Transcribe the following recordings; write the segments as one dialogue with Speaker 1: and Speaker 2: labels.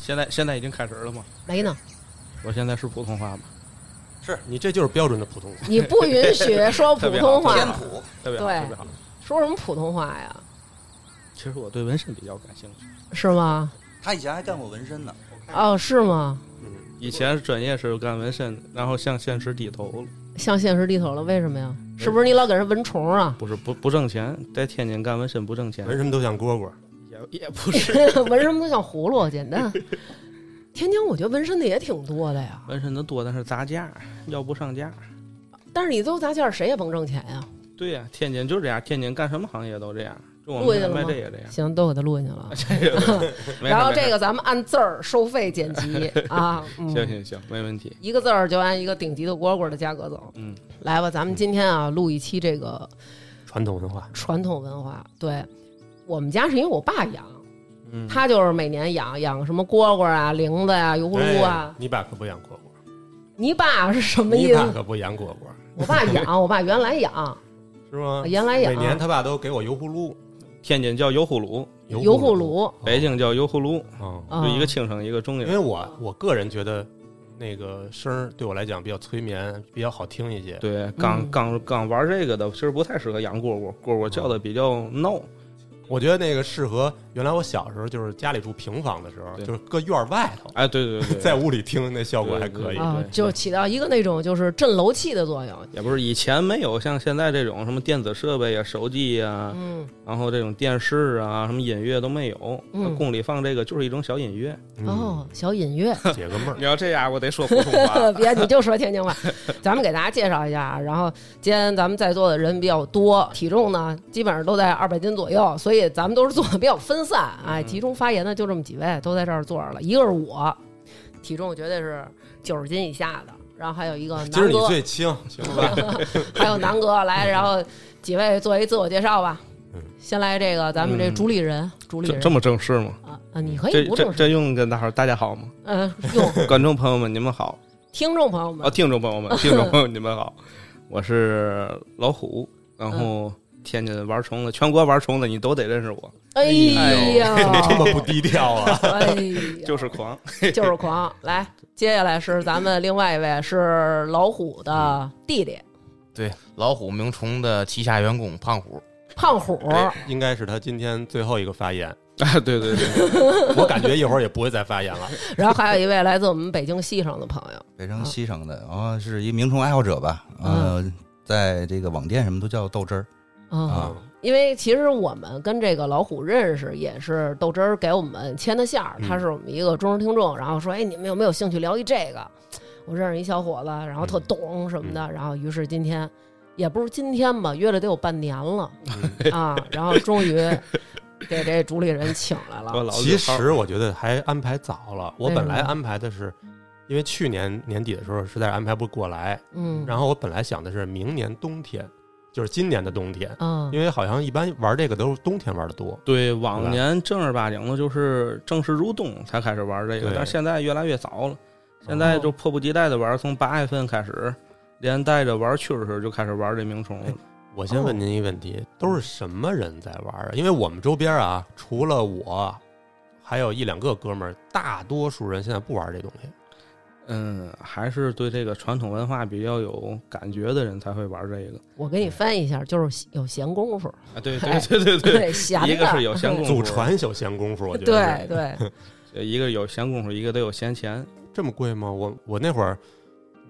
Speaker 1: 现在现在已经开始了吗？
Speaker 2: 没呢，
Speaker 1: 我现在是普通话吗？
Speaker 3: 是你这就是标准的普通话，
Speaker 2: 你不允许说普
Speaker 1: 特别好
Speaker 2: 通
Speaker 1: 哇
Speaker 2: 话
Speaker 1: 特
Speaker 4: 天，普，
Speaker 1: 特别好，
Speaker 2: 对
Speaker 1: 特别好。
Speaker 2: 说什么普通话呀？
Speaker 1: 其实我对纹身比较感兴趣，
Speaker 2: 是吗？
Speaker 4: 他以前还干过纹身呢。
Speaker 2: 哦，是吗？
Speaker 3: 嗯，
Speaker 1: 以前专业是干纹身，然后向现实低头了，
Speaker 2: 向现实低头了，为什么呀？是不是你老给人蚊虫啊？
Speaker 1: 不是不不挣钱，在天津干纹身不挣钱
Speaker 3: 纹，什么都像蝈蝈，
Speaker 1: 也也不是
Speaker 2: 纹什么都像葫芦，简单。天津我觉得纹身的也挺多的呀，
Speaker 1: 纹身的多，但是砸价，要不上价。
Speaker 2: 但是你都砸价，谁也甭挣钱呀。
Speaker 1: 对呀、天津就这样，天津干什么行业都这样，就我
Speaker 2: 录下了
Speaker 1: 们卖
Speaker 2: 吗
Speaker 1: 这也这样。
Speaker 2: 行，都给他录进去了。
Speaker 1: 这个没事
Speaker 2: 然后
Speaker 1: 没事
Speaker 2: 这个咱们按字儿收费剪 辑啊，嗯、
Speaker 1: 行行行，没问题。
Speaker 2: 一个字儿就按一个顶级的蝈蝈的价格走。
Speaker 1: 嗯，
Speaker 2: 来吧，咱们今天啊录一期这个
Speaker 3: 传统文化。
Speaker 2: 传统文化。对我们家是因为我爸养，
Speaker 1: 嗯，
Speaker 2: 他就是每年养养什么蝈蝈啊、铃子呀、油葫芦啊
Speaker 3: 哎。你爸可不养蝈蝈，
Speaker 2: 你爸是什么
Speaker 3: 你
Speaker 2: 意
Speaker 3: 爸
Speaker 2: 思？
Speaker 3: 可不养蝈蝈，
Speaker 2: 我爸养，我爸原来
Speaker 1: 啊
Speaker 2: 养，
Speaker 3: 是吗？
Speaker 2: 原来养
Speaker 3: 每年他爸都给我油葫芦，
Speaker 1: 天津叫油葫芦，
Speaker 2: 油葫芦。
Speaker 1: 北京叫油葫芦，
Speaker 3: 哦
Speaker 2: 啊
Speaker 1: 就一个轻声一个重
Speaker 3: 因
Speaker 1: 音。
Speaker 3: 为我我个人觉得那个声儿对我来讲比较催眠，比较好听一些。
Speaker 1: 对，
Speaker 2: 嗯
Speaker 1: 刚刚刚玩这个的，其实不太适合养蝈蝈，蝈蝈叫的比较闹。
Speaker 3: 我觉得那个适合原来我小时候就是家里住平房的时候，
Speaker 1: 对
Speaker 3: 就是搁院儿外头，
Speaker 1: 哎，对对对，
Speaker 3: 在屋里听那效果还可以
Speaker 1: 对。啊
Speaker 2: 啊
Speaker 1: 对，
Speaker 2: 就起到一个那种就是震楼气的作用。
Speaker 1: 也不是以前没有像现在这种什么电子设备啊、手机啊，
Speaker 2: 嗯，
Speaker 1: 然后这种电视啊、什么音乐都没有。
Speaker 2: 嗯
Speaker 1: 那宫里放这个就是一种小音乐。
Speaker 3: 嗯
Speaker 2: 哦，，小隐约，。
Speaker 3: 解个闷儿。
Speaker 1: 你要这样，我得说普通话
Speaker 2: 别你就说天津话。咱们给大家介绍一下，啊然后今天咱们在座的人比较多，体重呢基本上都在二百斤左右，所以咱们都是做的比较分散。哎，集中发言的就这么几位都在这儿坐着了，一个是我，体重绝对是九十斤以下的，然后还有一个
Speaker 3: 今儿
Speaker 2: 南
Speaker 3: 你
Speaker 2: 哥，
Speaker 3: 最轻，行吧？
Speaker 2: 还有南哥来，然后几位做一自我介绍吧
Speaker 3: 嗯。
Speaker 2: 先来这个咱们这
Speaker 1: 嗯
Speaker 2: 主理人，主理
Speaker 1: 这
Speaker 2: 人
Speaker 1: 这么正式吗？
Speaker 2: 啊啊，你可
Speaker 1: 这
Speaker 2: 以不
Speaker 1: 这
Speaker 2: 正式，
Speaker 1: 这用跟大伙儿大家好吗？
Speaker 2: 呃，用
Speaker 1: 观众朋友们，你们好
Speaker 2: 听众朋友
Speaker 1: 啊！
Speaker 2: 们，
Speaker 1: 听众朋友们，听众朋友们，你们好，我是老虎，然
Speaker 2: 嗯
Speaker 1: 后天津玩虫子，全国玩虫子你都得认识我，
Speaker 2: 哎呀，
Speaker 3: 这 么不低调啊！
Speaker 2: 哎呀，
Speaker 1: 就是狂。
Speaker 2: 就是狂。来，接下来是咱们另外一位是老虎的弟弟
Speaker 5: 对，老虎鸣虫的旗下员工胖虎，
Speaker 2: 胖虎，
Speaker 3: 哎应该是他今天最后一个发言，
Speaker 1: 啊， 对对对，
Speaker 3: 我感觉一会儿也不会再发言了。
Speaker 2: 然后还有一位来自我们北京西城的朋友。
Speaker 5: 北京西城的，然后是一鸣虫爱好者吧，呃，在这个网店什么都叫豆汁儿，
Speaker 2: 嗯，
Speaker 3: 啊
Speaker 2: 因为其实我们跟这个老虎认识也是豆汁儿给我们牵的线儿，
Speaker 3: 嗯
Speaker 2: 他是我们一个忠实听众，然后说，哎，你们有没有兴趣聊一这个？我认识一小伙子，然后特懂什么的，然后于是今天。也不是今天吧，约了得有半年了、啊，然后终于给这主理人请来了。
Speaker 1: 我老
Speaker 3: 其实我觉得还安排早了，我本来安排的是，因为去年年底的时候实在是安排不过来，
Speaker 2: 嗯，
Speaker 3: 然后我本来想的是明年冬天，就是今年的冬天，
Speaker 2: 嗯，
Speaker 3: 因为好像一般玩这个都是冬天玩的多。
Speaker 1: 对往年正儿八经的就是正式入冬才开始玩这个，
Speaker 3: 对哦
Speaker 1: 但是现在越来越早了，现在就迫不及待的玩，从八月份开始，连带着玩蛐蛐就开始玩这鸣虫
Speaker 3: 哎
Speaker 1: 了。
Speaker 3: 我先问您一个问题，都是什么人在玩啊？因为我们周边啊，除了我，还有一两个哥们儿，大多数人现在不玩这东西。
Speaker 1: 嗯，还是对这个传统文化比较有感觉的人才会玩这个。
Speaker 2: 我给你翻译一下，就是有闲工夫，
Speaker 1: 啊，对
Speaker 3: 哎
Speaker 1: 对对对对，
Speaker 2: 闲的，
Speaker 1: 一个是有闲工夫，
Speaker 3: 祖传有闲工夫，我觉得
Speaker 2: 对
Speaker 3: 是
Speaker 2: 对，
Speaker 1: 呃一个有闲工夫，一个得有闲钱。
Speaker 3: 这么贵吗？我我那会儿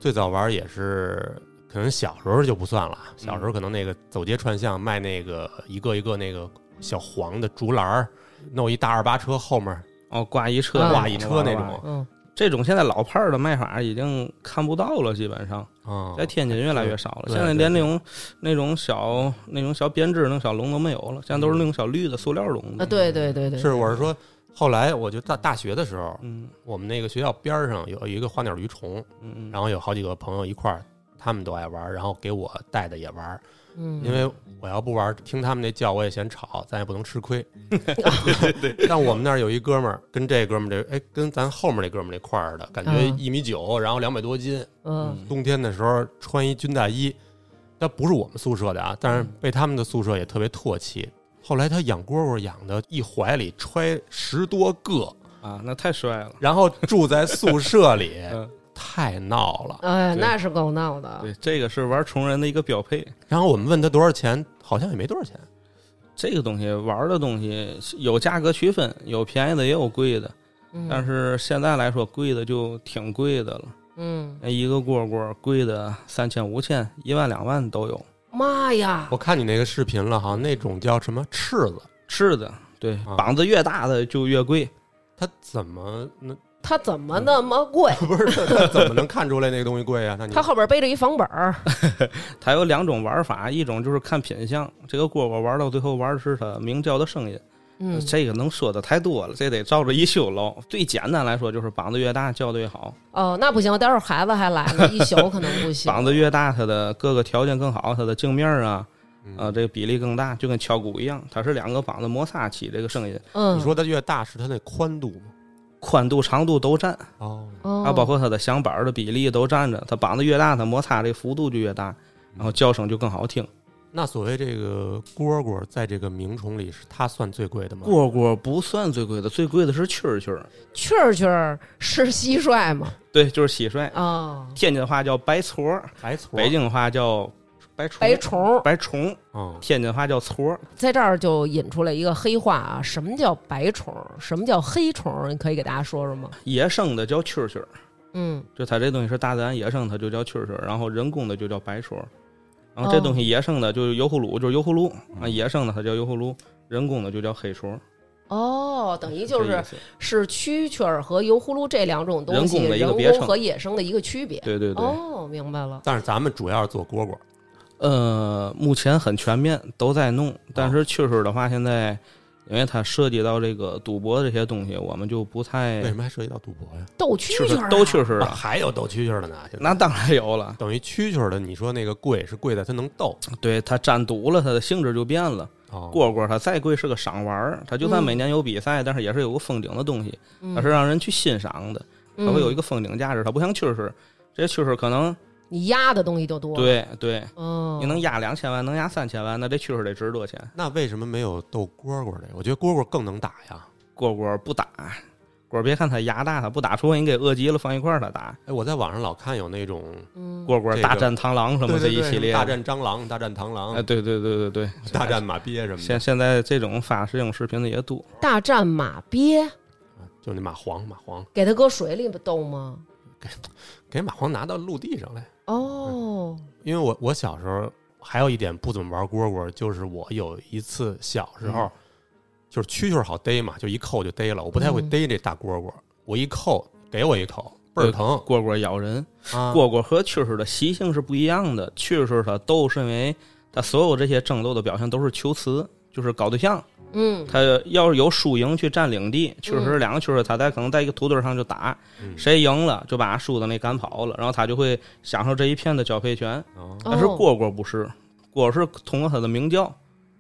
Speaker 3: 最早玩也是，可能小时候就不算了，小时候可能那个走街串巷卖那个一个一个那个小黄的竹篮儿，弄一大二八车后面
Speaker 1: 哦，挂一车，
Speaker 2: 嗯
Speaker 3: 啊挂一车那
Speaker 1: 哇哇
Speaker 3: 种
Speaker 1: 哇
Speaker 2: 嗯，
Speaker 1: 这种现在老派儿的卖法已经看不到了，基本上
Speaker 3: 啊，
Speaker 1: 在哎天津越来越少了。
Speaker 3: 对
Speaker 1: 现在连那种那种小那种小编织那种小笼都没有了，现在
Speaker 3: 嗯
Speaker 1: 都是那种小绿的塑料笼
Speaker 2: 啊，
Speaker 1: 子。
Speaker 2: 对对对对，
Speaker 3: 是我是说，后来我就大大学的时候，
Speaker 1: 嗯
Speaker 3: 我们那个学校边儿上有一个花鸟鱼虫，
Speaker 1: 嗯，
Speaker 3: 然后有好几个朋友一块儿。他们都爱玩儿，然后给我带的也玩儿，
Speaker 2: 嗯，
Speaker 3: 因为我要不玩儿，听他们那叫我也嫌吵，咱也不能吃亏。 但我们那儿有一哥们儿，跟这哥们儿这，哎，跟咱后面那哥们儿那块儿的，感觉
Speaker 2: 嗯
Speaker 3: 一米九，然后两百多斤，
Speaker 2: 嗯
Speaker 3: 冬天的时候穿一军大衣，但不是我们宿舍的啊，但是被他们的宿舍也特别唾弃。后来他养蝈蝈养的一怀里揣十多个，
Speaker 1: 啊，那太帅了。，
Speaker 3: 然后住在宿舍里
Speaker 1: 嗯，
Speaker 3: 太闹了。
Speaker 2: 哎，
Speaker 1: 对
Speaker 2: 那是够闹的。
Speaker 1: 对，这个是玩虫人的一个标配。
Speaker 3: 然后我们问他多少钱，好像也没多少钱。
Speaker 1: 这个东西玩的东西有价格区分，有便宜的也有贵的，
Speaker 2: 嗯
Speaker 1: 但是现在来说贵的就挺贵的了，
Speaker 2: 嗯，
Speaker 1: 那一个蝈蝈贵的三千、五千、一万、两万都有。
Speaker 2: 妈呀
Speaker 3: 我，看你那个视频了哈，那种叫什么翅子，
Speaker 1: 吃的，对
Speaker 3: 啊，
Speaker 1: 膀子越大的就越贵。
Speaker 3: 它怎么那？
Speaker 2: 他怎么那么贵
Speaker 3: 不是它它怎么能看出来那个东西贵啊？ 那你
Speaker 2: 他后边背着一房本儿，
Speaker 1: 它有两种玩法，一种就是看品相，这个蝈蝈玩到最后玩的是它鸣叫的声音。
Speaker 2: 嗯，
Speaker 1: 这个能说的太多了，这得照着一宿喽。最简单来说，就是膀子越大叫的越好，
Speaker 2: 哦，那不行，待会儿孩子还来呢，一宿可能不行。
Speaker 1: 膀子越大，它的各个条件更好，它的镜面啊，
Speaker 3: 嗯
Speaker 1: 啊，这个比例更大，就跟敲鼓一样，它是两个膀子摩擦起这个声音，
Speaker 2: 嗯，
Speaker 3: 你说它越大是它那宽度吗？
Speaker 1: 宽度、长度都占，
Speaker 3: 哦，
Speaker 2: 哦，
Speaker 1: 啊，包括它的响板儿的比例都占着。它膀子越大，它摩擦这幅度就越大，
Speaker 2: 嗯
Speaker 1: 然后叫声就更好听。
Speaker 3: 那所谓这个蝈蝈在这个鸣虫里是它算最贵的吗？
Speaker 1: 蝈蝈不算最贵的，最贵的是蛐蛐儿，
Speaker 2: 蛐儿蛐儿是蟋蟀嘛？
Speaker 1: 对，就是蟋蟀。
Speaker 2: 啊，
Speaker 1: 天津话叫白撮儿，
Speaker 3: 白撮
Speaker 1: 北京话叫白虫，
Speaker 2: 白虫，
Speaker 1: 白虫，
Speaker 3: 嗯，
Speaker 1: 天津话叫撮儿。
Speaker 2: 在这儿就引出来一个黑话啊，什么叫白虫？什么叫黑虫？你可以给大家说说吗？
Speaker 1: 野生的叫蛐蛐儿，
Speaker 2: 嗯，
Speaker 1: 就它这东西是大自然野生，它就叫蛐蛐儿，然后人工的就叫白戳儿。然后
Speaker 2: 哦
Speaker 1: 这东西野生的就是油葫芦，就是油葫芦啊，野生的它叫油葫芦，人工的就叫黑戳儿，
Speaker 2: 哦，等于就
Speaker 1: 这意
Speaker 2: 是
Speaker 1: 思
Speaker 2: 是蛐蛐儿和油葫芦这两种东西，
Speaker 1: 人工的一
Speaker 2: 人
Speaker 1: 个
Speaker 2: 工
Speaker 1: 别称
Speaker 2: 和野生的一个区别。
Speaker 1: 对对对，
Speaker 2: 哦，明白了。
Speaker 3: 但是咱们主要是做蝈蝈，
Speaker 1: 呃，目前很全面，都在弄。但是蛐蛐儿的话，现在因为它涉及到这个赌博这些东西，我们就不太
Speaker 3: 为哎什么还涉及到赌博呀？
Speaker 2: 斗蛐
Speaker 1: 蛐蛐
Speaker 2: 蛐儿啊
Speaker 1: 儿都蛐蛐儿了，
Speaker 3: 啊还有斗蛐蛐的呢，现在
Speaker 1: 那当然有了。
Speaker 3: 等于蛐蛐儿的，你说那个贵是贵在它能斗，
Speaker 1: 对它沾毒了，它的性质就变了。
Speaker 3: 哦
Speaker 1: 蝈蝈它再贵是个赏玩儿，它就算
Speaker 2: 嗯
Speaker 1: 每年有比赛，但是也是有个风景的东西，它是
Speaker 2: 嗯
Speaker 1: 让人去欣赏的，它会有一个风景价值。它不像蛐蛐儿，这些蛐蛐儿可能
Speaker 2: 你压的东西就多。，
Speaker 1: 对对，
Speaker 2: 嗯，
Speaker 1: 你能压两千万，能压三千万，那这蛐蛐儿得值多少钱？
Speaker 3: 那为什么没有斗蝈蝈的？我觉得蝈蝈更能打呀。
Speaker 1: 蝈蝈不打，蝈儿别看它牙大，它不打，除非你给饿急了放一块儿它打。
Speaker 3: 哎，我在网上老看有那种
Speaker 2: 嗯，
Speaker 1: 蝈蝈大
Speaker 3: 这个
Speaker 1: 战螳螂什么
Speaker 3: 对
Speaker 1: 这
Speaker 3: 对
Speaker 1: 一
Speaker 3: 对
Speaker 1: 系列
Speaker 3: 什么大
Speaker 1: 的，
Speaker 3: 战蟑螂、嗯大战螳
Speaker 1: 哎，
Speaker 3: 螂、
Speaker 1: 对对对对对，
Speaker 3: 大战马鳖什么
Speaker 1: 现
Speaker 3: 的，
Speaker 1: 现在这种发这种视频的也多，
Speaker 2: 大战马鳖，
Speaker 3: 啊就那马黄，马黄
Speaker 2: 给它搁水里不斗吗？
Speaker 3: 给马黄拿到陆地上来。
Speaker 2: 哦，
Speaker 3: 因为我我小时候还有一点不怎么玩蝈蝈，就是我有一次小时
Speaker 1: 嗯
Speaker 3: 候、就是蛐蛐儿好逮嘛，就一扣就逮了，我不太会
Speaker 2: 嗯
Speaker 3: 逮这大蝈蝈，我一扣给我一口倍儿疼
Speaker 1: 蝈蝈咬人。
Speaker 3: 啊！
Speaker 1: 蝈蝈和蛐蛐儿的习性是不一样的，蛐蛐儿它都是因为它所有这些争斗的表现都是求雌，就是搞对象。
Speaker 2: 嗯，
Speaker 1: 它要是有输赢去占领地，蛐蛐儿两个蛐蛐儿，它在可能在一个土堆上就打，
Speaker 3: 嗯
Speaker 1: 谁赢了就把输的那赶跑了，然后它就会享受这一片的交配权。
Speaker 3: 哦
Speaker 2: 哦
Speaker 1: 但是蝈蝈不是，蝈是通过它的鸣叫，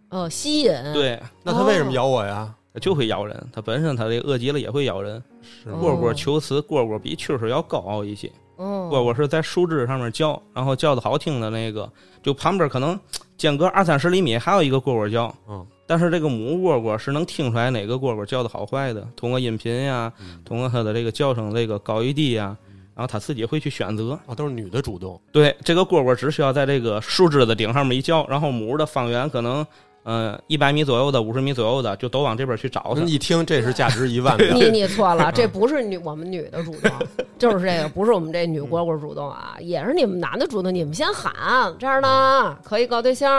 Speaker 2: 呃，吸引，
Speaker 1: 对，
Speaker 3: 那它为什么咬我呀？
Speaker 1: 它就会咬人。它本身它这饿极了也会咬人。
Speaker 3: 是
Speaker 2: 哦
Speaker 3: 吗？
Speaker 1: 蝈蝈求雌，蝈蝈比蛐蛐儿要高傲一些。
Speaker 2: 嗯，
Speaker 1: 蝈蝈是在树枝上面叫，然后叫的好听的那个，就旁边可能间隔二三十厘米还有一个蝈蝈叫，
Speaker 3: 嗯，
Speaker 1: 但是这个母蝈蝈是能听出来哪个蝈蝈叫的好坏的，通过音频呀，通过它的这个叫声这个高与低呀，然后它自己会去选择。
Speaker 3: 哦，都是女的主动，
Speaker 1: 对，这个蝈蝈只需要在这个树枝的顶上面一叫，然后母的方圆可能呃一百米左右的、五十米左右的就都往这边去找它
Speaker 3: 那。一听这是价值 一万
Speaker 1: 啊
Speaker 3: 的，
Speaker 2: 你你错了，这不是女我们女的主动，就是这个不是我们这女蝈蝈主动啊，也是你们男的主动，你们先喊这儿呢，可以搞对象。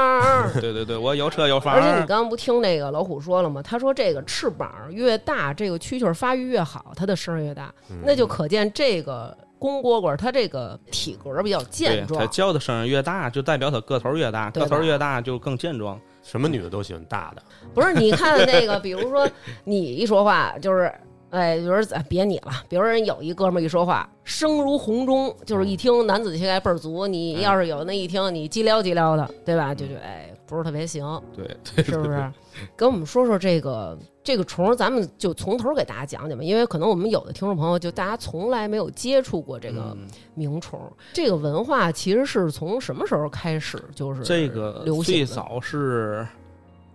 Speaker 1: 对对对，我有车有房
Speaker 2: 而且你
Speaker 1: 儿，
Speaker 2: 刚刚不听那个老虎说了吗？他说这个翅膀越大，这个蛐蛐儿发育越好，它的声儿越大，那就可见这个公蝈蝈它这个体格比较
Speaker 1: 对
Speaker 2: 健
Speaker 1: 它
Speaker 2: 壮。
Speaker 1: 叫的声儿越大，就代表它个头越大，
Speaker 2: 对吧
Speaker 1: 个头越大就更健壮。
Speaker 3: 什么女的都喜欢大的。
Speaker 2: 不是，你看那个，比如 说你一说话就是。哎，比如说咱别你了，比如说人有一哥们儿一说话，声如洪钟，就是
Speaker 1: 嗯
Speaker 2: 一听男子气概倍儿足。你要是有那一听，你叽撩叽撩的，对吧？就觉得哎，不是特 别行，
Speaker 1: 对，
Speaker 2: 是不是？跟我们说说这个这个虫儿，咱们就从头给大家讲讲吧，因为可能我们有的听众朋友就大家从来没有接触过这个
Speaker 1: 嗯
Speaker 2: 鸣虫儿，这个文化其实是从什么时候开始就是
Speaker 1: 这个
Speaker 2: 流行
Speaker 1: 最
Speaker 2: 的
Speaker 1: 早是，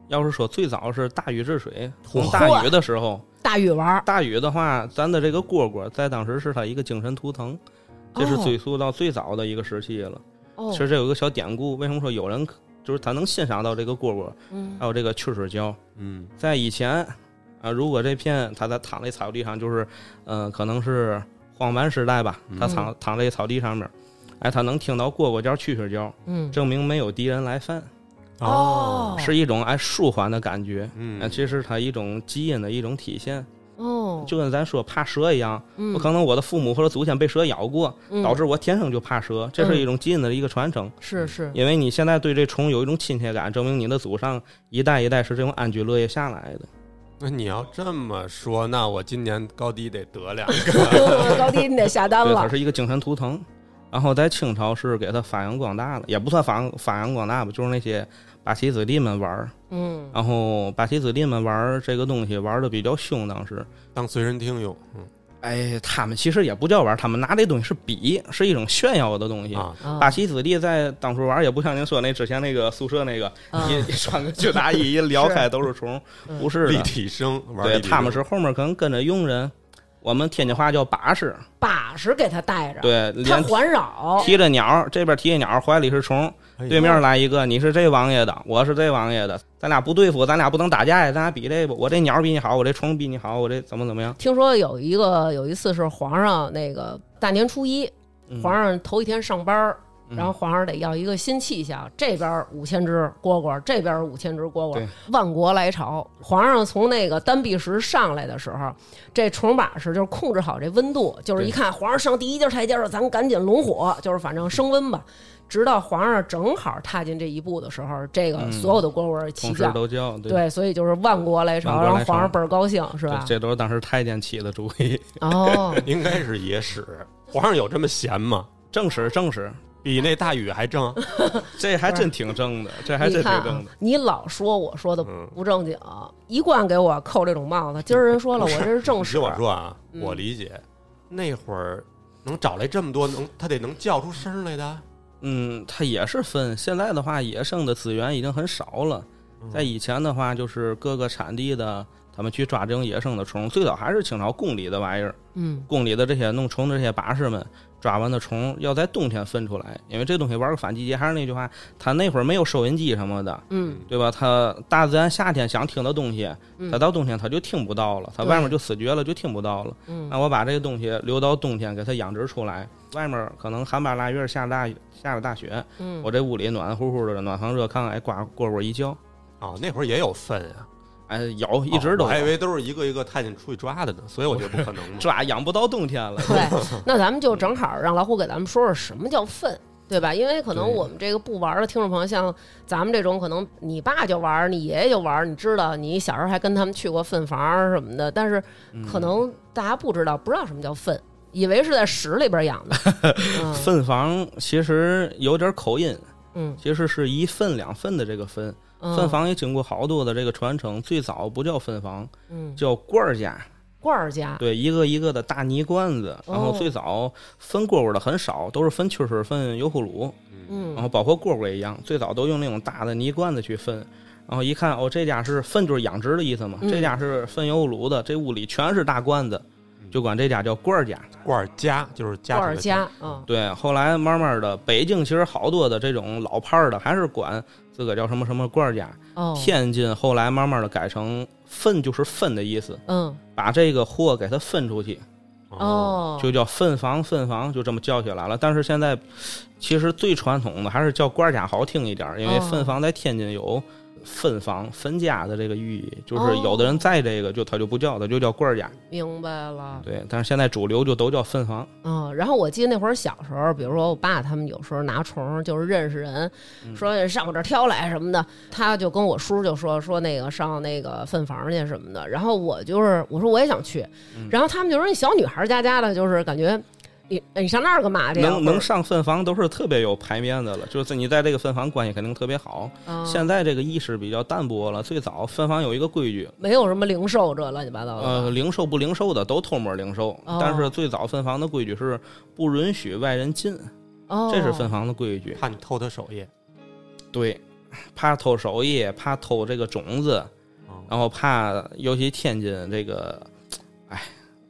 Speaker 1: 要是说最早是大禹治水，
Speaker 3: 嚯
Speaker 1: 从大禹的时候，
Speaker 2: 大禹玩儿，
Speaker 1: 大禹的话，咱的这个蝈蝈在当时是他一个精神图腾，这是追溯到最早的一个时期了。
Speaker 2: 哦，
Speaker 1: 其实这有一个小典故，为什么说有人可就是他能欣赏到这个蝈蝈，
Speaker 2: 嗯
Speaker 1: 还有这个蛐蛐叫？
Speaker 3: 嗯，
Speaker 1: 在以前啊，如果这片他在躺在草地上，就是呃，可能是荒蛮时代吧，他躺躺在草地上面，哎，他能听到蝈蝈叫、蛐蛐叫，
Speaker 2: 嗯，
Speaker 1: 证明没有敌人来犯，
Speaker 2: 哦，
Speaker 1: 啊是一种哎舒缓的感觉。
Speaker 3: 嗯
Speaker 1: 哎，，这是它一种基因的一种体现，
Speaker 2: 哦，
Speaker 1: 就跟咱说怕蛇一样，
Speaker 2: 嗯
Speaker 1: 我可能我的父母或者祖先被蛇咬过，
Speaker 2: 嗯
Speaker 1: 导致我天生就怕蛇，这是一种基因的一个传承。
Speaker 2: 是是，
Speaker 1: 因为你现在对这虫有一种亲切感，证明你的祖上一代一代是这种安居乐业下来的。
Speaker 3: 那你要这么说，那我今年高低得得两个。
Speaker 2: 高低你得下单
Speaker 1: 对，它
Speaker 2: 了，
Speaker 1: 是一个精神图腾。然后在清朝是给它发扬光大的，也不算发扬发扬光大吧，就是那些八旗子弟们玩儿。
Speaker 2: 嗯，
Speaker 1: 然后八旗子弟们玩儿这个东西玩的比较凶，当时。
Speaker 3: 当随身听用， 嗯
Speaker 1: 哎，他们其实也不叫玩儿，他们拿这东西是比，是一种炫耀的东西。
Speaker 3: 啊，
Speaker 2: 啊
Speaker 1: 八旗子弟在当初玩儿也不像您说那之前那个宿舍那个，
Speaker 2: 啊
Speaker 1: 一一穿个军大衣一撩开都是虫，
Speaker 2: 嗯
Speaker 1: 不是
Speaker 3: 立
Speaker 1: 的。
Speaker 3: 体声玩立
Speaker 1: 对，
Speaker 3: 体声，
Speaker 1: 他们是后面可能跟着佣人，我们天津话叫把式，
Speaker 2: 把式给他带着，
Speaker 1: 对，
Speaker 2: 啊他
Speaker 1: 连
Speaker 2: 环绕，
Speaker 1: 提着鸟，这边提着鸟，怀里是虫，
Speaker 3: 哎呦
Speaker 1: 对面来一个，你是这王爷的，我是这王爷的，咱俩不对付，咱俩不能打架呀，咱俩比这个，我这鸟比你好，我这虫比你好，我这怎么怎么样？
Speaker 2: 听说有一个有一次是皇上那个大年初一，
Speaker 1: 嗯
Speaker 2: 皇上头一天上班儿，
Speaker 1: 嗯
Speaker 2: 然后皇上得要一个新气象，这边五千只蝈蝈，这边五千只蝈蝈
Speaker 1: 对，
Speaker 2: 万国来朝。皇上从那个丹壁石上来的时候，这虫把式就是控制好这温度，就是一
Speaker 1: 对
Speaker 2: 看皇上上第一阶台阶了，咱赶紧拢火，就是反正升温吧。直到皇上正好踏进这一步的时候，这个
Speaker 1: 嗯
Speaker 2: 所有的蝈蝈齐
Speaker 1: 同时
Speaker 2: 叫，
Speaker 1: 都叫，对，
Speaker 2: 对，所以就是万国来朝，
Speaker 1: 万国
Speaker 2: 然后
Speaker 1: 来朝
Speaker 2: 皇上倍儿高兴，是
Speaker 1: 这
Speaker 2: 吧？
Speaker 1: 这都是当时太监起的主意，
Speaker 2: 哦，
Speaker 3: 应该是野史。皇上有这么闲吗？
Speaker 1: 正史正 史，
Speaker 3: 比那大禹还正？
Speaker 1: 这还真挺正的，这 还
Speaker 2: 你
Speaker 1: 真挺
Speaker 2: 看啊
Speaker 1: 正的，，
Speaker 2: 你老说我说的
Speaker 3: 嗯
Speaker 2: 不正经，一贯给我扣这种帽子。今儿人说了，我
Speaker 3: 不是
Speaker 2: 这是正
Speaker 3: 你
Speaker 2: 史
Speaker 3: 听。我说啊，
Speaker 2: 嗯
Speaker 3: 我理解，那会儿能找来这么多，能他得能叫出声来的。
Speaker 1: 嗯，它也是分，现在的话，野生的资源已经很少了。
Speaker 2: 嗯
Speaker 1: 在以前的话，就是各个产地的，他们去抓这种野生的虫，最早还是清朝宫里的玩意儿，
Speaker 2: 嗯，
Speaker 1: 宫里的这些弄虫的这些把式们抓完的虫，要在冬天分出来，因为这东西玩个反季节。还是那句话，他那会儿没有收音机什么的，
Speaker 2: 嗯，
Speaker 1: 对吧？他大自然夏天想听的东西
Speaker 2: 嗯，
Speaker 1: 他到冬天他就听不到了，他
Speaker 2: 对
Speaker 1: 外面就死绝了，就听不到了。
Speaker 2: 嗯
Speaker 1: 那我把这个东西留到冬天给它养殖出来，外面可能寒八腊月下大下了大雪，
Speaker 2: 嗯，
Speaker 1: 我这屋里暖乎乎的，暖房热炕，哎，呱蝈蝈一叫，
Speaker 3: 啊，那会儿也有粪啊，
Speaker 1: 哎，有一直都
Speaker 3: 哦我还以
Speaker 1: 有
Speaker 3: 为都是一个一个太监出去抓的呢，所以我觉得不 可能嘛。
Speaker 1: 抓养不到冬天了。
Speaker 2: 对，那咱们就正好让老虎给咱们说说什么叫粪。对吧？因为可能
Speaker 1: 对
Speaker 2: 我们这个不玩的听众朋友，像咱们这种，可能你爸就玩，你爷爷就玩，你知道，你小时候还跟他们去过粪房什么的，但是可能大家不知道，不知道什么叫粪，以为是在屎里边养的。嗯
Speaker 1: 粪房其实有点口音，
Speaker 2: 嗯，
Speaker 1: 其实是一粪两粪的这个粪。
Speaker 2: 嗯
Speaker 1: 粪，房也经过好多的这个传承，最早不叫粪房，
Speaker 2: 嗯，
Speaker 1: 叫罐儿家。
Speaker 2: 罐儿家，
Speaker 1: 对，一个一个的大泥罐子。然
Speaker 2: 哦
Speaker 1: 后最早分蝈蝈的很少，都是分蛐蛐、分油葫芦，
Speaker 2: 嗯
Speaker 1: 然，后包括蝈蝈也一样，最早都用那种大的泥罐子去分。然后一看，哦，这家是粪就是养殖的意思嘛，
Speaker 2: 嗯
Speaker 1: 这家是分油葫芦的，这屋里全是大罐子，就管这家叫罐儿家。
Speaker 3: 罐儿家就是家
Speaker 2: 罐
Speaker 3: 庭
Speaker 2: 儿
Speaker 3: 的
Speaker 2: 家，嗯，
Speaker 1: 对，后来慢慢的，北京其实好多的这种老派儿的，还是管自个儿叫什么什么罐儿家。
Speaker 2: 哦，
Speaker 1: 天津后来慢慢的改成分，就是分的意思，
Speaker 2: 嗯，
Speaker 1: 把这个货给它分出去，
Speaker 3: 嗯
Speaker 2: 哦，
Speaker 1: 就叫分房分房，就这么叫起来了。但是现在，其实最传统的还是叫罐儿家好听一点儿，因为
Speaker 2: 哦
Speaker 1: 分房在天津有分房分家的这个寓意，就是
Speaker 2: 哦
Speaker 1: 有的人在这个就他就不叫，他就叫罐儿家。
Speaker 2: 明白了。
Speaker 1: 对，但是现在主流就都叫分房。
Speaker 2: 嗯，然后我记得那会儿小时候，比如说我爸他们有时候拿虫，就是认识人，
Speaker 1: 嗯
Speaker 2: 说哎上我这儿挑来什么的，他就跟我叔就说说那个上那个粪房去什么的。然后我就是我说我也想去，
Speaker 1: 嗯
Speaker 2: 然后他们就说那小女孩家家的，就是感觉你哎你上那儿干嘛去呀？
Speaker 1: 能能
Speaker 2: 或者
Speaker 1: 上分房都是特别有牌面的了，就是你在这个分房关系肯定特别好。
Speaker 2: 啊
Speaker 1: 现在这个意识比较淡薄了，最早分房有一个规矩，
Speaker 2: 没有什么零售这乱七八糟的。
Speaker 1: 呃，零售不零售的都偷摸零售，
Speaker 2: 哦
Speaker 1: 但是最早分房的规矩是不允许外人进，
Speaker 2: 哦，
Speaker 1: 这是分房的规矩。
Speaker 3: 怕你偷他手艺。
Speaker 1: 对，怕偷手艺，怕偷这个种子，
Speaker 3: 哦
Speaker 1: 然后怕尤其天津这个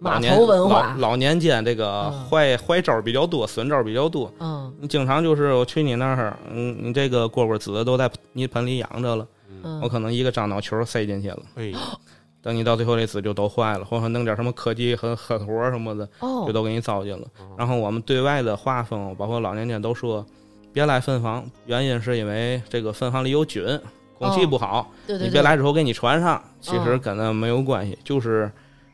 Speaker 1: 老
Speaker 2: 码
Speaker 1: 年
Speaker 2: 头文
Speaker 1: 老
Speaker 2: 化，
Speaker 1: 老年间这个
Speaker 2: 嗯
Speaker 1: 坏坏招儿比较多，损招儿比较多。
Speaker 2: 嗯
Speaker 1: 你经常就是我去你那儿，嗯，你这个蝈蝈子都在泥盆里养着了，
Speaker 2: 嗯，
Speaker 1: 我可能一个樟脑球塞进去了，
Speaker 3: 哎，
Speaker 1: 等你到最后这籽就都坏了，或者弄点什么科技狠狠活儿什么的，
Speaker 2: 哦
Speaker 1: 就，都给你糟践了。然后我们对外的画风，包括老年间都说，别来分房，原因是因为这个分房里有菌，空气
Speaker 2: 哦
Speaker 1: 不好，
Speaker 2: 对对
Speaker 1: 你别
Speaker 2: 对，嗯
Speaker 1: 来之后给你传上，其实跟那没有关系，就是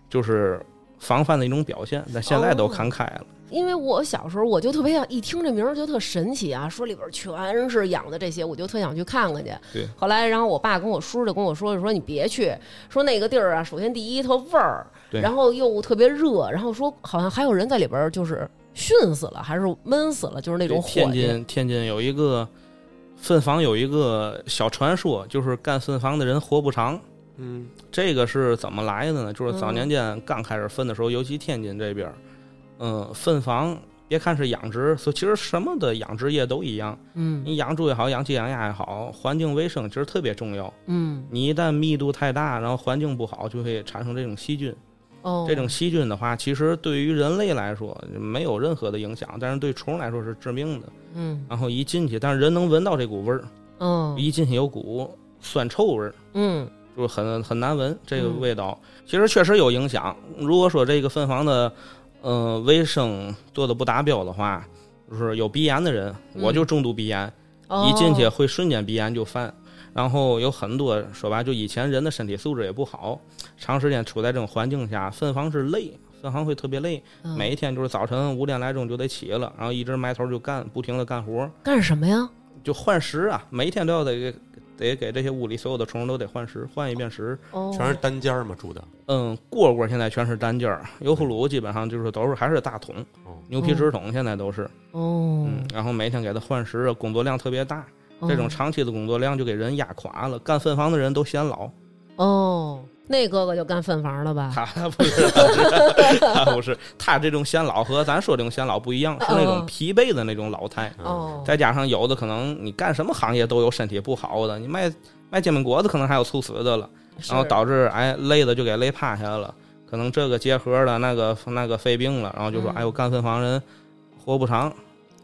Speaker 1: 就是防范的一种表现。但现在都
Speaker 2: 哦
Speaker 1: 看开了，
Speaker 2: 因为我小时候我就特别想，一听这名儿就特神奇啊，说里边全是养的这些，我就特想去看看去。
Speaker 1: 对，
Speaker 2: 后来然后我爸跟我叔就跟我说，就说你别去，说那个地儿啊，首先第一它味儿，
Speaker 1: 对
Speaker 2: 然后又特别热，然后说好像还有人在里边儿就是熏死了，还是闷死了，就是那种
Speaker 1: 对
Speaker 2: 火
Speaker 1: 天
Speaker 2: 气
Speaker 1: 津天津有一个粪房有一个小传说，就是干粪房的人活不长。
Speaker 3: 嗯，
Speaker 1: 这个是怎么来的呢？就是早
Speaker 2: 嗯
Speaker 1: 年间刚开始分的时候，尤其天津这边儿，嗯，分房别看是养殖，所以其实什么的养殖业都一样。
Speaker 2: 嗯
Speaker 1: 你养猪也好，养鸡养鸭也好，环境卫生其实特别重要。
Speaker 2: 嗯
Speaker 1: 你一旦密度太大，然后环境不好，就会产生这种细菌。
Speaker 2: 哦，
Speaker 1: 这种细菌的话，其实对于人类来说没有任何的影响，但是对虫来说是致命的。
Speaker 2: 嗯
Speaker 1: 然后一进去，但是人能闻到这股味儿，
Speaker 2: 嗯
Speaker 1: 一进去有股酸臭味儿。
Speaker 2: 嗯
Speaker 1: 就是很很难闻这个
Speaker 2: 嗯
Speaker 1: 味道，其实确实有影响。如果说这个分房的，呃，卫生做的不达标的话，就是有鼻炎的人，
Speaker 2: 嗯
Speaker 1: 我就重度鼻炎，
Speaker 2: 哦
Speaker 1: 一进去会瞬间鼻炎就犯。然后有很多说白了，就以前人的身体素质也不好，长时间处在这种环境下，分房是累，分房会特别累，
Speaker 2: 嗯
Speaker 1: 每一天就是早晨五点来钟就得起了，然后一直埋头就干，不停的干活，
Speaker 2: 干什么呀？
Speaker 1: 就换食啊，每一天都要得给得给这些屋里所有的虫都得换食，换一遍食。
Speaker 2: 哦，
Speaker 3: 全是单间儿嘛住的，
Speaker 1: 嗯，蝈蝈现在全是单间儿，油葫芦基本上就是都是还是大桶
Speaker 3: 哦，
Speaker 1: 牛皮纸桶现在都是，
Speaker 2: 哦
Speaker 1: 嗯，然后每天给它换食，工作量特别大，
Speaker 2: 哦
Speaker 1: 这种长期的工作量就给人压垮了，干分房的人都显老，
Speaker 2: 哦，那哥哥就干粪房了吧？
Speaker 1: 他他不是，他不是，他这种显老和咱说这种显老不一样，是那
Speaker 2: 哦
Speaker 1: 种疲惫的那种老态，
Speaker 3: 嗯，
Speaker 2: 哦，
Speaker 1: 再加上有的可能你干什么行业都有身体不好的，你卖卖煎饼果子可能还有猝死的了。然后
Speaker 2: 是
Speaker 1: 导致哎累的就给累趴下了，可能这个结核了，那个那个肺病了，然后就说、
Speaker 2: 嗯
Speaker 1: 哎呦干分房人活不长，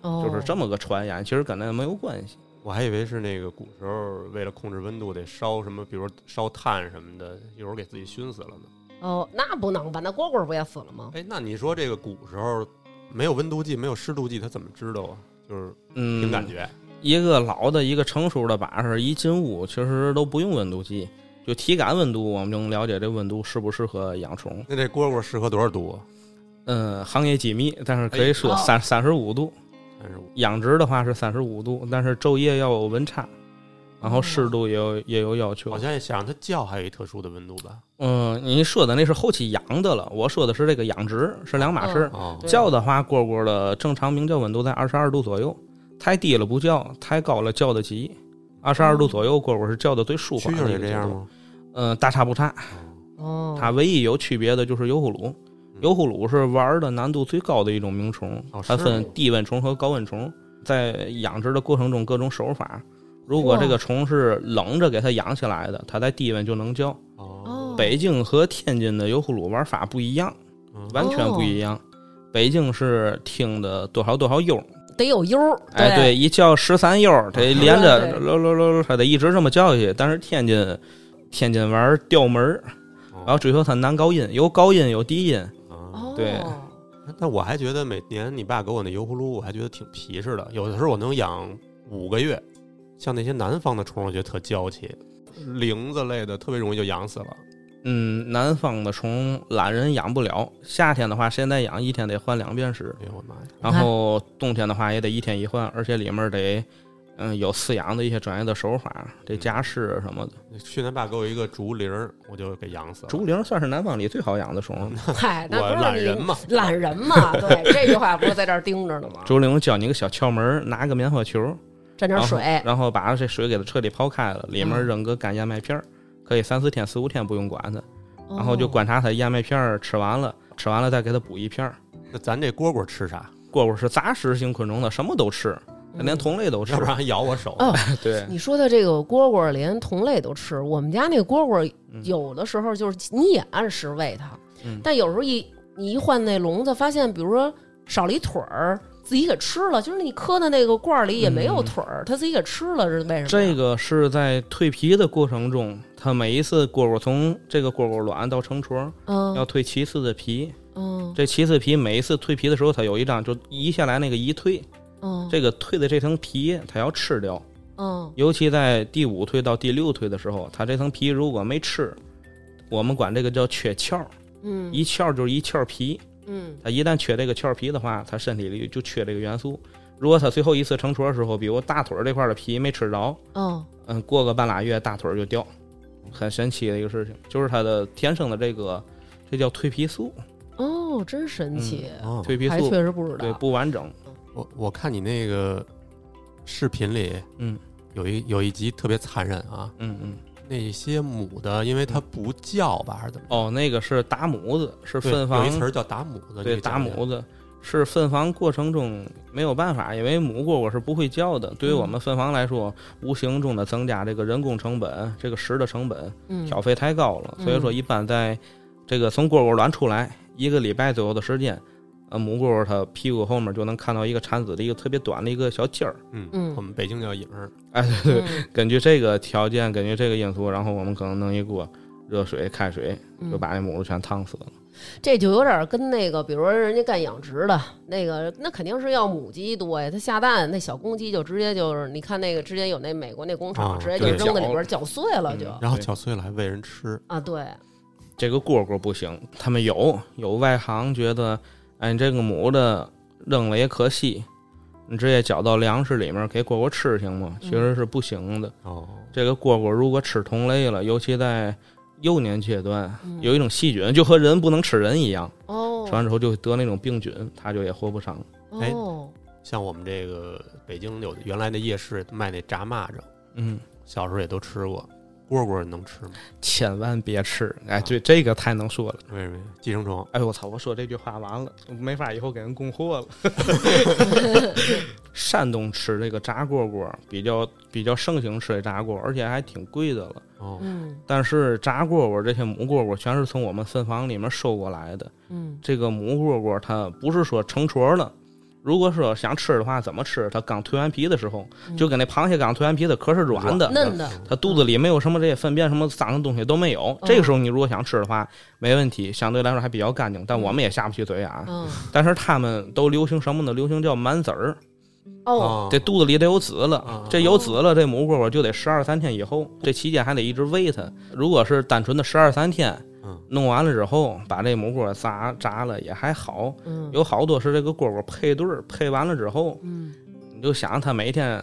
Speaker 2: 哦
Speaker 1: 就是这么个传言，其实跟那没有关系。
Speaker 3: 我还以为是那个古时候为了控制温度得烧什么，比如烧炭什么的，一会儿给自己熏死了呢。
Speaker 2: 哦，那不能吧？那蝈蝈不也死了吗？
Speaker 3: 哎，那你说这个古时候没有温度计，没有湿度计，他怎么知道啊？就是
Speaker 1: 嗯，
Speaker 3: 凭感觉，
Speaker 1: 一个老的，一个成熟的把式，一进屋其实都不用温度计，就体感温度，我们就能了解这温度适不适合养虫。
Speaker 3: 那这蝈蝈适合多少度啊？
Speaker 1: 嗯，行业机密，但是可以说
Speaker 2: 哎
Speaker 1: 三三十五度，
Speaker 3: 三十五，
Speaker 1: 养殖的话是三十五度，但是昼夜要有温差，然
Speaker 2: 哦
Speaker 1: 后湿度也有也有要求
Speaker 3: 好。像也想让它叫，还有一特殊的温度吧？
Speaker 1: 嗯，你说的那是后期养的了，我说的是这个养殖是两码事。
Speaker 3: 哦，
Speaker 2: 对
Speaker 1: 叫的话，蝈蝈的正常鸣叫温度在二十二度左右，太低了不叫，太高了叫得急。二十二度左右，蝈蝈是叫的最舒
Speaker 3: 蛐
Speaker 1: 缓
Speaker 3: 蛐
Speaker 1: 的
Speaker 3: 儿
Speaker 1: 一
Speaker 3: 也
Speaker 1: 个
Speaker 3: 这
Speaker 1: 阶
Speaker 3: 样
Speaker 1: 段。
Speaker 3: 吗？
Speaker 1: 嗯、大差不差。
Speaker 2: 哦，
Speaker 1: 它唯一有区别的就是油葫芦，油葫芦是玩儿的难度最高的一种鸣虫
Speaker 3: 嗯哦，
Speaker 1: 它
Speaker 3: 是
Speaker 1: 分
Speaker 3: 吗
Speaker 1: 低温虫和高温虫，在养殖的过程中各种手法。如果这
Speaker 2: 哇
Speaker 1: 个虫是冷着给它养起来的，它在低温就能叫。
Speaker 3: 哦，
Speaker 1: 北京和天津的油葫芦玩法不一样，
Speaker 3: 嗯
Speaker 1: 完全不一样。北京是听的多少多少悠，
Speaker 2: 得有悠儿，
Speaker 1: 哎，对，一叫十三悠，得连
Speaker 2: 对
Speaker 1: 着喽喽喽喽，它得一直这么叫下去。但是天津，天津玩调门儿，
Speaker 3: 哦
Speaker 1: 然后追求它男高音，有高音有低音，
Speaker 3: 哦，
Speaker 2: 哦，
Speaker 1: 对
Speaker 3: 那我还觉得每年你爸给我那油葫芦，我还觉得挺皮实的。有的时候我能养五个月，像那些南方的虫，我觉得特娇气，铃子类的特别容易就养死了。
Speaker 1: 嗯，南方的虫懒人养不了，夏天的话现在养一天得换两遍食，
Speaker 3: 哎呦我的妈呀！
Speaker 1: 然后冬天的话也得一天一换，而且里面得嗯有饲养的一些专业的手法，得加湿什么的。
Speaker 3: 去年爸给我一个竹铃儿，我就给养死了。
Speaker 1: 竹铃算是南方里最好养的虫了，
Speaker 2: 嗨，那
Speaker 3: 我
Speaker 2: 不是
Speaker 3: 懒
Speaker 2: 你
Speaker 3: 人嘛，
Speaker 2: 懒人嘛，对，这句话不是在这儿盯着呢吗？
Speaker 1: 竹林教你个小窍门儿，拿个棉花球，
Speaker 2: 沾点水，
Speaker 1: 然后把这水给它彻底泡开了，里
Speaker 2: 嗯
Speaker 1: 面扔个干燕麦片儿，可以三四天、四五天不用管它，
Speaker 2: 哦
Speaker 1: 然后就观察它燕麦片儿吃完了，吃完了再给它补一片儿。
Speaker 3: 那咱这蝈蝈吃啥？
Speaker 1: 蝈蝈是杂食性昆虫，它什么都吃，它
Speaker 2: 嗯
Speaker 1: 连同类都吃
Speaker 3: 要不。 然还咬我手。
Speaker 2: 哦
Speaker 1: 对，
Speaker 2: 你说的这个蝈蝈连同类都吃，我们家那蝈蝈
Speaker 1: 嗯
Speaker 2: 有的时候就是你也按时喂它，
Speaker 1: 嗯
Speaker 2: 但有时候一你一换那笼子，发现比如说少了一腿儿，自己给吃了，就是你磕的那个罐儿里也没有腿儿，它自己给吃了，是为什么？
Speaker 1: 嗯这个是在蜕皮的过程中，它每一次蝈蝈从这个蝈蝈卵到成虫要
Speaker 2: 嗯
Speaker 1: 蜕七次的皮，
Speaker 2: 嗯
Speaker 1: 这七次皮每一次蜕皮的时候，它有一张就移下来那个移蜕，
Speaker 2: 嗯
Speaker 1: 这个蜕的这层皮它要吃掉，
Speaker 2: 嗯
Speaker 1: 尤其在第五蜕到第六蜕的时候，它这层皮如果没吃，我们管这个叫缺壳，
Speaker 2: 嗯
Speaker 1: 一壳就是一壳皮，
Speaker 2: 嗯
Speaker 1: 它一旦缺这个壳皮的话，它身体里就缺这个元素。如果它最后一次成虫的时候，比如大腿儿这块儿的皮没吃着，
Speaker 2: 嗯
Speaker 1: 嗯，过个半拉月大腿儿就掉，很神奇的一个事情，就是它的天生的这个，这叫蜕皮素，
Speaker 2: 哦，真神奇，
Speaker 3: 哦，
Speaker 1: 蜕皮
Speaker 2: 还
Speaker 1: 素
Speaker 2: 确实不知
Speaker 1: 对
Speaker 2: 道。
Speaker 1: 不完整，
Speaker 3: 我我看你那个视频里，
Speaker 1: 嗯
Speaker 3: 有一有一集特别残忍啊，
Speaker 1: 嗯嗯，
Speaker 3: 那些母的，因为它不叫吧，还是怎么着？
Speaker 1: 哦，那个是打母子，是
Speaker 3: 对
Speaker 1: 分
Speaker 3: 有一词
Speaker 1: 房，
Speaker 3: 儿叫打母的，
Speaker 1: 对
Speaker 3: 你
Speaker 1: 打
Speaker 3: 讲讲
Speaker 1: 母子。是分房过程中没有办法，因为母蝈蝈是不会叫的。对于
Speaker 2: 嗯
Speaker 1: 我们分房来说，无形中的增加这个人工成本、这个食的成本，
Speaker 2: 嗯
Speaker 1: 消费太高了，所以说一般在这个从蝈蝈卵出来一个礼拜左右的时间，呃，母蝈蝈它屁股后面就能看到一个产子的一个特别短的一个小尖儿。
Speaker 3: 嗯
Speaker 2: 嗯
Speaker 3: 我们北京叫影儿，
Speaker 1: 哎，对对，
Speaker 2: 嗯
Speaker 1: 根据这个条件，根据这个因素，然后我们可能弄一锅热水、开水，就把那母鹿全烫死了。
Speaker 2: 嗯这就有点跟那个，比如说人家干养殖的那个，那肯定是要母鸡多呀。它下蛋，那小公鸡就直接就是，你看那个之前有那美国那工厂，
Speaker 3: 啊
Speaker 2: 直接就
Speaker 1: 对
Speaker 2: 扔在里
Speaker 1: 搅
Speaker 2: 边搅碎了就、
Speaker 1: 嗯
Speaker 3: 然后
Speaker 1: 对
Speaker 3: 搅碎了还喂人吃，
Speaker 2: 啊，对，
Speaker 1: 这个蝈蝈不行，他们有有外行觉得，哎，这个母的扔了也可惜，你直接搅到粮食里面给蝈蝈吃行吗？其
Speaker 2: 嗯
Speaker 1: 实是不行的。
Speaker 3: 哦，
Speaker 1: 这个蝈蝈如果吃同类了，尤其在幼年阶段，
Speaker 2: 嗯
Speaker 1: 有一种细菌，就和人不能吃人一样，
Speaker 2: 哦
Speaker 1: 吃完之后就得那种病菌，它就也活不长。
Speaker 3: 哎
Speaker 2: 哦，
Speaker 3: 像我们这个北京有原来那夜市卖那炸蚂蚱，
Speaker 1: 嗯，
Speaker 3: 小时候也都吃过。蝈蝈能吃吗？
Speaker 1: 千万别吃！哎，对，这个太能说了。
Speaker 3: 为什么呀？寄生虫
Speaker 1: 哎呦我操！我说这句话完了，没法以后给人供货了。 山东吃这个炸蝈蝈比较比较盛行，吃这炸蝈，而且还挺贵的了。
Speaker 3: 哦，
Speaker 2: 嗯
Speaker 1: 但是炸蝈蝈这些母蝈蝈全是从我们分房里面收过来的，
Speaker 2: 嗯
Speaker 1: 这个母蝈蝈它不是说成撮儿了，如果说想吃的话，怎么吃？它刚蜕完皮的时候，就跟那螃蟹刚蜕完皮，它壳是软的，
Speaker 2: 嫩的
Speaker 3: 嗯
Speaker 1: 它肚子里没有什么这些粪便、什么脏的东西都没有。
Speaker 2: 嗯
Speaker 1: 这个时候你如果想吃的话，没问题，相对来说还比较干净，但我们也下不去嘴啊。
Speaker 2: 嗯
Speaker 1: 但是他们都流行什么呢？流行叫满籽儿，
Speaker 2: 哦
Speaker 3: 哦，
Speaker 1: 这肚子里得有籽
Speaker 3: 哦
Speaker 1: 了，这有籽了，这母蝈蝈就得十二三天以后，这期间还得一直喂它。如果是单纯的十二三天
Speaker 3: 嗯，
Speaker 1: 弄完了之后把这母蝈炸炸了也还好，
Speaker 2: 嗯
Speaker 1: 有好多是这个蝈蝈配对儿，配完了之后，
Speaker 2: 嗯
Speaker 1: 你就想它每天，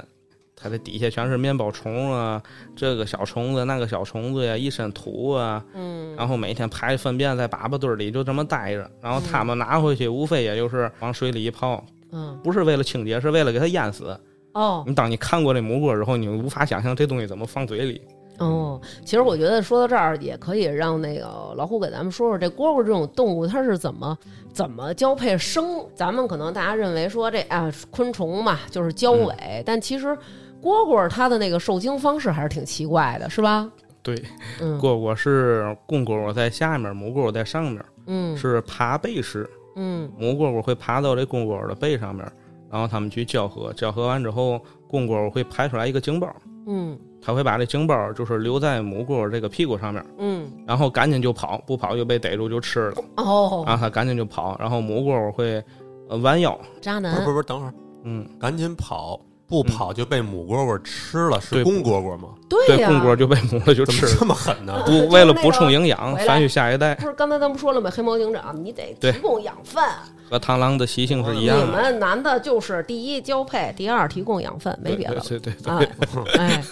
Speaker 1: 它的底下全是面包虫啊，这个小虫子那个小虫子呀，一身土啊，
Speaker 2: 嗯
Speaker 1: 然后每天排粪便在粑粑堆儿里就这么待着，然后它们拿回去无非也就是往水里一泡，
Speaker 2: 嗯
Speaker 1: 不是为了清洁，是为了给它淹死。
Speaker 2: 哦
Speaker 1: 你当你看过这母蝈之后，你无法想象这东西怎么放嘴里。
Speaker 2: 哦，其实我觉得说到这儿，也可以让那个老虎给咱们说说这蝈蝈这种动物，它是怎么怎么交配生。咱们可能大家认为说这啊昆虫嘛就是交
Speaker 1: 嗯
Speaker 2: 尾，但其实蝈蝈它的那个受精方式还是挺奇怪的，是吧？
Speaker 1: 对，
Speaker 2: 嗯
Speaker 1: 蝈蝈是公蝈蝈在下面，母蝈蝈在上面，
Speaker 2: 嗯
Speaker 1: 是爬背式。
Speaker 2: 嗯
Speaker 1: 母蝈蝈会爬到这公蝈蝈的背上面，然后它们去交合，交合完之后，公蝈蝈会排出来一个精包，
Speaker 2: 嗯
Speaker 1: 它会把这精包就是留在母蝈蝈这个屁股上面，
Speaker 2: 嗯
Speaker 1: 然后赶紧就跑，不跑就被逮住就吃了，
Speaker 2: 哦，
Speaker 1: 然后它赶紧就跑，然后母蝈蝈会呃弯腰，
Speaker 2: 渣
Speaker 3: 不是不
Speaker 2: 男
Speaker 3: 是不是，等会儿
Speaker 1: 嗯，
Speaker 3: 赶紧跑，不跑就被母蝌蝈吃了，是
Speaker 1: 对
Speaker 3: 公蝈蝈吗？
Speaker 1: 对，
Speaker 2: 呀、
Speaker 1: 公蝈就被母了就
Speaker 3: 怎
Speaker 1: 吃
Speaker 3: 么
Speaker 1: 了，
Speaker 3: 这么狠 呢？
Speaker 1: 不为了补充营养，繁育下一代，
Speaker 2: 不是刚才咱们说了吗？黑猫警长，你得提
Speaker 1: 对
Speaker 2: 供养分。
Speaker 1: 和螳螂的习性是一
Speaker 2: 你
Speaker 1: 样的，
Speaker 2: 们男的就是第一交配，第二提供养分，没别的了。
Speaker 1: 对对对，
Speaker 2: 哎哎，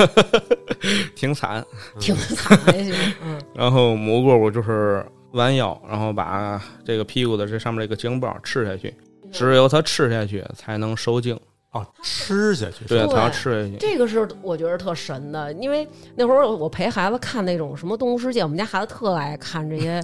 Speaker 1: 挺惨。
Speaker 2: 挺惨的， 嗯
Speaker 1: 然后母蝈蝈就是弯腰，然后把这个屁股的这上面这个精包吃下去，只有它吃下去才能受精，
Speaker 3: 哦，吃下去，
Speaker 1: 对，
Speaker 2: 对
Speaker 1: 它要吃下去。
Speaker 2: 这个是我觉得特神的，因为那会儿我陪孩子看那种什么《动物世界》，我们家孩子特爱看 这些，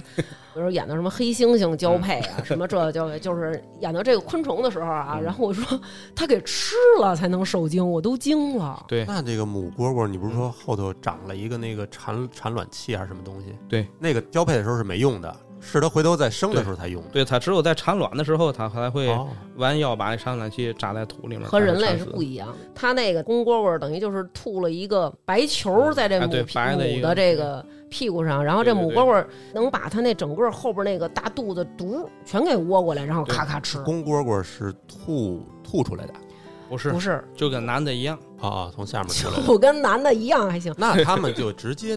Speaker 2: 比如演的什么黑猩猩交配啊，
Speaker 1: 嗯
Speaker 2: 什么这交配，就是演到这个昆虫的时候啊，然后我说他给吃了才能受精，我都惊了。
Speaker 1: 对
Speaker 3: 那这个母蝈蝈，你不是说后头长了一个那个产产卵器还是什么东西？
Speaker 1: 对，
Speaker 3: 那个交配的时候是没用的，是他回头再生的时候才用的。
Speaker 1: 对，它只有在产卵的时候，它才会
Speaker 3: 哦，
Speaker 1: 弯腰把那产卵器扎在土里面。
Speaker 2: 和人类
Speaker 1: 才会
Speaker 2: 是不
Speaker 1: 产
Speaker 2: 一样的。它那个公蝈蝈等于就是吐了一个白球在这
Speaker 1: 哎
Speaker 2: 母
Speaker 1: 对
Speaker 2: 屁
Speaker 1: 白的一
Speaker 2: 母
Speaker 1: 个
Speaker 2: 的这个屁股上，然后这
Speaker 1: 对对
Speaker 2: 母
Speaker 1: 对
Speaker 2: 蝈蝈能把它那整个后边那个大肚子毒全给窝过来，然后
Speaker 1: 对
Speaker 2: 咔咔吃。
Speaker 3: 公蝈蝈是吐吐出来的
Speaker 1: 生，不
Speaker 2: 不
Speaker 1: 是，
Speaker 2: 是，
Speaker 1: 就跟男的一样，
Speaker 3: 啊，从下面出来的。
Speaker 2: 就跟男的一样还行。
Speaker 3: 那他们就直接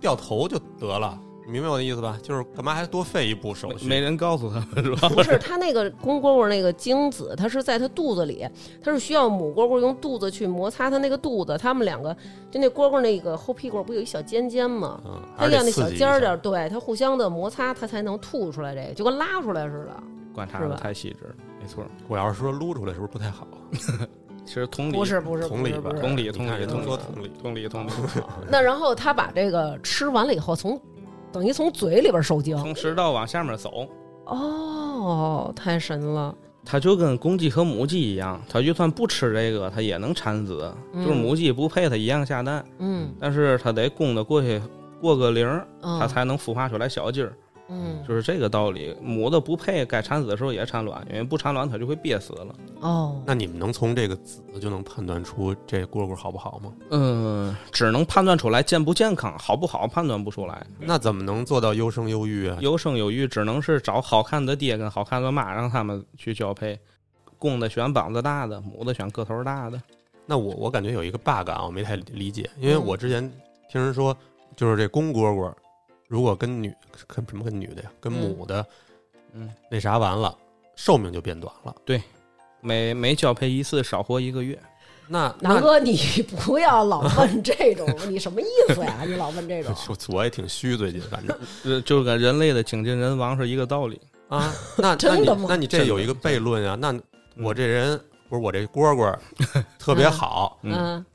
Speaker 3: 掉头就得了，你明白我的意思吧？就是干嘛还多费一步手
Speaker 1: 没
Speaker 3: 续？
Speaker 1: 没人告诉他们是吧？
Speaker 3: 啊
Speaker 2: 不是，它那个公蝈蝈那个精子，它是在它肚子里，它是需要母蝈蝈用肚子去摩擦它那个肚子。它们两个就那蝈蝈那个后屁股不有一小尖尖吗？
Speaker 3: 嗯，
Speaker 2: 它
Speaker 3: 还是得
Speaker 2: 要那小
Speaker 3: 刺激一
Speaker 2: 尖儿
Speaker 3: 下
Speaker 2: 点儿，对它互相的摩擦，它才能吐出来这个，就跟拉出来似的。
Speaker 1: 观察
Speaker 2: 是
Speaker 1: 的
Speaker 2: 吧
Speaker 1: 太细致了，没错。
Speaker 3: 我要是说撸出来，是不是不太好？
Speaker 1: 其实
Speaker 3: 嗯
Speaker 1: 同理，
Speaker 2: 不是不是
Speaker 3: 同
Speaker 2: 不
Speaker 3: 理
Speaker 2: 是
Speaker 3: 吧
Speaker 2: 不是。
Speaker 1: 同理，
Speaker 3: 你
Speaker 1: 同
Speaker 3: 看
Speaker 1: 理，
Speaker 3: 人都
Speaker 1: 同理，啊
Speaker 3: 说同理，
Speaker 1: 同理，同理，
Speaker 2: 那然后它把这个吃完了以后，从等于从嘴里边受精。
Speaker 1: 从食道往下面走，
Speaker 2: 哦，太神了！
Speaker 1: 它就跟公鸡和母鸡一样，它就算不吃这个，它也能产子，
Speaker 2: 嗯
Speaker 1: 就是母鸡不配它一样下蛋，
Speaker 2: 嗯
Speaker 1: 但是它得公的过去过个零儿，
Speaker 2: 嗯，
Speaker 1: 它才能孵化出来小鸡儿，
Speaker 2: 嗯
Speaker 1: 就是这个道理。母的不配，该产子的时候也产卵，因为不产卵它就会憋死了。
Speaker 2: 哦，
Speaker 3: 那你们能从这个子就能判断出这蝈蝈好不好吗？
Speaker 1: 嗯，只能判断出来健不健康，好不好判断不出来。
Speaker 3: 那怎么能做到优生优育啊？
Speaker 1: 有生有育，只能是找好看的爹跟好看的妈，让他们去交配。公的选膀子大的，母的选个头大的。
Speaker 3: 那我我感觉有一个 bug 啊，我没太理解，因为
Speaker 2: 嗯
Speaker 3: 我之前听人说，就是这公蝈蝈如果跟女跟什么跟女的呀，跟母的，
Speaker 1: 嗯，
Speaker 3: 那啥完了，寿命就变短了。
Speaker 1: 每每交配一次，少活一个月。
Speaker 3: 那
Speaker 2: 南
Speaker 3: 那
Speaker 2: 哥，你 不要老问这 种，你什么意思呀？你老问这种，
Speaker 3: 我我也挺虚，最近 反正
Speaker 1: 呃，就跟人类的精尽人亡是一个道理。
Speaker 3: 啊，那那
Speaker 2: 真
Speaker 3: 你
Speaker 2: 的嗯吗
Speaker 3: 那你这有一个悖论啊，那我这人不是我这蝈蝈 特别好，
Speaker 1: 嗯，
Speaker 2: 嗯，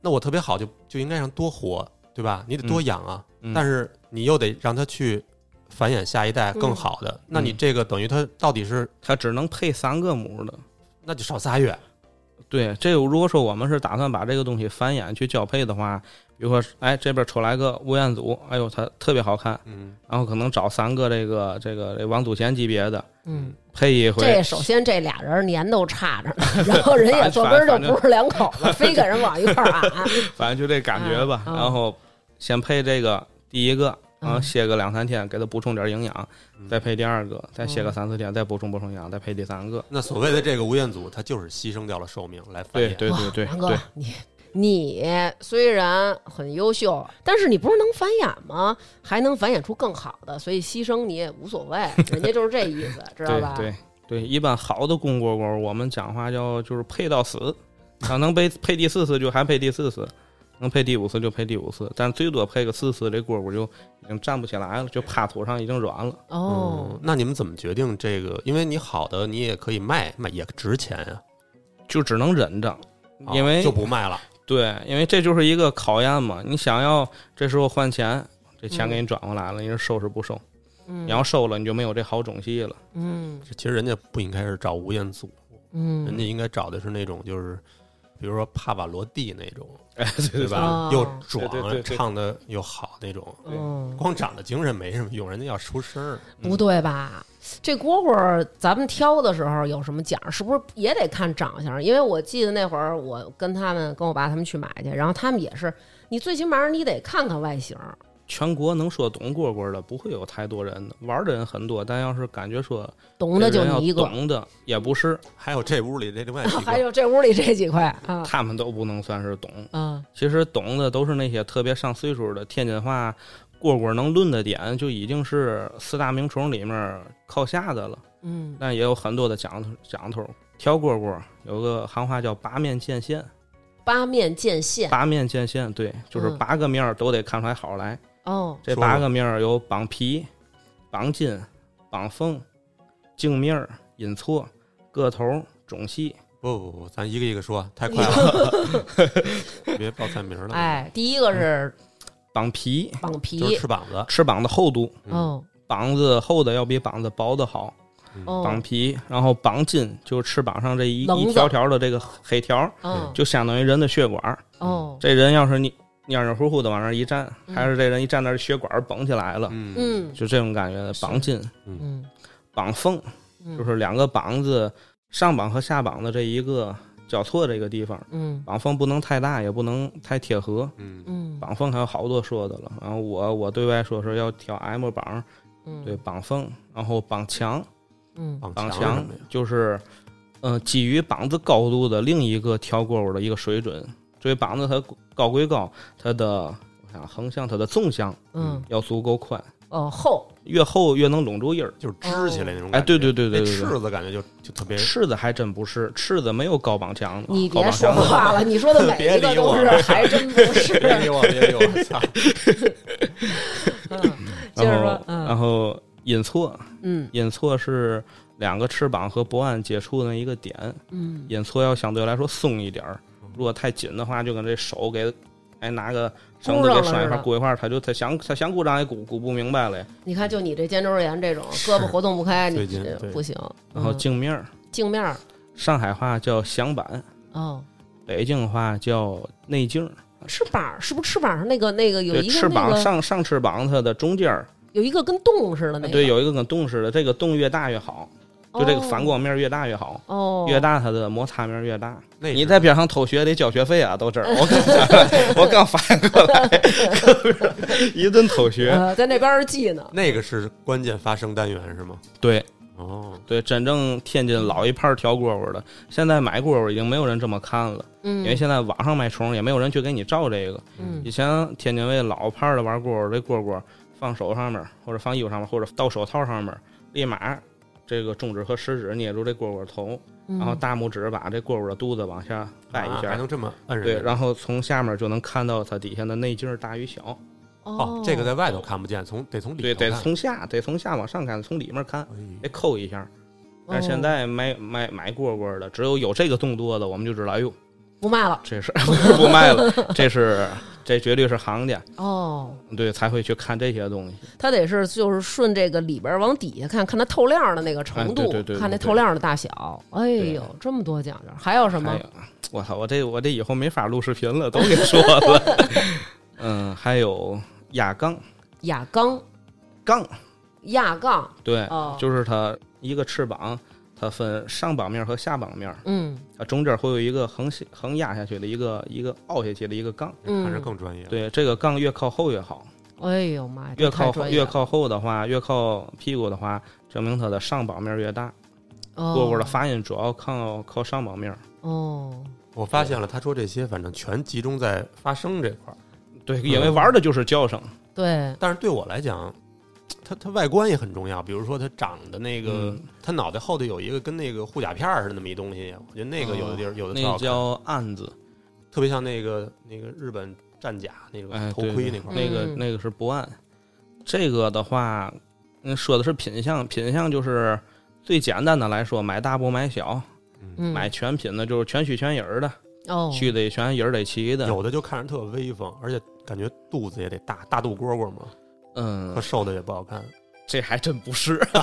Speaker 3: 那我特别好就就应该让多活，对吧？你得多养啊，
Speaker 1: 嗯嗯
Speaker 3: 但是你又得让它去繁衍下一代更好
Speaker 1: 嗯
Speaker 3: 的，那你这个等于它到底是
Speaker 1: 它只能配三个母的。
Speaker 3: 那就少仨月，
Speaker 1: 对，这个如果说我们是打算把这个东西繁衍去交配的话，比如说，哎，这边出来个吴彦祖，哎呦，它特别好看，
Speaker 3: 嗯，
Speaker 1: 然后可能找三个这个这个这王祖贤级别的
Speaker 2: 嗯，
Speaker 1: 配一回，
Speaker 2: 这首先这俩人年都 差着呢，然后人也坐根儿就不是两口子，非给人往一块儿俺。
Speaker 1: 反正就这感觉吧。
Speaker 2: 啊啊
Speaker 1: 然后先配这个第一个，然后
Speaker 2: 嗯
Speaker 1: 歇个两三天，给它补充点营养，
Speaker 3: 嗯
Speaker 1: 再配第二个，再歇个三四天，再补充补充营养，再配第三个。
Speaker 3: 那所谓的这个吴彦祖，他就是牺牲掉了寿命来繁
Speaker 1: 对
Speaker 3: 衍。
Speaker 1: 对对对
Speaker 2: 哇南哥
Speaker 1: 对，，
Speaker 2: 你你虽然很优秀，但是你不是能繁衍吗？还能繁衍出更好的，所以牺牲你也无所谓，人家就是这意思，知道
Speaker 1: 对
Speaker 2: 吧？
Speaker 1: 对对，一般好的公蝈蝈，我们讲话叫就是配到 死，啊，能配配第四次就还配第四次，能配第五次就配第五次，但最多配个四次，这蝈蝈就已经站不起来了，就趴土上已经软了。
Speaker 2: 哦
Speaker 3: 嗯，，那你们怎么决定这个？因为你好的你也可以卖，卖也值钱啊，
Speaker 1: 就只能忍着，
Speaker 3: 啊
Speaker 1: 因为
Speaker 3: 就不卖了。
Speaker 1: 对，因为这就是一个考验嘛。你想要这时候换钱，这钱
Speaker 2: 嗯
Speaker 1: 给你转过来了，你是收是不收？
Speaker 2: 嗯，
Speaker 1: 你要收了，你就没有这好种戏了。
Speaker 2: 嗯
Speaker 3: 其实人家不应该是找吴彦祖，人家
Speaker 2: 嗯，
Speaker 3: 应该找的是那种就是，比如说帕瓦罗蒂那种，
Speaker 1: 哎，
Speaker 3: 对吧
Speaker 2: 哦？
Speaker 3: 又
Speaker 1: 对对对
Speaker 3: 壮，
Speaker 1: 对
Speaker 3: 唱的又好那种。
Speaker 2: 嗯。
Speaker 3: 光长得精神没什么用，人家要出声儿。
Speaker 2: 不对吧？这蝈蝈咱们挑的时候有什么奖？是不是也得看长相？因为我记得那会儿我跟他们跟我爸他们去买去，然后他们也是，你最起码你得看看外形。
Speaker 1: 全国能说懂蝈蝈的不会有太多人的，玩的人很多，但要是感觉说
Speaker 2: 懂的就
Speaker 1: 这人要
Speaker 2: 你一个，
Speaker 1: 懂的也不是，
Speaker 3: 还有这屋里这另外几
Speaker 2: 还
Speaker 3: 个，
Speaker 2: 有这屋里这几块啊
Speaker 1: 他们都不能算是懂。
Speaker 2: 啊，
Speaker 1: 其实懂的都是那些特别上岁数的天津话。蝈蝈能论的点就已经是四大名虫里面靠下的了，
Speaker 2: 嗯，
Speaker 1: 但也有很多的讲头讲头。挑蝈蝈有个行话叫“八面见线”，
Speaker 2: 八面见线
Speaker 1: 八面见线，对，就是
Speaker 2: 嗯
Speaker 1: 八个面儿都得看出来好来。
Speaker 2: 哦，
Speaker 1: 这
Speaker 3: 说吧
Speaker 1: 八个面儿有绑皮、绑筋、绑缝、镜面儿、引错、个头儿、种细。
Speaker 3: 不不不，咱一个一个说，太快了， 别报菜名了。，
Speaker 2: 哎，第
Speaker 1: 嗯
Speaker 2: 一个是
Speaker 1: 绑皮，
Speaker 2: 绑
Speaker 3: 就是
Speaker 2: 皮，
Speaker 3: 翅膀子，
Speaker 1: 翅膀的厚度，
Speaker 3: 嗯
Speaker 2: 哦
Speaker 1: 膀子厚的要比膀子薄的好。嗯绑
Speaker 3: 嗯
Speaker 2: 哦，
Speaker 1: 皮，然后绑筋，就是翅膀上这一
Speaker 2: 棱子
Speaker 1: 一条条的这个黑条儿，
Speaker 2: 嗯
Speaker 1: 就相当于人的血管儿。
Speaker 2: 哦，
Speaker 1: 这人要是你蔫蔫乎乎的往那儿一站，
Speaker 2: 嗯
Speaker 1: 还是这人一站那儿血管绷起来了，
Speaker 3: 嗯
Speaker 2: 嗯
Speaker 1: 就这种感觉的绑筋、
Speaker 2: 嗯
Speaker 1: 绑缝，
Speaker 2: 嗯，
Speaker 1: 就是两个膀子上膀和下膀的这一个交错这个地方，
Speaker 2: 嗯
Speaker 1: 绑缝不能太大，也不能太贴合。
Speaker 3: 嗯
Speaker 2: 嗯
Speaker 1: 绑缝还有好多说的了，然后我我对外说是要挑 M 绑，
Speaker 2: 嗯
Speaker 1: 对绑缝，然后绑墙，
Speaker 2: 嗯
Speaker 1: 绑
Speaker 3: 墙是什
Speaker 1: 墙
Speaker 3: 么呀？
Speaker 1: 就是，嗯、基于膀子高度的另一个挑钩的一个水准。所以膀子它高归高，它的我想横向它的纵向
Speaker 2: 嗯
Speaker 1: 要足够宽，
Speaker 2: 哦厚
Speaker 1: 越厚越能拢住音儿。
Speaker 3: 就是支
Speaker 2: 哦
Speaker 3: 起来那种感觉。
Speaker 1: 哎，对对对对
Speaker 3: 那
Speaker 1: 对对，
Speaker 3: 翅子感觉就就特别
Speaker 1: 翅子还真不是，翅子没有高绑墙的，
Speaker 2: 你
Speaker 1: 高
Speaker 2: 别
Speaker 1: 绑
Speaker 2: 说
Speaker 1: 墙的
Speaker 2: 话了，你说的每一个都是，还真不是。
Speaker 3: 别
Speaker 1: 啊
Speaker 3: 理我，别理我，操！
Speaker 2: 嗯，接 着
Speaker 1: 然
Speaker 2: 说
Speaker 1: 后，
Speaker 2: 嗯
Speaker 1: 然后引错，
Speaker 2: 嗯
Speaker 1: 引错是两个翅膀和脖腕接触的一个点，
Speaker 2: 嗯
Speaker 1: 引错要相对来说松一点儿，如果太紧的话，就跟这手给，哎，拿个绳子给拴一块儿箍一块儿，他就他想他想鼓掌也鼓鼓不明白了。
Speaker 2: 你看，就你这肩周炎这种，胳膊活动不开，你
Speaker 3: 最近
Speaker 2: 这
Speaker 3: 对
Speaker 2: 不行。
Speaker 1: 然后
Speaker 2: 嗯
Speaker 1: 镜面儿，
Speaker 2: 镜面儿，
Speaker 1: 上海话叫响板，
Speaker 2: 哦，
Speaker 1: 北京话叫内镜儿，
Speaker 2: 翅膀是不是翅膀上那个那个有
Speaker 1: 对，
Speaker 2: 一
Speaker 1: 翅
Speaker 2: 个那
Speaker 1: 膀
Speaker 2: 个
Speaker 1: 上上翅膀它的中间儿，
Speaker 2: 有一个跟洞似的那个，
Speaker 1: 对，有一个跟洞似的，这个洞越大越好，就这个反光面儿越大越好。
Speaker 2: 哦，
Speaker 1: 越大它的摩擦面儿越大。
Speaker 3: 那
Speaker 1: 你在边上偷学得交学费啊，都 这儿。我刚我刚反应过来，一顿偷学。
Speaker 2: 呃在那边儿记呢。
Speaker 3: 那个是关键发声单元是吗？
Speaker 1: 对
Speaker 3: 哦，
Speaker 1: 对，真正天津老一派儿挑蝈蝈的，现在买蝈蝈已经没有人这么看了，因
Speaker 2: 嗯，
Speaker 1: 为现在网上买虫也没有人去给你照这个。
Speaker 2: 嗯
Speaker 1: 以前天津卫老派儿的玩蝈蝈，这蝈蝈放手上面儿，或者放衣服上面儿，或者到手套上面儿，立马这个中指和食指捏住这蝈蝈头，
Speaker 2: 嗯
Speaker 1: 然后大拇指把这蝈蝈的肚子往下掰一
Speaker 3: 啊还
Speaker 1: 下，
Speaker 3: 能这么摁
Speaker 1: 对，
Speaker 3: 人家？
Speaker 1: 然后从下面就能看到它底下的内径大与小，
Speaker 2: 哦
Speaker 3: 哦，，这个在外头看不见，从得从里
Speaker 1: 对，
Speaker 3: 头看
Speaker 1: 得从下得从下往上看，从里面看
Speaker 3: 哎呦
Speaker 1: 得扣一下。但是
Speaker 2: 哦
Speaker 1: 现在买买买蝈蝈的，只有有这个动作的，我们就知道，哎呦，
Speaker 2: 不卖了
Speaker 1: 这是 不卖 了，这是这绝对是行家，
Speaker 2: 哦，
Speaker 1: 对，才会去看这些东西。
Speaker 2: 它得是就是顺这个里边儿往底下看看它透亮的那个程度，
Speaker 1: 哎对对对对
Speaker 2: 看那
Speaker 1: 对
Speaker 2: 透亮的大小。哎呦，这么多讲究，还有
Speaker 3: 嗯
Speaker 2: 什么
Speaker 1: 还？有，哎我操，我这我这以后没法录视频了，都给说了。 嗯，还有压杠
Speaker 2: 亚钢、
Speaker 1: 杠，
Speaker 2: 亚杠，
Speaker 1: 对，
Speaker 2: 哦
Speaker 1: 哎就是它一个翅膀，它分上膀面和下膀面。
Speaker 2: 嗯
Speaker 1: 它啊中间会有一个横下横压下去的一个一个凹下去的一个杠。
Speaker 2: 嗯，
Speaker 3: 看着更专业了。
Speaker 1: 对，这个杠越靠后越好，
Speaker 2: 哎呦妈呀，
Speaker 1: 越
Speaker 2: 这太
Speaker 1: 靠后
Speaker 2: 专业
Speaker 1: 越
Speaker 2: 了
Speaker 1: 靠后的话，越靠屁股的话，证明它的上膀面越大。
Speaker 2: 哦
Speaker 1: 蝈蝈的发音主要靠靠上膀面，
Speaker 2: 哦，
Speaker 3: 我发现了，他说这些反正全集中在发声这块儿，
Speaker 1: 对，
Speaker 3: 嗯
Speaker 1: 因为玩的就是叫声。
Speaker 2: 对，
Speaker 3: 但是对我来讲，它它外观也很重要。比如说它长的那个
Speaker 1: 嗯，
Speaker 3: 它脑袋后头有一个跟那个护甲片儿似的那么一东西，我觉得那个有的地儿有的
Speaker 1: 那
Speaker 3: 特好
Speaker 1: 个
Speaker 3: 看
Speaker 1: 叫案子，
Speaker 3: 特别像那个那个日本战甲那种
Speaker 1: 哎，
Speaker 3: 头
Speaker 1: 对
Speaker 3: 盔
Speaker 1: 对
Speaker 3: 那块儿。
Speaker 1: 那个
Speaker 2: 嗯
Speaker 1: 那个是不按。这个的话，嗯，说的是品相，品相就是最简单的来说，买大不买小，
Speaker 2: 嗯，
Speaker 1: 买全品的就是全须全影儿的，
Speaker 2: 哦，
Speaker 1: 须得全，影儿得齐的。
Speaker 3: 有的就看着特威风，而且感觉肚子也得大，大肚蝈蝈嘛，
Speaker 1: 嗯
Speaker 3: 和，瘦的也不好 看。
Speaker 1: 这还真不是。
Speaker 2: 完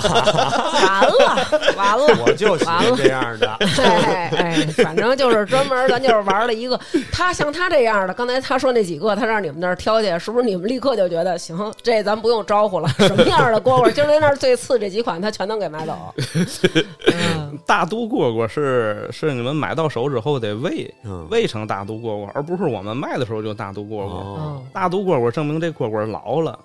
Speaker 2: 了完了。
Speaker 3: 我就喜欢这样的，
Speaker 2: 哎哎，反正就是专门，咱就是玩了一 个。他像他这样的，刚才他说那几个，他让你们那儿挑去，是不是你们立刻就觉得行？这咱不用 招呼了，什么样的蝈蝈，今儿在那儿最次这几款，他全能给买 走。嗯，
Speaker 1: 大肚蝈蝈是是你们买到手之后得喂
Speaker 3: 嗯，
Speaker 1: 喂成大肚蝈蝈，而不是我们卖的时候就大肚蝈蝈。
Speaker 3: 哦，
Speaker 2: 哦
Speaker 1: 大肚蝈蝈证明这蝈蝈老了，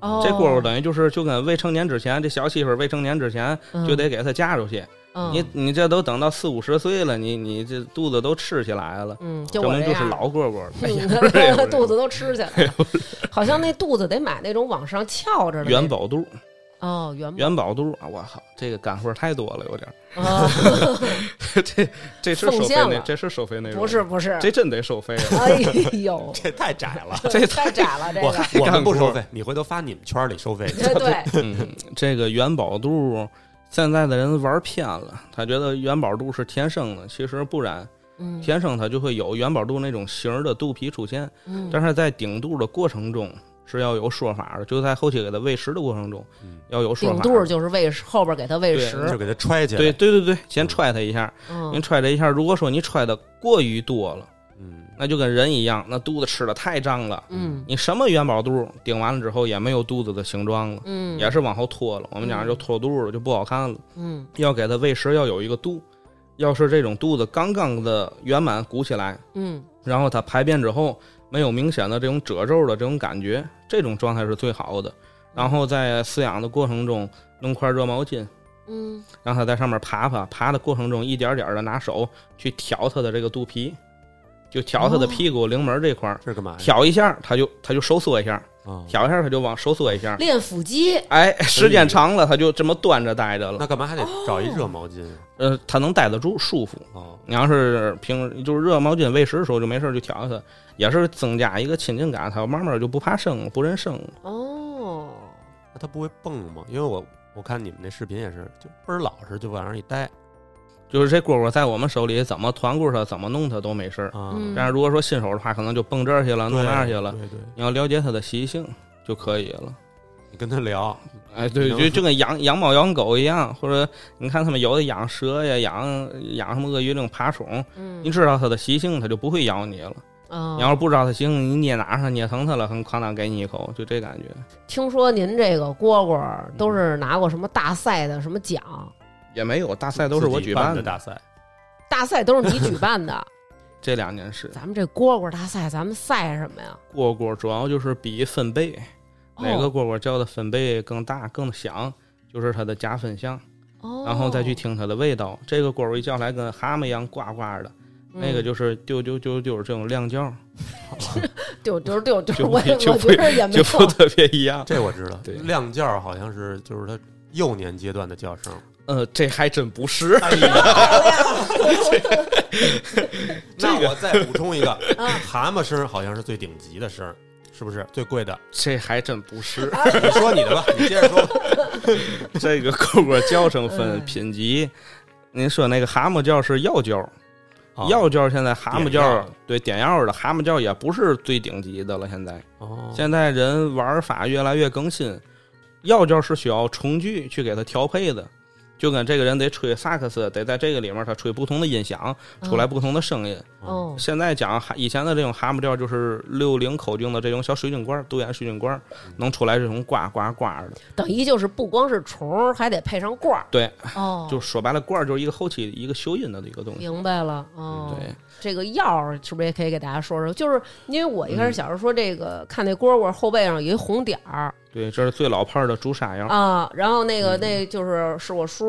Speaker 2: 哦，
Speaker 1: 这蝈蝈等于就是就跟未成年之前，这小媳妇儿未成年之前
Speaker 2: 嗯
Speaker 1: 就得给它嫁出去。
Speaker 2: 嗯
Speaker 1: 你你这都等到四五十岁了，你你这肚子都吃起来了，
Speaker 2: 嗯，就
Speaker 1: 证
Speaker 2: 我
Speaker 1: 明
Speaker 2: 这
Speaker 1: 就是
Speaker 2: 样。
Speaker 1: 老蝈蝈了。哎呀，
Speaker 2: 嗯 肚子都 吃起
Speaker 1: 哎
Speaker 2: 来了，好像那肚子得买那种往上翘着的那
Speaker 1: 元宝肚，
Speaker 2: 哦，元宝
Speaker 1: 元宝肚啊！我靠，这个干货太多了，有点儿。
Speaker 2: 哦，
Speaker 1: 这这是
Speaker 2: 奉
Speaker 1: 收费
Speaker 2: 献
Speaker 1: 内，
Speaker 2: 了
Speaker 1: 这是收费内容，
Speaker 2: 不是不是，
Speaker 1: 这真得收费 了。
Speaker 2: 哎呦，
Speaker 3: 这太窄了。
Speaker 1: 这
Speaker 2: 太窄了，这
Speaker 3: 我
Speaker 2: 个，
Speaker 3: 我们不收
Speaker 1: 干
Speaker 3: 费，你回头发你们圈儿里收费去。
Speaker 2: 这对，
Speaker 1: 嗯， 这个元宝肚，现在的人玩偏了，他觉得元宝肚是天生的，其实不然，
Speaker 2: 嗯
Speaker 1: 天生它就会有元宝肚那种形儿的肚皮出现，
Speaker 2: 嗯
Speaker 1: 但是在顶肚的过程中是要有说法的，就在后期给它喂食的过程中
Speaker 3: 嗯
Speaker 1: 要有说
Speaker 2: 顶
Speaker 1: 法。
Speaker 2: 肚就是喂食后边给它喂
Speaker 1: 对
Speaker 2: 食，
Speaker 3: 就给它揣起来。
Speaker 1: 对对对对，先揣它一下，您
Speaker 2: 嗯
Speaker 1: 揣它一下，如果说你揣的过于多了，
Speaker 3: 嗯，
Speaker 1: 那就跟人一样，那肚子吃的太胀了，
Speaker 2: 嗯
Speaker 1: 你什么元宝肚顶完了之后也没有肚子的形状了，
Speaker 2: 嗯，
Speaker 1: 也是往后拖了。我们讲就脱肚了，就不好看了。
Speaker 2: 嗯
Speaker 1: 要给它喂食要有一个度，要是这种肚子刚刚的圆满鼓起来，
Speaker 2: 嗯
Speaker 1: 然后它排便之后没有明显的这种褶皱的这种感觉，这种状态是最好的。然后在饲养的过程中，弄块热毛巾，
Speaker 2: 嗯
Speaker 1: 让它在上面爬爬，爬的过程中一点点的拿手去挑它的这个肚皮，就挑它的屁股、灵门这块儿，
Speaker 3: 这是干嘛呀？
Speaker 1: 挑一下它就它就收缩一下，
Speaker 3: 啊，
Speaker 1: 挑一下它就往收缩一 下。
Speaker 2: 练腹肌，
Speaker 1: 哎，时间长了，它就这么端着待着了
Speaker 3: 那。干嘛还得找一热毛巾啊
Speaker 1: 呃，它能待得住，舒服。
Speaker 3: 哦？
Speaker 1: 你要是平就是热毛巾喂食的时候就没事儿就挑它，也是增加一个亲近感，它慢慢就不怕生了，不认生了。
Speaker 2: 哦，
Speaker 3: 那它不会蹦吗？因为我我看你们那视频也是，就倍儿老实，就往那儿一待
Speaker 1: 就是这蝈蝈在我们手里怎么团顾它，怎么弄它都没事儿。
Speaker 3: 啊。
Speaker 2: 嗯
Speaker 1: 但是如果说新手的话，可能就蹦这儿去了，弄
Speaker 3: 对
Speaker 1: 那儿去了。
Speaker 3: 对对，
Speaker 1: 你要了解它的习性就可以了。
Speaker 3: 你跟 他聊，
Speaker 1: 哎，对，
Speaker 3: 能
Speaker 1: 就就跟养养猫养狗一样，或者你看他们有的养蛇呀，养养什么鳄鱼这种爬虫，
Speaker 2: 嗯
Speaker 1: 你，知道它的习性，它就不会咬你了。
Speaker 2: 啊
Speaker 1: 你要是不知道它习性，你捏哪上捏疼它了，很哐当给你一口，就这感觉。
Speaker 2: 听说您这个蝈蝈
Speaker 1: 嗯
Speaker 2: 都是拿过什么大赛的什么奖？
Speaker 1: 也没有，大赛都是我
Speaker 3: 自己
Speaker 1: 举
Speaker 3: 办
Speaker 1: 办
Speaker 3: 的。大赛，
Speaker 2: 大赛都是你 举办的，
Speaker 1: 这两年是
Speaker 2: 咱们这蝈蝈大赛，咱们赛什么呀？哦
Speaker 1: 蝈蝈，主要就是比分贝，哪个蝈蝈叫的分贝更大更响，就是它的加分项，
Speaker 2: 哦？
Speaker 1: 然后再去听它的味道。这个蝈蝈一叫来跟蛤蟆一样呱呱的，
Speaker 2: 嗯
Speaker 1: 那个就是丢丢丢丢这种亮叫，
Speaker 2: 丢丢丢丢，
Speaker 1: 就
Speaker 2: 我
Speaker 1: 不就
Speaker 2: 我
Speaker 1: 不
Speaker 2: 觉得也没
Speaker 1: 就不
Speaker 2: 错。
Speaker 1: 特别一样。
Speaker 3: 这我知道。
Speaker 1: 对
Speaker 3: 亮叫好像是就是他幼年阶段的叫声，
Speaker 1: 呃，这还真不是，
Speaker 3: 那我再补 充一个，
Speaker 2: 嗯
Speaker 3: 蛤蟆声好像是最顶级的声，是不是最贵的？
Speaker 1: 这还真不是。
Speaker 3: 你说你的吧，你接 着说。
Speaker 1: 这个蝈蝈叫声分
Speaker 2: 嗯
Speaker 1: 品级，您说那个蛤蟆叫是药叫，
Speaker 3: 啊
Speaker 1: 药叫现在蛤蟆
Speaker 3: 点药
Speaker 1: 叫对啊点药的蛤蟆叫也不是最顶级的了，现在。
Speaker 3: 哦，
Speaker 1: 现在人玩法越来越更新，药教是需要重具去给它调配的，就跟这个人得吹萨克斯，得在这个里面他吹不同的音响，出来不同的声音。
Speaker 2: 嗯哦，
Speaker 1: 现在讲哈以前的这种蛤蟆调就是六零口径的这种小水晶罐，独眼水晶罐，能出来这种呱呱呱的。
Speaker 2: 等于就是不光是虫儿，还得配上罐儿。
Speaker 1: 对，
Speaker 2: 哦，
Speaker 1: 就说白了，罐就是一个后期一个修音的一个东西。
Speaker 2: 明白了。哦，
Speaker 1: 嗯对，
Speaker 2: 这个药儿是不是也可以给大家说说？就是因为我
Speaker 1: 嗯
Speaker 2: 一开始小时候说这个，看那蝈蝈后背上有一红点儿
Speaker 1: 对，这是最老派的朱砂药。
Speaker 2: 啊，然后那
Speaker 1: 嗯
Speaker 2: 个那就是是我叔。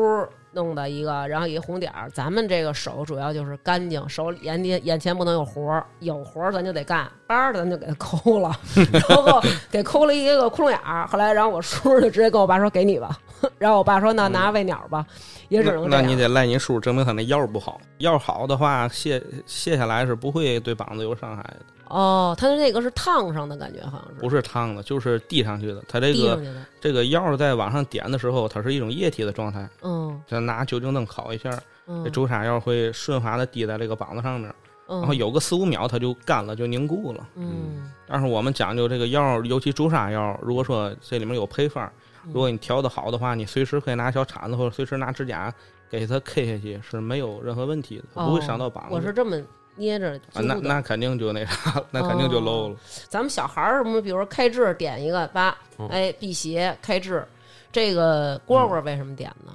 Speaker 2: 弄的一个，然后一红点儿。咱们这个手主要就是干净，手眼里眼前不能有活儿，有活儿咱就得干，叭儿的咱就给它 抠了，然后给抠了一个窟窿眼儿。后来，然后我叔就直接跟我爸说：“给你吧。” 然后我爸说：“那拿喂鸟吧。”也只能
Speaker 1: 嗯
Speaker 2: 这
Speaker 1: 那
Speaker 2: 样。
Speaker 1: 你得赖你叔，证明他那药不好。药好的话，卸卸下来是不会对膀子有伤害的。
Speaker 2: 哦，它的那个是烫上的感觉，好像是
Speaker 1: 不是烫的，就是递上去的。它这
Speaker 2: 滴
Speaker 1: 个
Speaker 2: 上去的。
Speaker 1: 这个药在往上点的时候，它是一种液体的状态，
Speaker 2: 嗯
Speaker 1: 咱拿酒精灯烤一下，这
Speaker 2: 嗯，
Speaker 1: 朱砂药会顺滑的滴在这个膀子上面，
Speaker 2: 然
Speaker 1: 然后有个四五秒它就干了，就凝固了。
Speaker 2: 嗯
Speaker 1: 但是我们讲究这个药，尤其朱砂药，如果说这里面有配方，
Speaker 2: 嗯
Speaker 1: 如果你调的好的话，你随时可以拿小铲子或者随时拿指甲给它 K 下去，是没有任何问题的，它不会伤到膀子。
Speaker 2: 哦我是这么捏着
Speaker 1: 啊，
Speaker 2: 揪
Speaker 1: 那
Speaker 2: 的。哦
Speaker 1: 那肯定就那啥，那肯定就漏了。
Speaker 2: 咱们小孩儿什么，比如说开智点一个八
Speaker 3: 嗯，
Speaker 2: 哎，辟邪开智，这个
Speaker 1: 嗯
Speaker 2: 蝈蝈为什么点呢？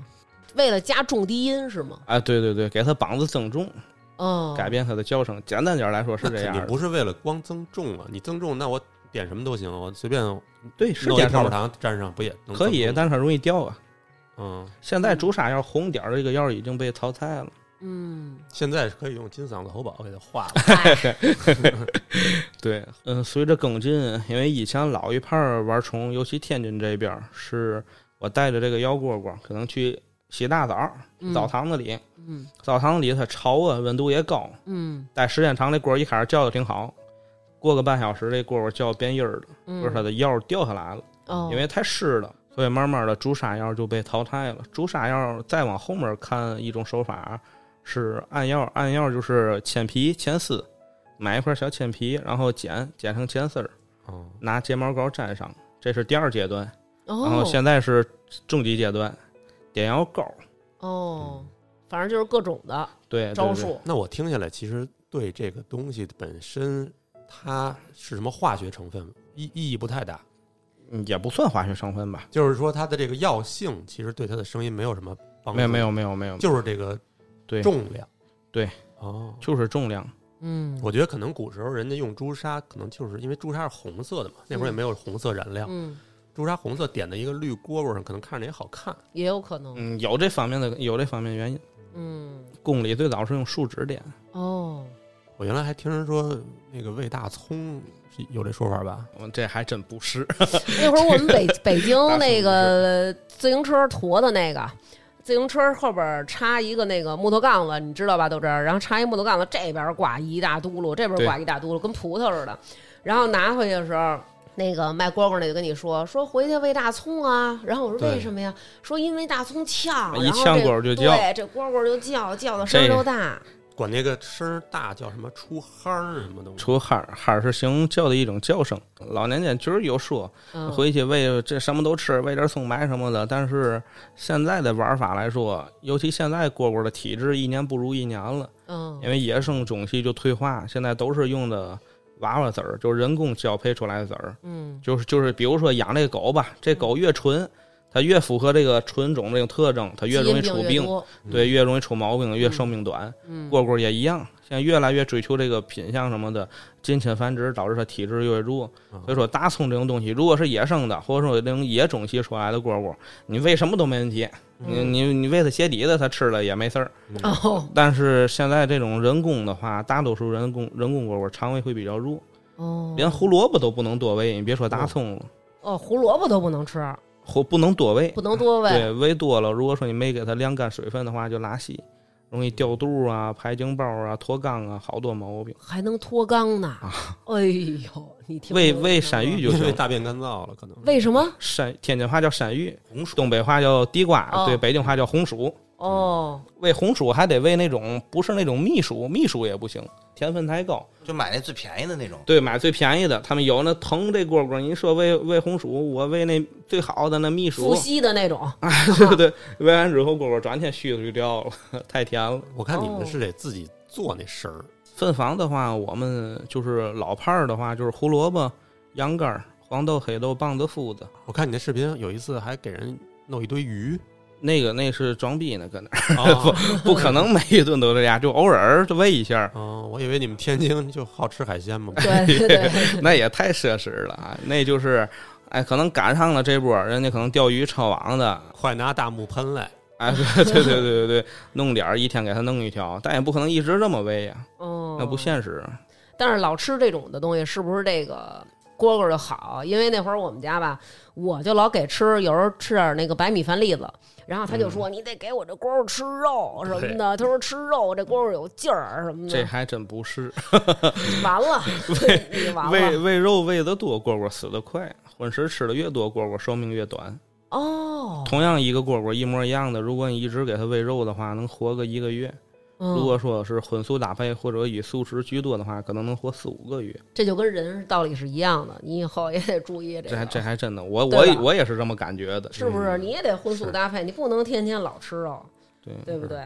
Speaker 2: 为了加重低音是吗？
Speaker 1: 啊，对对对，给它膀子增重，
Speaker 2: 哦，
Speaker 1: 改变它的叫声。简单点来说是
Speaker 3: 那
Speaker 1: 这样
Speaker 3: 肯
Speaker 1: 的
Speaker 3: 定。不是为了光增重啊，你增重，那我点什么都行，我随便
Speaker 1: 对，是
Speaker 3: 弄一
Speaker 1: 点
Speaker 3: 泡泡
Speaker 1: 上
Speaker 3: 糖沾上不也能
Speaker 1: 可以
Speaker 3: 增，重
Speaker 1: 但是它容易掉啊。
Speaker 3: 嗯，
Speaker 1: 现在朱砂药红点儿这个药已经被淘汰了，
Speaker 2: 嗯，
Speaker 3: 现在是可以用金嗓子喉宝给它化了。
Speaker 2: 哎
Speaker 1: 对，嗯，随着更进，因为以前老一派儿玩虫，尤其天津这边儿，是我带着这个药蝈蝈，可能去洗大澡儿，
Speaker 2: 嗯
Speaker 1: 澡堂子里，
Speaker 2: 嗯
Speaker 1: 澡堂子里它潮啊，温度也高，
Speaker 2: 嗯
Speaker 1: 待时间长，这蝈儿一开始叫的挺好，过个半小时，这蝈蝈叫变音儿了，
Speaker 2: 嗯，
Speaker 1: 就是它的药掉下来了。
Speaker 2: 哦，
Speaker 1: 因为太湿了，所以慢慢的朱砂药就被淘汰了。朱砂药再往后面看一种手法是按药，按药就是铅皮、铅丝，买一块小铅皮，然后剪剪成铅丝儿，
Speaker 3: 哦，
Speaker 1: 拿睫毛膏粘上，这是第二阶段。然后
Speaker 2: 哦
Speaker 1: 现在是终极阶段，点药膏。
Speaker 2: 哦，反正就是各种的
Speaker 1: 对，对
Speaker 2: 招
Speaker 1: 嗯哎对
Speaker 2: 数，
Speaker 3: 那我听下来，其实对这个东西本身它是什么化学成分意意义不太大，
Speaker 1: 嗯也不算化学成分吧？
Speaker 3: 就是说它的这个药性其实对它的声音没有什么
Speaker 2: 哦
Speaker 3: 帮助，
Speaker 1: 没有没有，没有没有，
Speaker 3: 就是这个
Speaker 1: 对
Speaker 3: 重量，
Speaker 1: 对，
Speaker 3: 哦，
Speaker 1: 就是重量。
Speaker 2: 嗯，
Speaker 3: 我觉得可能古时候人家用朱砂，可能就是因为朱砂是红色的嘛，那会儿也没有红色燃料，
Speaker 2: 嗯，
Speaker 3: 朱砂红色点在一个绿蝈蝈上，可能看着也好看。
Speaker 2: 也有可能，
Speaker 1: 嗯，有这方面的有这方面原因。
Speaker 2: 嗯，
Speaker 1: 宫里最早是用树脂点，
Speaker 2: 哦，
Speaker 3: 我原来还听人说那个喂大葱是有这说法吧？
Speaker 1: 嗯这还真不是。
Speaker 2: 那会儿我们北北京
Speaker 1: 大
Speaker 2: 那个自行车驮的那个。自行车后边儿插一个那个木头杠子，你知道吧？都这儿，然后插一木头杠子，这边儿挂一大嘟噜，这边儿
Speaker 1: 对
Speaker 2: 挂一大嘟噜，跟葡萄似的。然后拿回去的时候，那个卖蝈蝈那就跟你说说回去喂大葱啊。然后我说
Speaker 3: 对
Speaker 2: 为什么呀？说因为大葱呛，
Speaker 1: 一
Speaker 2: 然后
Speaker 1: 呛
Speaker 2: 这
Speaker 1: 蝈儿就叫
Speaker 2: 对，这蝈蝈就叫，叫的声儿
Speaker 1: 这
Speaker 2: 都大。
Speaker 3: 管那个声儿大叫什么出夯儿什么东西？
Speaker 1: 除哈儿哈儿是形容叫的一种叫声。老年间就是有说
Speaker 2: 嗯，
Speaker 1: 回去喂这什么都吃，喂点葱白什么的。但是现在的玩法来说，尤其现在蝈蝈的体质一年不如一年了，
Speaker 2: 嗯
Speaker 1: 因为野生种系就退化，现在都是用的娃娃籽儿，就是人工交配出来的籽儿。
Speaker 2: 嗯
Speaker 1: 就是就是，比如说养这个狗吧，这狗越纯，它越符合这个纯种这个特征，它越容易
Speaker 2: 基因
Speaker 1: 出
Speaker 2: 越
Speaker 1: 病，
Speaker 2: 多
Speaker 3: 嗯
Speaker 1: 对，越容易出毛病，越寿命短。
Speaker 2: 嗯
Speaker 1: 蝈蝈也一样，现在越来越追求这个品相什么的，近亲繁殖导致它体质越弱。
Speaker 3: 嗯
Speaker 1: 所以说，大葱这种东西，如果是野生的，或者说这种野种系出来的蝈蝈，你喂什么都没问题，你
Speaker 2: 嗯
Speaker 1: 你你喂它鞋底子，它吃了也没事儿。
Speaker 2: 哦
Speaker 1: 但是现在这种人工的话，大多数人工人工蝈蝈肠胃会比较弱，
Speaker 2: 哦，
Speaker 1: 连胡萝卜都不能多喂，你别说大葱了，
Speaker 2: 哦胡萝卜都不能吃，
Speaker 1: 或不能多喂
Speaker 2: 不。能多喂。
Speaker 1: 对，喂多了，如果说你没给它晾干水分的话，就拉稀，容易掉肚啊、排精包啊、脱肛啊，好多毛病。
Speaker 2: 还能脱肛呢！
Speaker 1: 啊
Speaker 2: 哎呦，你听
Speaker 1: 喂
Speaker 2: 说
Speaker 1: 喂
Speaker 2: 了吗
Speaker 1: 鳝鱼就
Speaker 3: 因为
Speaker 1: 行，
Speaker 3: 大便干燥了，可能
Speaker 2: 为什么？
Speaker 1: 鳝天津话叫鳝鱼，
Speaker 5: 红薯
Speaker 1: 东北话叫地瓜，
Speaker 2: 哦
Speaker 1: 对，北京话叫红薯。
Speaker 2: 哦，
Speaker 1: 喂红薯还得喂那种不是那种蜜薯，蜜薯也不行，甜分太高。
Speaker 5: 就买那最便宜的那种，
Speaker 1: 对，买最便宜的，他们有那疼这蝈蝈，你说喂喂红薯，我喂那最好的那蜜
Speaker 2: 伏
Speaker 1: 薯，
Speaker 2: 羲的那种，
Speaker 1: 对 对对，喂完之后蝈蝈转天须子就掉了， 太甜了。
Speaker 3: 我看你们
Speaker 2: 哦
Speaker 3: 是得自己做那声儿，
Speaker 1: 分房的话，我们就是老派儿的话，就是胡萝卜、羊肝儿、黄豆、黑豆、棒子、麸子。
Speaker 3: 我看你那视频有一次还给人弄一堆鱼，
Speaker 1: 那个那是装逼呢，搁那儿
Speaker 3: 哦，
Speaker 1: 不可能每一顿都这样，就偶尔就喂一下儿，
Speaker 3: 哦我以为你们天津就好吃海鲜嘛。
Speaker 2: 对 对对，
Speaker 1: 那也太奢侈了啊！那就是，哎，可能赶上了这波儿，人家可能钓鱼抄网的，
Speaker 3: 快拿大木喷来！
Speaker 1: 哎， 对对对对对，弄点儿一天给他弄一条，但也不可能一直这么喂呀、
Speaker 2: 哦，
Speaker 1: 那不现实。
Speaker 2: 但是老吃这种的东西，是不是这个蝈蝈就好？因为那会儿我们家吧，我就老给吃，有时候吃点那个白米饭粒子，然后他就
Speaker 1: 嗯
Speaker 2: 说：“你得给我这蝈蝈吃肉什么的。”他说：“吃肉这蝈蝈有劲儿啊什么
Speaker 1: 这
Speaker 2: 的。
Speaker 1: 还真不是，”
Speaker 2: 完了， 你完
Speaker 1: 喂
Speaker 2: 了
Speaker 1: 喂肉喂的多，蝈蝈死得快；混食吃的越多，蝈蝈寿命越短。
Speaker 2: 哦。
Speaker 1: 同样一个蝈蝈一模一样的，如果你一直给它喂肉的话，能活个一个月；如
Speaker 2: 嗯，
Speaker 1: 果说是荤素搭配或者以素食居多的话，可能能活四五个月。
Speaker 2: 这就跟人道理是一样的，你以后也得注意
Speaker 1: 这
Speaker 2: 个
Speaker 1: 还。这还真的，我
Speaker 2: 对
Speaker 1: 我也
Speaker 2: 吧
Speaker 1: 我也是这么感觉的。嗯
Speaker 2: 是不是？你也得荤素
Speaker 1: 是
Speaker 2: 搭配，你不能天天老吃肉，
Speaker 1: 对
Speaker 2: 对不对？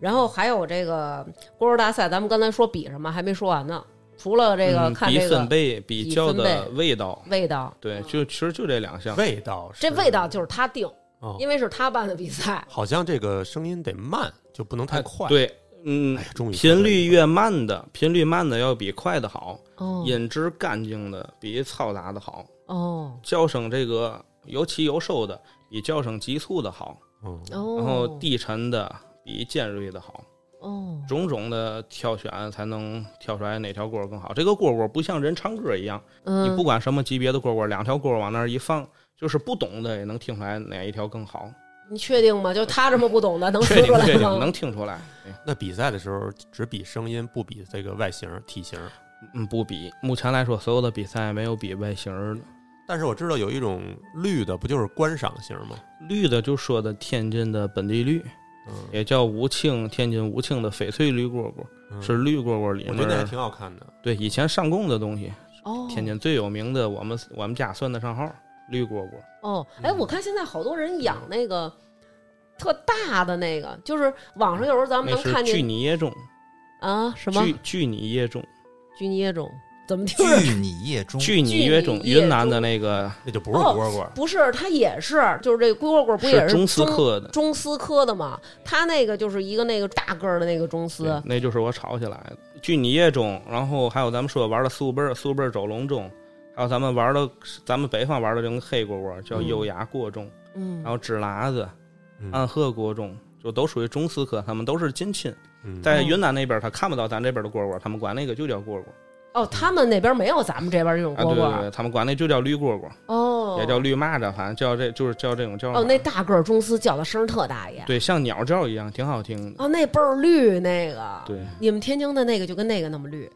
Speaker 2: 然后还有这个锅肉大赛，咱们刚才说比什么还没说完呢。除了这个
Speaker 1: 嗯
Speaker 2: 看
Speaker 1: 比
Speaker 2: 这
Speaker 1: 分
Speaker 2: 个
Speaker 1: 贝、比
Speaker 2: 比
Speaker 1: 较
Speaker 2: 分
Speaker 1: 的
Speaker 2: 贝
Speaker 1: 味道，
Speaker 2: 味道，
Speaker 1: 对，就其实就这两项。
Speaker 3: 味道是
Speaker 2: 这味道就是他定，
Speaker 3: 哦
Speaker 2: 因为是他办的比赛。
Speaker 3: 好像这个声音得慢，就不能太快。，
Speaker 1: 对，嗯
Speaker 3: 哎，呀，终于
Speaker 1: 频率越慢的，频率慢的要比快的好，
Speaker 2: 哦
Speaker 1: 音质干净的比嘈杂的好，
Speaker 2: 哦
Speaker 1: 叫声这个有起有收的比叫声急促的好，
Speaker 3: 嗯，
Speaker 2: 哦，
Speaker 1: 然后低沉的比尖锐的好。
Speaker 2: 哦
Speaker 1: 种种的挑选才能挑出来哪条蝈蝈更好。这个蝈蝈不像人唱歌一样，你
Speaker 2: 嗯，
Speaker 1: 不管什么级别的蝈蝈，两条蝈蝈往那儿一放，就是不懂的也能听出来哪一条更好。
Speaker 2: 你确定吗？就他这么不懂的能
Speaker 1: 确定
Speaker 2: 说出来
Speaker 1: 确定
Speaker 2: 吗？
Speaker 1: 能听出来。哎对
Speaker 3: 那比赛的时候只比声音，不比这个外形、体型。
Speaker 1: 嗯，不比。目前来说，所有的比赛没有比外形儿的。
Speaker 3: 但是我知道有一种绿的，不就是观赏型吗？
Speaker 1: 绿的就说的天津的本地绿，
Speaker 3: 嗯，
Speaker 1: 也叫武庆，天津武庆的翡翠绿蝈蝈
Speaker 3: 嗯
Speaker 1: 是绿蝈蝈里
Speaker 3: 我
Speaker 1: 面
Speaker 3: 觉得那还
Speaker 1: 儿
Speaker 3: 挺好看的。
Speaker 1: 对以前上供的东西，
Speaker 2: 哦，
Speaker 1: 天津最有名的，我们我们家算得上号绿蝈蝈。
Speaker 2: 哦，
Speaker 1: 嗯
Speaker 2: 哎，我看现在好多人养那个特大的那个，就是网上有时候咱们
Speaker 1: 那
Speaker 2: 能
Speaker 1: 是
Speaker 2: 看见
Speaker 1: 巨泥中，
Speaker 2: 啊，什么
Speaker 1: 据据你叶中，
Speaker 2: 菌椰种？怎么听着？
Speaker 5: 据你业中，
Speaker 1: 据你叶中，
Speaker 2: 据你叶中
Speaker 1: 云南的那个
Speaker 3: 那就不是蝈蝈，
Speaker 2: 不是，它也是，就是这龟蝈蝈不也
Speaker 1: 中
Speaker 2: 中
Speaker 1: 斯科的，
Speaker 2: 中丝科的嘛？它那个就是一个那个大个儿的那个中丝
Speaker 1: 对，那就是我炒起来的。据你叶中，然后还有咱们说玩的苏贝儿、苏贝儿走龙中，还有咱们玩的咱们北方玩的这种黑蝈蝈叫
Speaker 2: 嗯
Speaker 1: 优雅锅中，
Speaker 2: 嗯
Speaker 1: 然，后纸喇子、
Speaker 3: 嗯
Speaker 1: 暗褐锅中，就都属于中斯科，他们都是近亲。
Speaker 3: 嗯
Speaker 1: 在云南那边，他看不到咱这边的蝈蝈，他们管那个就叫蝈蝈
Speaker 2: 哦，他们那边没有咱们这边这种
Speaker 1: 啊，对
Speaker 2: 蝈蝈
Speaker 1: 对
Speaker 2: 儿，
Speaker 1: 对，他们管那就叫绿蝈蝈，
Speaker 2: 哦，
Speaker 1: 也叫绿蚂蚱，反正叫这就是叫这种叫法。
Speaker 2: 哦，那大个儿中丝叫的声儿特大爷，
Speaker 1: 对，像鸟叫一样，挺好听的。
Speaker 2: 哦，那倍儿绿那个，
Speaker 1: 对，
Speaker 2: 你们天津的那个就跟那个那么绿，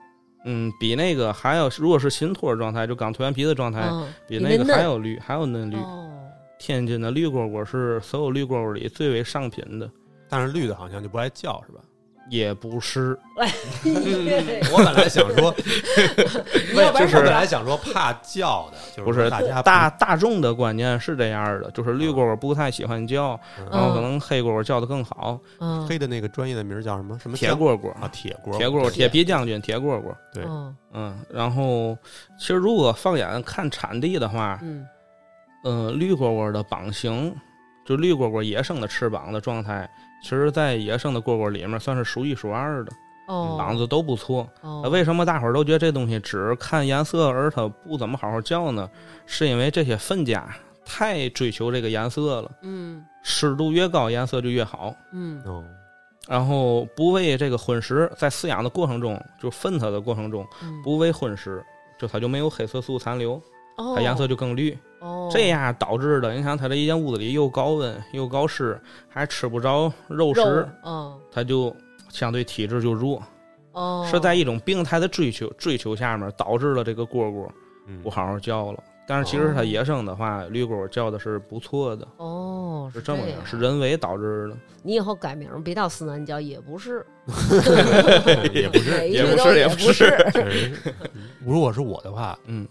Speaker 1: 嗯，比那个还要，如果是新托儿状态，就刚脱完皮的状态，
Speaker 2: 嗯，
Speaker 1: 哎比
Speaker 2: 那
Speaker 1: 那个还
Speaker 2: 嫩
Speaker 1: 要绿，还要嫩绿。
Speaker 2: 哦，
Speaker 1: 天津的绿蝈蝈是所有绿蝈蝈里最为上品的，
Speaker 3: 但是绿的好像就不爱 叫是吧？嗯
Speaker 1: 也不是，
Speaker 3: 我本来想 说，
Speaker 2: 要不
Speaker 1: 就
Speaker 2: 然
Speaker 1: 是
Speaker 3: 我本来想说怕叫的，就是
Speaker 1: 不是
Speaker 3: 大
Speaker 2: 嗯
Speaker 3: 家
Speaker 1: 大大众的观念是这样的，就是绿蝈蝈不太喜欢叫， 然后可能黑蝈蝈叫的更好，
Speaker 2: 哦嗯，
Speaker 3: 黑的那个专业的名儿叫什么什么
Speaker 1: 铁
Speaker 3: 酱
Speaker 1: 蝈蝈、
Speaker 3: 啊，铁锅
Speaker 1: 铁蝈蝈、
Speaker 2: 铁
Speaker 1: 铁皮将军、铁蝈蝈，
Speaker 3: 对
Speaker 2: 嗯
Speaker 1: 嗯，然后其实如果放眼看产地的话，
Speaker 2: 嗯
Speaker 1: 嗯、绿蝈蝈的膀型，就绿蝈蝈野生的翅膀的状态，其实在野生的蝈蝈里面算是数一数二的，
Speaker 2: 哦，
Speaker 1: 膀子嗯啊都不错。
Speaker 2: 哦
Speaker 1: 那为什么大伙儿都觉得这东西只看颜色而它不怎么好好叫呢？是因为这些粪家太追求这个颜色了，
Speaker 2: 嗯
Speaker 1: 湿度越高颜色就越好，
Speaker 2: 嗯
Speaker 3: 哦，
Speaker 1: 然后不喂这个荤食，在饲养的过程中，就粪它的过程中
Speaker 2: 嗯，
Speaker 1: 不喂荤食，就它就没有黑色素残留，
Speaker 2: 哦，
Speaker 1: 它颜色就更绿。
Speaker 2: 哦
Speaker 1: 这样导致的，你想它这一间屋子里又高温又高湿，还吃不着肉
Speaker 2: 肉
Speaker 1: 食，，
Speaker 2: 嗯
Speaker 1: 它就相对体质就弱，
Speaker 2: 哦，
Speaker 1: 是在一种病态的追求追求下面导致了这个蝈蝈
Speaker 3: 嗯
Speaker 1: 不好好叫了。但是其实它野生的话，绿蝈叫的是不错的，
Speaker 2: 哦，
Speaker 1: 是这么
Speaker 2: 样
Speaker 1: 样，是人为导致的。
Speaker 2: 你以后改名儿别到思南叫，也 不是，
Speaker 3: 也不是，
Speaker 2: 每一
Speaker 1: 也
Speaker 2: 句
Speaker 1: 不
Speaker 2: 都
Speaker 1: 是也
Speaker 2: 不
Speaker 1: 不
Speaker 2: 是，
Speaker 3: 确实是。嗯如果是我的话，
Speaker 1: 嗯，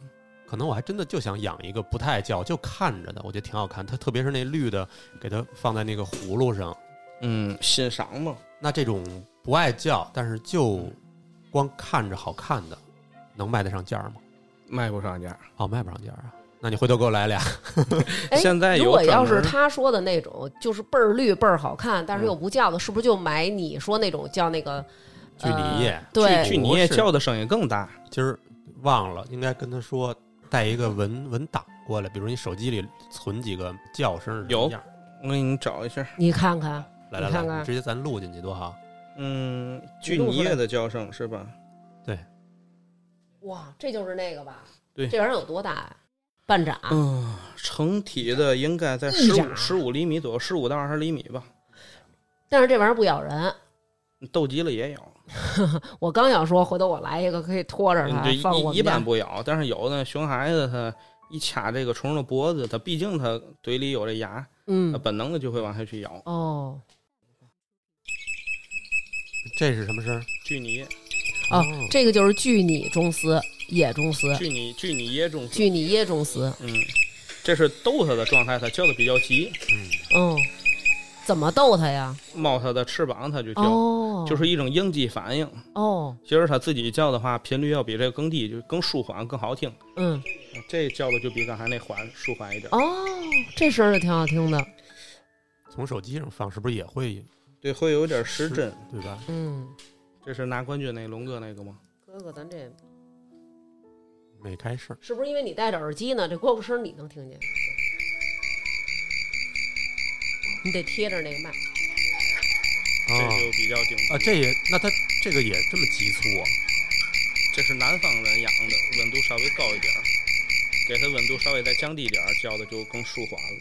Speaker 3: 可能我还真的就想养一个不太叫，就看着的，我觉得挺好看。它特别是那绿的，给它放在那个葫芦上，
Speaker 1: 嗯，欣赏嘛，
Speaker 3: 那这种不爱叫，但是就光看着好看的，能卖得上价吗？
Speaker 1: 卖不上价。
Speaker 3: 哦，卖不上价啊。那你回头给我来俩，
Speaker 2: 哎
Speaker 1: 现在有
Speaker 2: 如果
Speaker 1: 专
Speaker 2: 要是
Speaker 1: 门
Speaker 2: 他说的那种，就是倍儿绿、倍儿好看，但是
Speaker 1: 嗯
Speaker 2: 又不叫的，是不是就买你说那种叫那 个
Speaker 3: 去你
Speaker 2: 呃
Speaker 3: 业？
Speaker 2: 对，
Speaker 1: 去去你
Speaker 3: 我
Speaker 1: 也
Speaker 3: 是
Speaker 1: 叫的声音更大。
Speaker 3: 今儿忘了，应该跟他说带一个文文档过来，比如你手机里存几个叫声是什么
Speaker 1: 有
Speaker 3: 样儿。
Speaker 1: 我给你找一下，
Speaker 2: 你看看，
Speaker 3: 来来
Speaker 2: 你看看
Speaker 3: 来，你直接咱录进去多好。
Speaker 1: 嗯，
Speaker 2: 你
Speaker 1: 去
Speaker 2: 录出
Speaker 1: 你
Speaker 2: 来
Speaker 1: 业的叫声是吧？
Speaker 2: 哇，这就是那个吧？
Speaker 1: 对
Speaker 2: 这玩意儿有多大呀？半掌，
Speaker 1: 嗯，成体的应该在
Speaker 2: 一
Speaker 1: 十
Speaker 2: 掌
Speaker 1: 五十五厘米左右，十五到二十厘米吧。
Speaker 2: 但是这玩意儿不咬人。
Speaker 1: 斗急了也咬，
Speaker 2: 我刚想说，回头我来一个可以拖着它
Speaker 1: 嗯对，
Speaker 2: 放我
Speaker 1: 一一
Speaker 2: 们家
Speaker 1: 般。不咬，但是有的熊孩子它一掐这个虫的脖子，它毕竟它嘴里有这牙，它
Speaker 2: 嗯，
Speaker 1: 本能的就会往下去咬。
Speaker 2: 哦
Speaker 3: 这是什么声儿？
Speaker 1: 据你
Speaker 2: 哦，这个就是巨拟中丝、野中丝、
Speaker 1: 据你据你噎中，
Speaker 2: 巨拟椰中丝。
Speaker 1: 嗯，这是逗它的状态，它叫的比较急，
Speaker 2: 嗯，怎么逗它呀？
Speaker 1: 猫它的翅膀它就叫，
Speaker 2: 哦，
Speaker 1: 就是一种应激反应。
Speaker 2: 哦，
Speaker 1: 其实它自己叫的话，频率要比这个更低，就更舒缓、更好听。
Speaker 2: 嗯。
Speaker 1: 这叫的就比刚才那缓舒缓一点。
Speaker 2: 哦，这声儿就挺好听的。
Speaker 3: 从手机上放，是不是也会
Speaker 1: 对，会有点失真。
Speaker 3: 对吧？
Speaker 2: 嗯，
Speaker 1: 这是拿冠军那龙哥那个吗？
Speaker 2: 哥哥，咱这
Speaker 3: 没开声儿，
Speaker 2: 是不是因为你戴着耳机呢？这蝈蝈声儿你能听见？你得贴着那个麦。嗯
Speaker 1: 这
Speaker 3: 啊
Speaker 1: 就比较顶级
Speaker 3: 啊，这也那它这个也这么急促啊？
Speaker 1: 这是南方人养的，温度稍微高一点儿，给它温度稍微再降低一点儿，叫的就更舒缓了。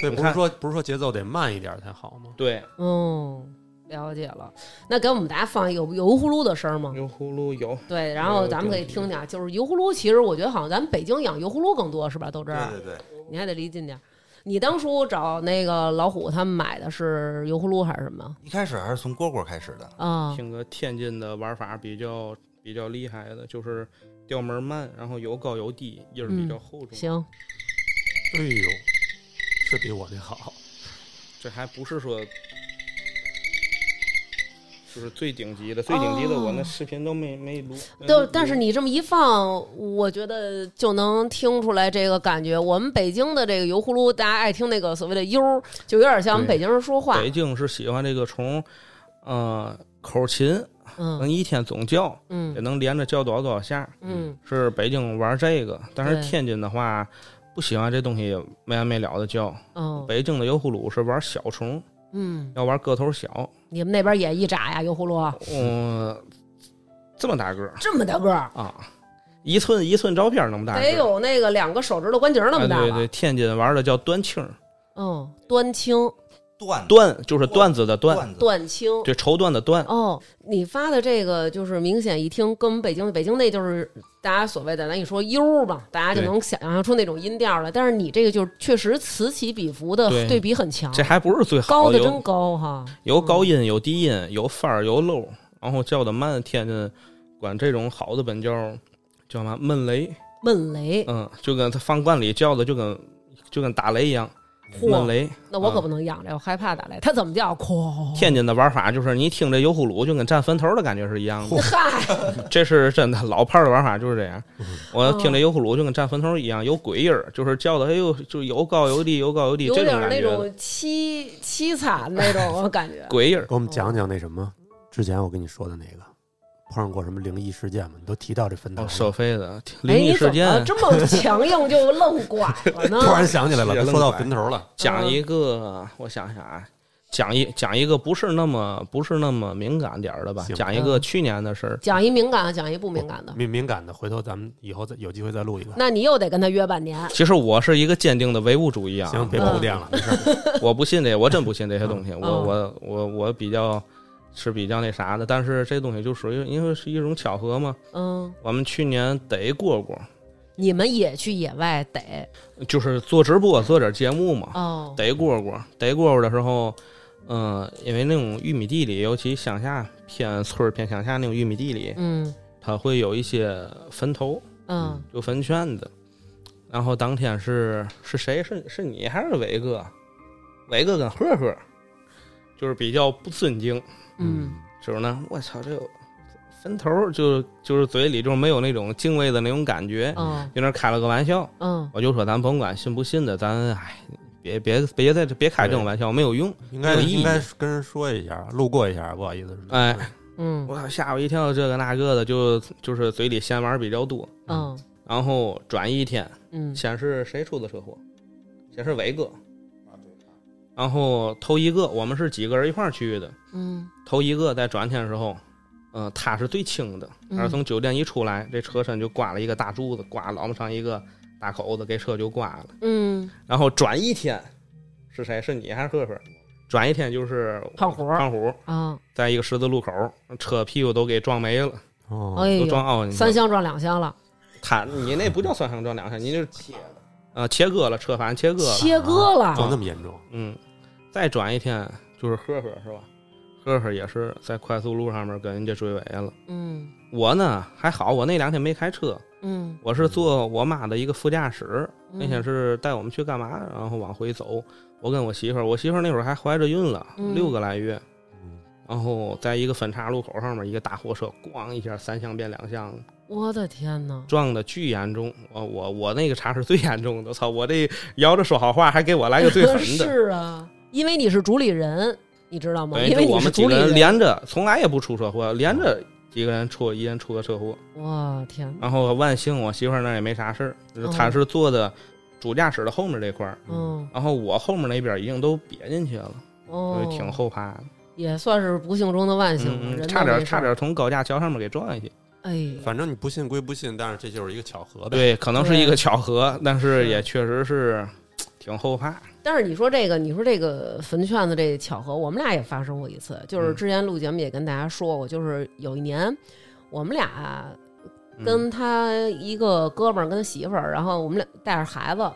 Speaker 3: 对，
Speaker 1: 你
Speaker 3: 不
Speaker 1: 看
Speaker 3: 是说不是说节奏得慢一点儿才好吗？
Speaker 1: 对，
Speaker 2: 嗯，了解了。那给我们大家放一个油葫芦的声儿吗？
Speaker 1: 油葫芦有，
Speaker 2: 对，然后咱们可以听听啊，就是油葫芦。其实我觉得好像咱们北京养油葫芦更多，是吧？豆汁儿，
Speaker 5: 对对，
Speaker 2: 你还得离近点儿。你当初找那个老虎他们买的是油葫芦还是什么
Speaker 5: 一开始还是从蝈蝈开始的，
Speaker 2: 啊？
Speaker 1: 听个天津的玩法比较比较厉害的，就是调门慢，然后有高有低，音儿比较厚重。
Speaker 2: 嗯行，
Speaker 3: 哎呦，是比我这好。
Speaker 1: 这还不是说就是最顶级的，最顶级的我那视频都没没录。呃
Speaker 2: 就但是你这么一放，我觉得就能听出来这个感觉。我们北京的这个油葫芦，大家爱听那个所谓的“悠”，就有点像我们
Speaker 1: 对
Speaker 2: 北京人说话。
Speaker 1: 北京是喜欢这个从，呃，口琴能
Speaker 2: 嗯
Speaker 1: 一天总叫，也
Speaker 2: 嗯
Speaker 1: 能连着叫多少多少下，
Speaker 2: 嗯
Speaker 1: 是北京玩这个。但是
Speaker 2: 对
Speaker 1: 天津的话，不喜欢这东西没完没了的叫。
Speaker 2: 嗯
Speaker 1: 北京的油葫芦是玩小虫，
Speaker 2: 嗯，
Speaker 1: 要玩个头 小，
Speaker 2: 你们那边也一扎呀，油葫芦
Speaker 1: 嗯，这么大个儿
Speaker 2: 这么大个儿，
Speaker 1: 啊，一寸一寸照片那么大个儿，
Speaker 2: 得有那个两个手指头关节那么大
Speaker 1: 哎对
Speaker 2: 吧
Speaker 1: 对，天津玩的叫端青儿，
Speaker 2: 嗯，端青
Speaker 5: 段
Speaker 1: 端就是段子的段，
Speaker 5: 段子，
Speaker 2: 断青。
Speaker 1: 对，绸缎的缎，
Speaker 2: 哦，你发的这个就是明显一听跟北京北京那就是大家所谓的咱一说悠吧，大家就
Speaker 1: 对
Speaker 2: 能想象出那种音调来。但是你这个就是确实此起彼伏的
Speaker 1: 对
Speaker 2: 对比很强，
Speaker 1: 这还不是最
Speaker 2: 高
Speaker 1: 好
Speaker 2: 的嗯
Speaker 1: 的，
Speaker 2: 真
Speaker 1: 有
Speaker 2: 高哈。
Speaker 1: 有高音，有低音，有翻儿，有漏，然后叫的慢，天津管这种好的本叫叫嘛闷雷，
Speaker 2: 闷雷，
Speaker 1: 嗯，就跟他饭馆里叫的就跟就跟打雷一样，闷
Speaker 2: 嚯，
Speaker 1: 雷。
Speaker 2: 那我可
Speaker 1: 啊
Speaker 2: 不能养这，我害怕打雷。它怎么叫？ 嚯，
Speaker 1: 天津的玩法就是你听这油葫芦就跟站坟头的感觉是一样的，
Speaker 2: 嗨，
Speaker 1: 这是真的。老炮儿的玩法就是这样，我
Speaker 2: 嗯
Speaker 1: 听这油葫芦就跟站坟头一样，有鬼音儿，就是叫的哎呦，就有高有低，有高有低
Speaker 2: 有
Speaker 1: 这
Speaker 2: 点
Speaker 1: 种
Speaker 2: 儿
Speaker 1: 感
Speaker 2: 那
Speaker 1: 觉的，
Speaker 2: 种凄凄惨那种感觉。
Speaker 1: 鬼音儿。
Speaker 3: 给我们
Speaker 2: 哦
Speaker 3: 讲讲那什么，之前我跟你说的那个，碰上过什么灵异事件吗？你都提到这坟头
Speaker 1: 哦，
Speaker 3: 了，
Speaker 1: 收费的
Speaker 2: 哎，
Speaker 1: 灵异
Speaker 2: 你
Speaker 1: 事
Speaker 2: 怎么
Speaker 1: 件，
Speaker 2: 这么强硬就愣拐了 呢？
Speaker 3: 突然想起来了，
Speaker 1: 是
Speaker 3: 都说到坟头了，
Speaker 2: 啊
Speaker 1: 讲一个，我想想啊，讲一讲一个不是那么不是那么敏感点儿的吧，
Speaker 3: 行
Speaker 1: 讲一个
Speaker 2: 嗯
Speaker 1: 去年的事儿。
Speaker 2: 讲一敏感，讲一不敏感
Speaker 1: 嗯
Speaker 2: 的，
Speaker 3: 敏敏感的，回头咱们以后再有机会再录一个。
Speaker 2: 那你又得跟他约半年。
Speaker 1: 其实我是一个坚定的唯物主义啊，
Speaker 3: 行，别
Speaker 2: 嗯
Speaker 3: 铺垫了，没事儿。
Speaker 1: 我不信这，我真不信这些东西。我
Speaker 2: 嗯
Speaker 1: 我我我比较是比较那啥的，但是这东西就属于因为是一种巧合嘛。
Speaker 2: 嗯，
Speaker 1: 我们去年逮蝈蝈，
Speaker 2: 你们也去野外逮
Speaker 1: 就是做直播做点节目嘛，
Speaker 2: 哦，
Speaker 1: 逮蝈蝈，逮蝈蝈的时候，嗯、因为那种玉米地里，尤其乡下偏村儿偏乡下那种玉米地里，
Speaker 2: 嗯
Speaker 1: 它会有一些坟头，
Speaker 2: 嗯，
Speaker 1: 有坟圈子。然后当天是是谁？是是你还是伟哥？伟哥跟赫赫，就是比较不尊敬。
Speaker 2: 嗯，
Speaker 1: 就是呢，我操，这有坟头儿就就是嘴里就是没有那种敬畏的那种感觉，
Speaker 2: 嗯
Speaker 1: 就那儿开了个玩笑。
Speaker 2: 嗯
Speaker 1: 我就说咱甭管信不信的，咱哎，别别别在这别开这种玩笑，没有用。
Speaker 3: 应该
Speaker 1: 有意义
Speaker 3: 应该是跟人说一下，路过一下，不好意思。
Speaker 1: 哎，
Speaker 2: 嗯
Speaker 1: 我操，吓我一跳，这个那个的，就就是嘴里闲玩儿比较多。
Speaker 2: 嗯
Speaker 1: 然后转一天，
Speaker 2: 嗯
Speaker 1: 先是谁出的车祸？先是伟哥，然后头一个，我们是几个人一块儿去的，
Speaker 2: 嗯
Speaker 1: 头一个在转天的时候，嗯、他是最轻的，
Speaker 2: 嗯
Speaker 1: 他是从酒店一出来，这车身就刮了一个大柱子，刮老么长一个大口子，给车就刮了。
Speaker 2: 嗯，
Speaker 1: 然后转一天，是谁？是你还是赫赫？转一天就是
Speaker 2: 胖虎
Speaker 1: 胖虎
Speaker 2: 啊，
Speaker 1: 在一个十字路口，车屁股都给撞没了，
Speaker 3: 哦，
Speaker 1: 嗯
Speaker 2: 哎
Speaker 1: 都
Speaker 2: 呦，
Speaker 1: 撞凹进去了。
Speaker 2: 三箱撞两箱了，
Speaker 1: 他你那不叫三箱撞两箱，你就切了，啊，切割了，车反正切割了。啊
Speaker 2: 切割
Speaker 3: 撞
Speaker 2: 了，
Speaker 3: 那么严重，啊
Speaker 1: 嗯，再转一天就是赫赫是吧？赫赫也是在快速路上面跟人家追尾了。
Speaker 2: 嗯
Speaker 1: 我呢还好，我那两天没开车，
Speaker 2: 嗯，
Speaker 1: 我是坐我妈的一个副驾驶。
Speaker 2: 嗯
Speaker 1: 那天是带我们去干嘛，然后往回走。我跟我媳妇儿，我媳妇儿那会儿还怀着孕了，
Speaker 2: 嗯
Speaker 1: 六个来月。
Speaker 3: 嗯
Speaker 1: 然后在一个分岔路口上面，一个大货车咣一下三厢变两厢，
Speaker 2: 我的天呐，
Speaker 1: 撞的巨严重。我我我那个茬是最严重的，操！我这摇着说好话，还给我来 个最狠的。
Speaker 2: 是啊，因为你是主理人，你知道吗？
Speaker 1: 对，
Speaker 2: 因
Speaker 1: 就
Speaker 2: 为你
Speaker 1: 我
Speaker 2: 是
Speaker 1: 们几
Speaker 2: 主
Speaker 1: 个
Speaker 2: 理
Speaker 1: 人
Speaker 2: 人，
Speaker 1: 连着从来也不出车祸，连着几个人出一人出个车祸，
Speaker 2: 哇天呐，
Speaker 1: 然后万幸我媳妇儿那儿也没啥事儿，就是她
Speaker 2: 嗯
Speaker 1: 是坐的主驾驶的后面这块儿，
Speaker 2: 嗯
Speaker 1: 然后我后面那边已经都瘪进去了，
Speaker 2: 哦
Speaker 1: 所以，挺后怕的，
Speaker 2: 也算是不幸中的万
Speaker 1: 嗯
Speaker 2: 幸了，
Speaker 1: 嗯，
Speaker 2: 哦人
Speaker 1: 差
Speaker 2: 倒
Speaker 1: 点
Speaker 2: 没事
Speaker 1: 差
Speaker 2: 儿，
Speaker 1: 点从高架桥上面给撞下去。
Speaker 2: 哎，
Speaker 3: 反正你不信归不信，但是这就是一个巧合呗。
Speaker 1: 对，可能是一个巧合，但是
Speaker 2: 是
Speaker 1: 也确实是挺后怕。
Speaker 2: 但是你说这个，你说这个坟圈子这巧合，我们俩也发生过一次，就是之前录节目也跟大家说过，就是有一年我们俩
Speaker 1: 嗯
Speaker 2: 跟他一个哥们儿跟他媳妇儿，然后我们俩带着孩子，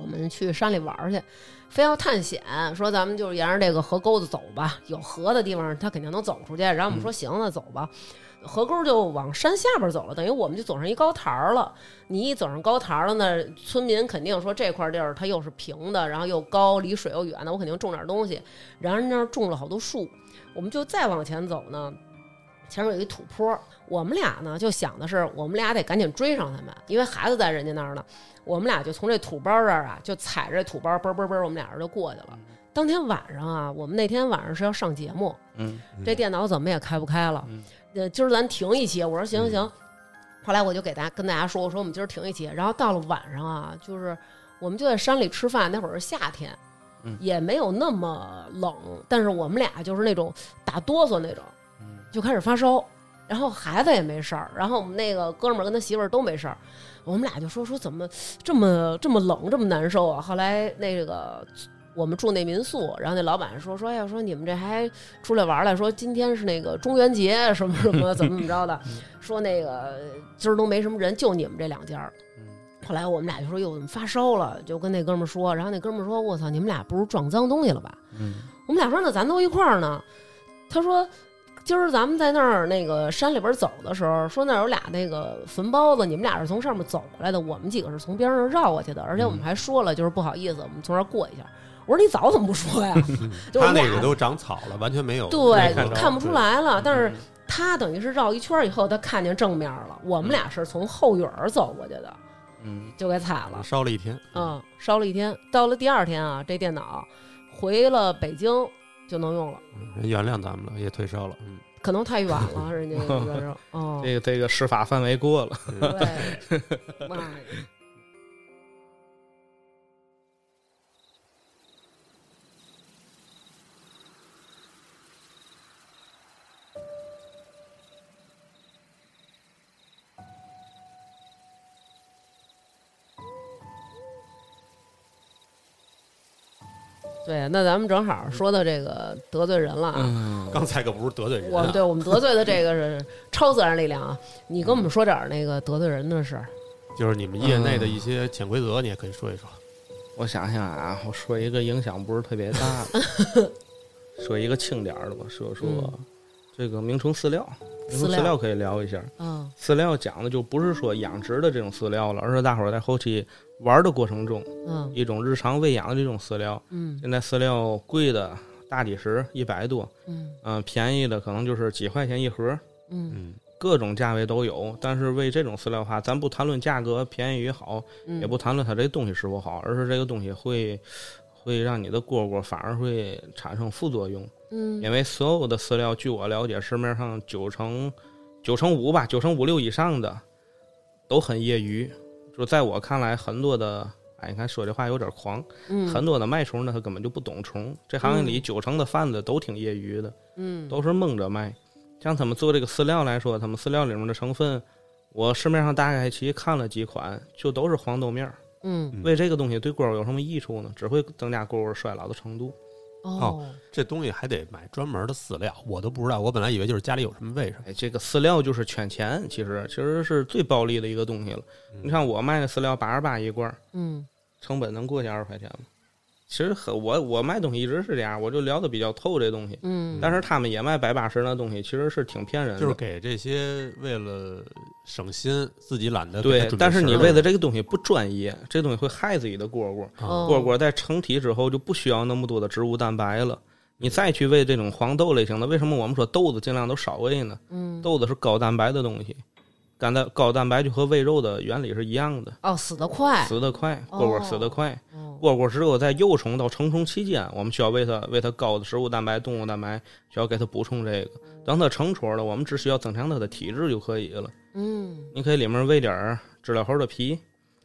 Speaker 2: 我们去山里玩儿去，非要探险，说咱们就是沿着这个河沟子走吧，有河的地方他肯定能走出去。然后我们说行，那走吧。河沟就往山下边走了，等于我们就走上一高台儿了。你一走上高台儿了呢，村民肯定说这块地儿它又是平的，然后又高，离水又远的，我肯定种点东西。然而那儿种了好多树，我们就再往前走呢，前面有一土坡儿，我们俩呢就想的是，我们俩得赶紧追上他们，因为孩子在人家那儿呢。我们俩就从这土包这儿啊，就踩着土包，嘣嘣嘣，我们俩人就过去了。当天晚上啊，我们那天晚上是要上节目，
Speaker 1: 嗯，
Speaker 2: 这电脑怎么也开不开了。
Speaker 1: 嗯
Speaker 2: 呃，今儿咱停一期，我说行行行。后来我就给大家跟大家说，我说我们今儿停一期。然后到了晚上啊，就是我们就在山里吃饭，那会儿是夏天，
Speaker 1: 嗯
Speaker 2: 也没有那么冷，但是我们俩就是那种打哆嗦那种，
Speaker 1: 嗯
Speaker 2: 就开始发烧。然后孩子也没事儿，然后我们那个哥们儿跟他媳妇儿都没事儿，我们俩就说说怎么这么这么冷，这么难受啊。后来那个我们住那民宿，然后那老板说说哎呀，说你们这还出来玩儿了，说今天是那个中元节，什么什么怎么怎么着的，说那个今儿都没什么人，就你们这两家儿。后来我们俩就说哟，怎么发烧了？就跟那哥们儿说，然后那哥们儿说我操，你们俩不是撞脏东西了吧？
Speaker 1: 嗯
Speaker 2: 我们俩说那咱都一块儿呢。他说今儿咱们在那儿那个山里边走的时候，说那儿有俩那个坟包子，你们俩是从上面走过来的，我们几个是从边上绕过去的，而且我们还说了，就是不好意思，我们从这儿过一下。我说你早怎么不说呀？就是
Speaker 3: 他
Speaker 2: 我们
Speaker 3: 那
Speaker 2: 俩
Speaker 3: 个都长草了，完全没有
Speaker 2: 对，嗯
Speaker 3: 看着
Speaker 2: 看不出来了。但是他等于是绕一圈儿以后，他看见正面了。我们俩是从后院儿走过去的，
Speaker 1: 嗯，
Speaker 2: 就给踩
Speaker 3: 对
Speaker 2: 了。
Speaker 3: 烧了一天，
Speaker 2: 嗯，烧了一天。到了第二天啊，这电脑回了北京就能用了，
Speaker 3: 人原谅咱们了，也退烧了，嗯，
Speaker 2: 可能太远 了，人家也觉着。哦，
Speaker 1: 嗯这个这个施法范围过了，
Speaker 2: 对，妈呀！对，啊那咱们正好说到这个得罪人了啊，
Speaker 1: 嗯，
Speaker 3: 刚才可不是得罪人
Speaker 2: 我们
Speaker 3: 啊，
Speaker 2: 对我们得罪的这个是超自然力量啊！你跟我们说点儿那个得罪人的事儿。
Speaker 3: 就是你们业
Speaker 1: 嗯
Speaker 3: 内的一些潜规则，你也可以说一说。
Speaker 1: 我想想啊，我说一个影响不是特别大的， 说一个轻点儿的吧，说说、
Speaker 2: 嗯
Speaker 1: 这个名虫饲料，名虫
Speaker 2: 饲料
Speaker 1: 饲料可以聊一下。
Speaker 2: 嗯
Speaker 1: 饲料讲的就不是说养殖的这种饲料了，而是大伙儿在后期玩的过程中，
Speaker 2: 嗯
Speaker 1: 一种日常喂养的这种饲料。
Speaker 2: 嗯
Speaker 1: 现在饲料贵的大几十、一百多，
Speaker 2: 嗯
Speaker 1: 嗯、便宜的可能就是几块钱一盒，
Speaker 2: 嗯
Speaker 3: 嗯，
Speaker 1: 各种价位都有。但是喂这种饲料的话，咱不谈论价格便宜与好，
Speaker 2: 嗯，
Speaker 1: 也不谈论它这东西是否好，而是这个东西会会让你的蝈蝈反而会产生副作用。
Speaker 2: 嗯
Speaker 1: 因为所有的饲料，据我了解，市面上九成九成五吧，九成五六以上的都很业余。就在我看来，很多的，哎，你看说这话有点狂，
Speaker 2: 嗯
Speaker 1: 很多的卖虫的他根本就不懂虫，这行业里九成的贩子都挺业余的，
Speaker 2: 嗯
Speaker 1: 都是蒙着卖。像他们做这个饲料来说，他们饲料里面的成分，我市面上大概其看了几款，就都是黄豆面儿。
Speaker 2: 嗯
Speaker 3: 嗯
Speaker 1: 喂这个东西对蝈蝈有什么益处呢？只会增加蝈蝈衰老的程度。
Speaker 2: 哦
Speaker 3: 这东西还得买专门的饲料，我都不知道。我本来以为就是家里有什么喂什么。
Speaker 1: 哎，这个饲料就是圈钱，其实其实是最暴利的一个东西了。
Speaker 3: 嗯
Speaker 1: 你看我卖的饲料八十八一罐儿，
Speaker 2: 嗯
Speaker 1: 成本能过去二十块钱吗？其实很我我卖东西一直是这样，我就聊的比较透这东西。
Speaker 2: 嗯
Speaker 1: 但是他们也卖百八十的东西，其实是挺骗人的。
Speaker 3: 就是给这些为了省心自己懒得给他
Speaker 1: 对
Speaker 3: 准备，
Speaker 1: 但是
Speaker 3: 食
Speaker 1: 你
Speaker 3: 物
Speaker 1: 为了这个东西不专业，这东西会害自己的蝈蝈。
Speaker 2: 嗯
Speaker 3: 啊
Speaker 1: 蝈蝈在成体之后就不需要那么多的植物蛋白了。你再去喂这种黄豆类型的，为什么我们说豆子尽量都少喂呢？
Speaker 2: 嗯
Speaker 1: 豆子是高蛋白的东西，干蛋高蛋白就和喂肉的原理是一样的，
Speaker 2: 哦死得快
Speaker 1: 死得快，
Speaker 2: 哦
Speaker 1: 蝈蝈死得快。
Speaker 2: 哦
Speaker 1: 蝈蝈只有在幼虫到成虫期间，我们需要喂它喂它高的植物蛋白、动物蛋白，需要给它补充这个。等它成虫了，我们只需要增强它的体质就可以了。
Speaker 2: 嗯
Speaker 1: 你可以里面喂点儿知了猴的皮，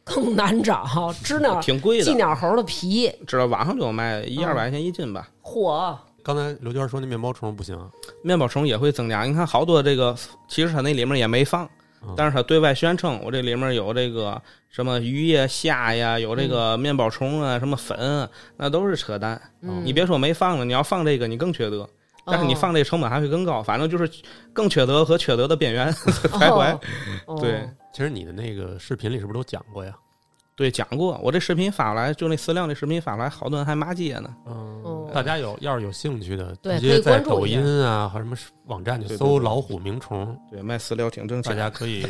Speaker 2: 更难找，知鸟
Speaker 1: 挺贵
Speaker 2: 寄
Speaker 1: 的，
Speaker 2: 鸟猴的皮，
Speaker 1: 知道网上就有卖一
Speaker 2: 嗯
Speaker 1: 二百块钱一斤吧。
Speaker 2: 嚯
Speaker 3: 刚才刘娟说那面包虫不行，啊
Speaker 1: 面包虫也会增加，你看好多这个，其实它那里面也没放
Speaker 3: 嗯，
Speaker 1: 但是它对外宣称我这里面有这个什么鱼呀、虾呀，有这个面包虫啊、什么粉啊，那都是扯淡。
Speaker 2: 嗯
Speaker 1: 你别说没放了，你要放这个你更缺德，但是你
Speaker 2: 哦
Speaker 1: 放这个成本还会更高，反正就是更缺德和 缺德的边缘徘徊。
Speaker 2: 哦
Speaker 1: 对
Speaker 3: 其实你的那个视频里是不是都讲过呀？
Speaker 1: 对，讲过，我这视频发过来，就那饲料那视频发过来，好多人还骂街呢。
Speaker 3: 嗯
Speaker 2: 哦，
Speaker 3: 大家有要是有兴趣的，
Speaker 2: 对可
Speaker 3: 直接
Speaker 2: 以关
Speaker 3: 在
Speaker 2: 注
Speaker 3: 抖
Speaker 2: 一
Speaker 3: 音
Speaker 2: 下
Speaker 3: 啊和什么网站就
Speaker 1: 对对
Speaker 3: 搜“
Speaker 1: 对
Speaker 3: 老虎 鸣虫
Speaker 1: 对，卖饲料挺”，挣
Speaker 3: 大
Speaker 1: 钱。
Speaker 3: 家可以。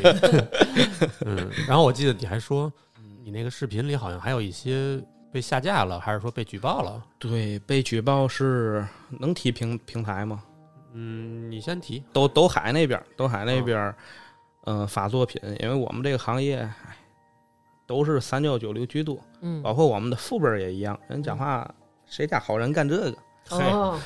Speaker 3: 嗯，然后我记得你还说，嗯你那个视频里好像还有一些被下架了，还是说被举报了？
Speaker 1: 对，被举报是能提平平台吗？
Speaker 3: 嗯，你先提。
Speaker 1: 都都海那边儿，都海
Speaker 2: 嗯
Speaker 1: 那边儿，呃，发作品，因为我们这个行业，哎都是三教九流居多，
Speaker 2: 嗯，
Speaker 1: 包括我们的父辈儿也一样。人讲话，谁家好人干这个？嘿，
Speaker 2: 哦，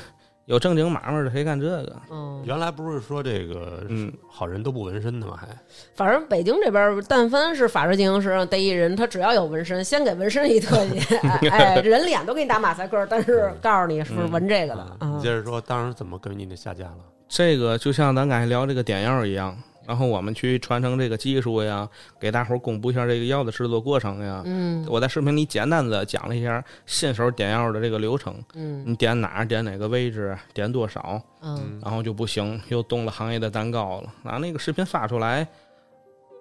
Speaker 1: 有正经买卖的谁干这个？
Speaker 2: 嗯，
Speaker 3: 原来不是说这个
Speaker 1: 嗯
Speaker 3: 好人都不纹身的吗？还
Speaker 2: 反正北京这边儿，但凡是法制进行时上逮一人，他只要有纹身，先给纹身一特写，哎，人脸都给你打马赛克，但是告诉你是不是纹这个的啊？
Speaker 3: 嗯你接着说，当时怎么跟你那下架了？
Speaker 1: 这个就像咱刚才聊这个点药一样，然后我们去传承这个技术呀，给大伙儿公布一下这个药的制作过程呀。
Speaker 2: 嗯
Speaker 1: 我在视频里简单的讲了一下新手点药的这个流程，
Speaker 2: 嗯
Speaker 1: 你点哪儿，点哪个位置，点多少，
Speaker 2: 嗯
Speaker 1: 然后就不行，又动了行业的蛋糕了。拿那个视频发出来，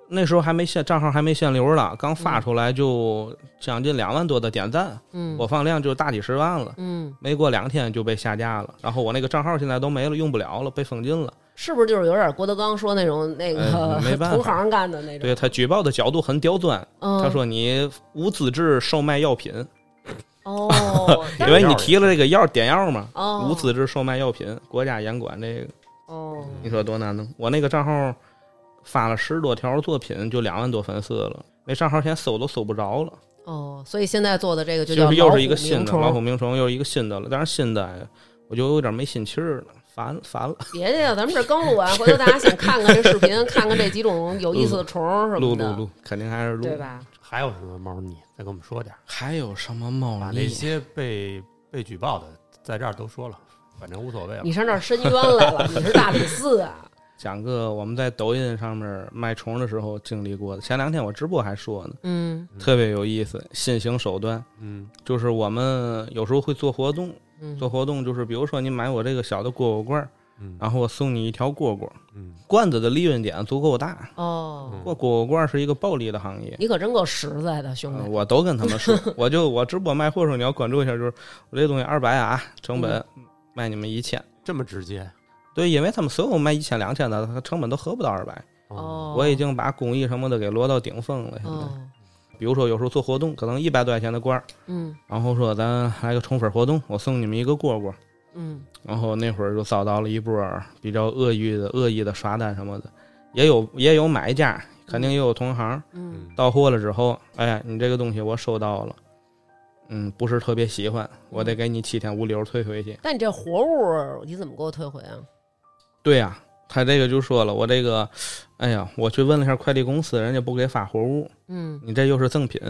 Speaker 1: 那时候还没限账号还没限流呢，刚发出来就将近两万多的点赞，
Speaker 2: 嗯，
Speaker 1: 播放量就大几十万了。
Speaker 2: 嗯，
Speaker 1: 没过两天就被下架了，然后我那个账号现在都没了，用不了了，被封禁了。
Speaker 2: 是不是就是有点郭德纲说那种那个
Speaker 1: 哎没 办法
Speaker 2: 同行干的那种？
Speaker 1: 对他举报的角度很刁钻，
Speaker 2: 嗯，
Speaker 1: 他说你无资质售卖药品，
Speaker 2: 哦，但
Speaker 1: 因为你提了这个药点药嘛，
Speaker 2: 哦，
Speaker 1: 无资质售卖药品，国家严管这个，
Speaker 2: 哦，
Speaker 1: 你说多难弄？我那个账号发了十多条作品，就两万多粉丝了，那账号现在搜都搜不着了，
Speaker 2: 哦，所以现在做的这个就叫
Speaker 1: 就是又是一个新的老
Speaker 2: 老
Speaker 1: 虎名虫，又是一个新的了，但是新的我就有点没心气儿了，烦烦了，
Speaker 2: 别介，咱们这刚录完，回头大家想看看这视频，看看这几种有意思的虫儿什
Speaker 1: 录录
Speaker 2: 么的，
Speaker 1: 录，肯定还是录
Speaker 2: 对。吧？
Speaker 3: 还有什么猫腻？再跟我们说点儿，
Speaker 1: 还有什么猫
Speaker 3: 把那些被被举报的在这儿都说了，反正无所谓了
Speaker 2: 你。上这儿深渊来了，你是大理寺啊？
Speaker 1: 讲个我们在抖音上面卖虫的时候经历过的。前两天我直播还说呢，
Speaker 2: 嗯
Speaker 1: 特别有意思，新型手段。
Speaker 3: 嗯
Speaker 1: 就是我们有时候会做活动，
Speaker 2: 嗯
Speaker 1: 做活动就是比如说你买我这个小的蝈蝈罐儿，
Speaker 3: 嗯
Speaker 1: 然后我送你一条蝈蝈，
Speaker 3: 嗯，
Speaker 1: 罐子的利润点足够大。
Speaker 2: 哦，
Speaker 1: 过蝈蝈罐儿是一个暴利的行业，
Speaker 2: 你可真够实在的，兄
Speaker 1: 呃
Speaker 2: 弟。
Speaker 1: 我都跟他们说，我就我直播卖货的时候你要关注一下，就是我这东西二百啊，成本
Speaker 2: 嗯
Speaker 1: 卖你们一千。
Speaker 3: 这么直接。
Speaker 1: 对，因为他们所有卖一千两千的，他成本都合不到二百。
Speaker 2: 哦，
Speaker 1: 嗯我已经把工艺什么的给摞到顶峰了。现在，
Speaker 2: 哦，
Speaker 1: 比如说有时候做活动，可能一百多块钱的罐儿，
Speaker 2: 嗯
Speaker 1: 然后说咱来个宠粉活动，我送你们一个蝈蝈。
Speaker 2: 嗯
Speaker 1: 然后那会儿就遭到了一波比较恶意的恶意的刷单什么的，也有也有买家，肯定也有同行。
Speaker 2: 嗯，
Speaker 1: 到货了之后，哎，你这个东西我收到了，嗯，不是特别喜欢，我得给你七天无理由退回去。
Speaker 2: 但你这活物儿你怎么给我退回啊？
Speaker 1: 对呀、他这个就说了，我这个，哎呀，我去问了一下快递公司，人家不给发活物，
Speaker 2: 嗯，
Speaker 1: 你这又是赠品，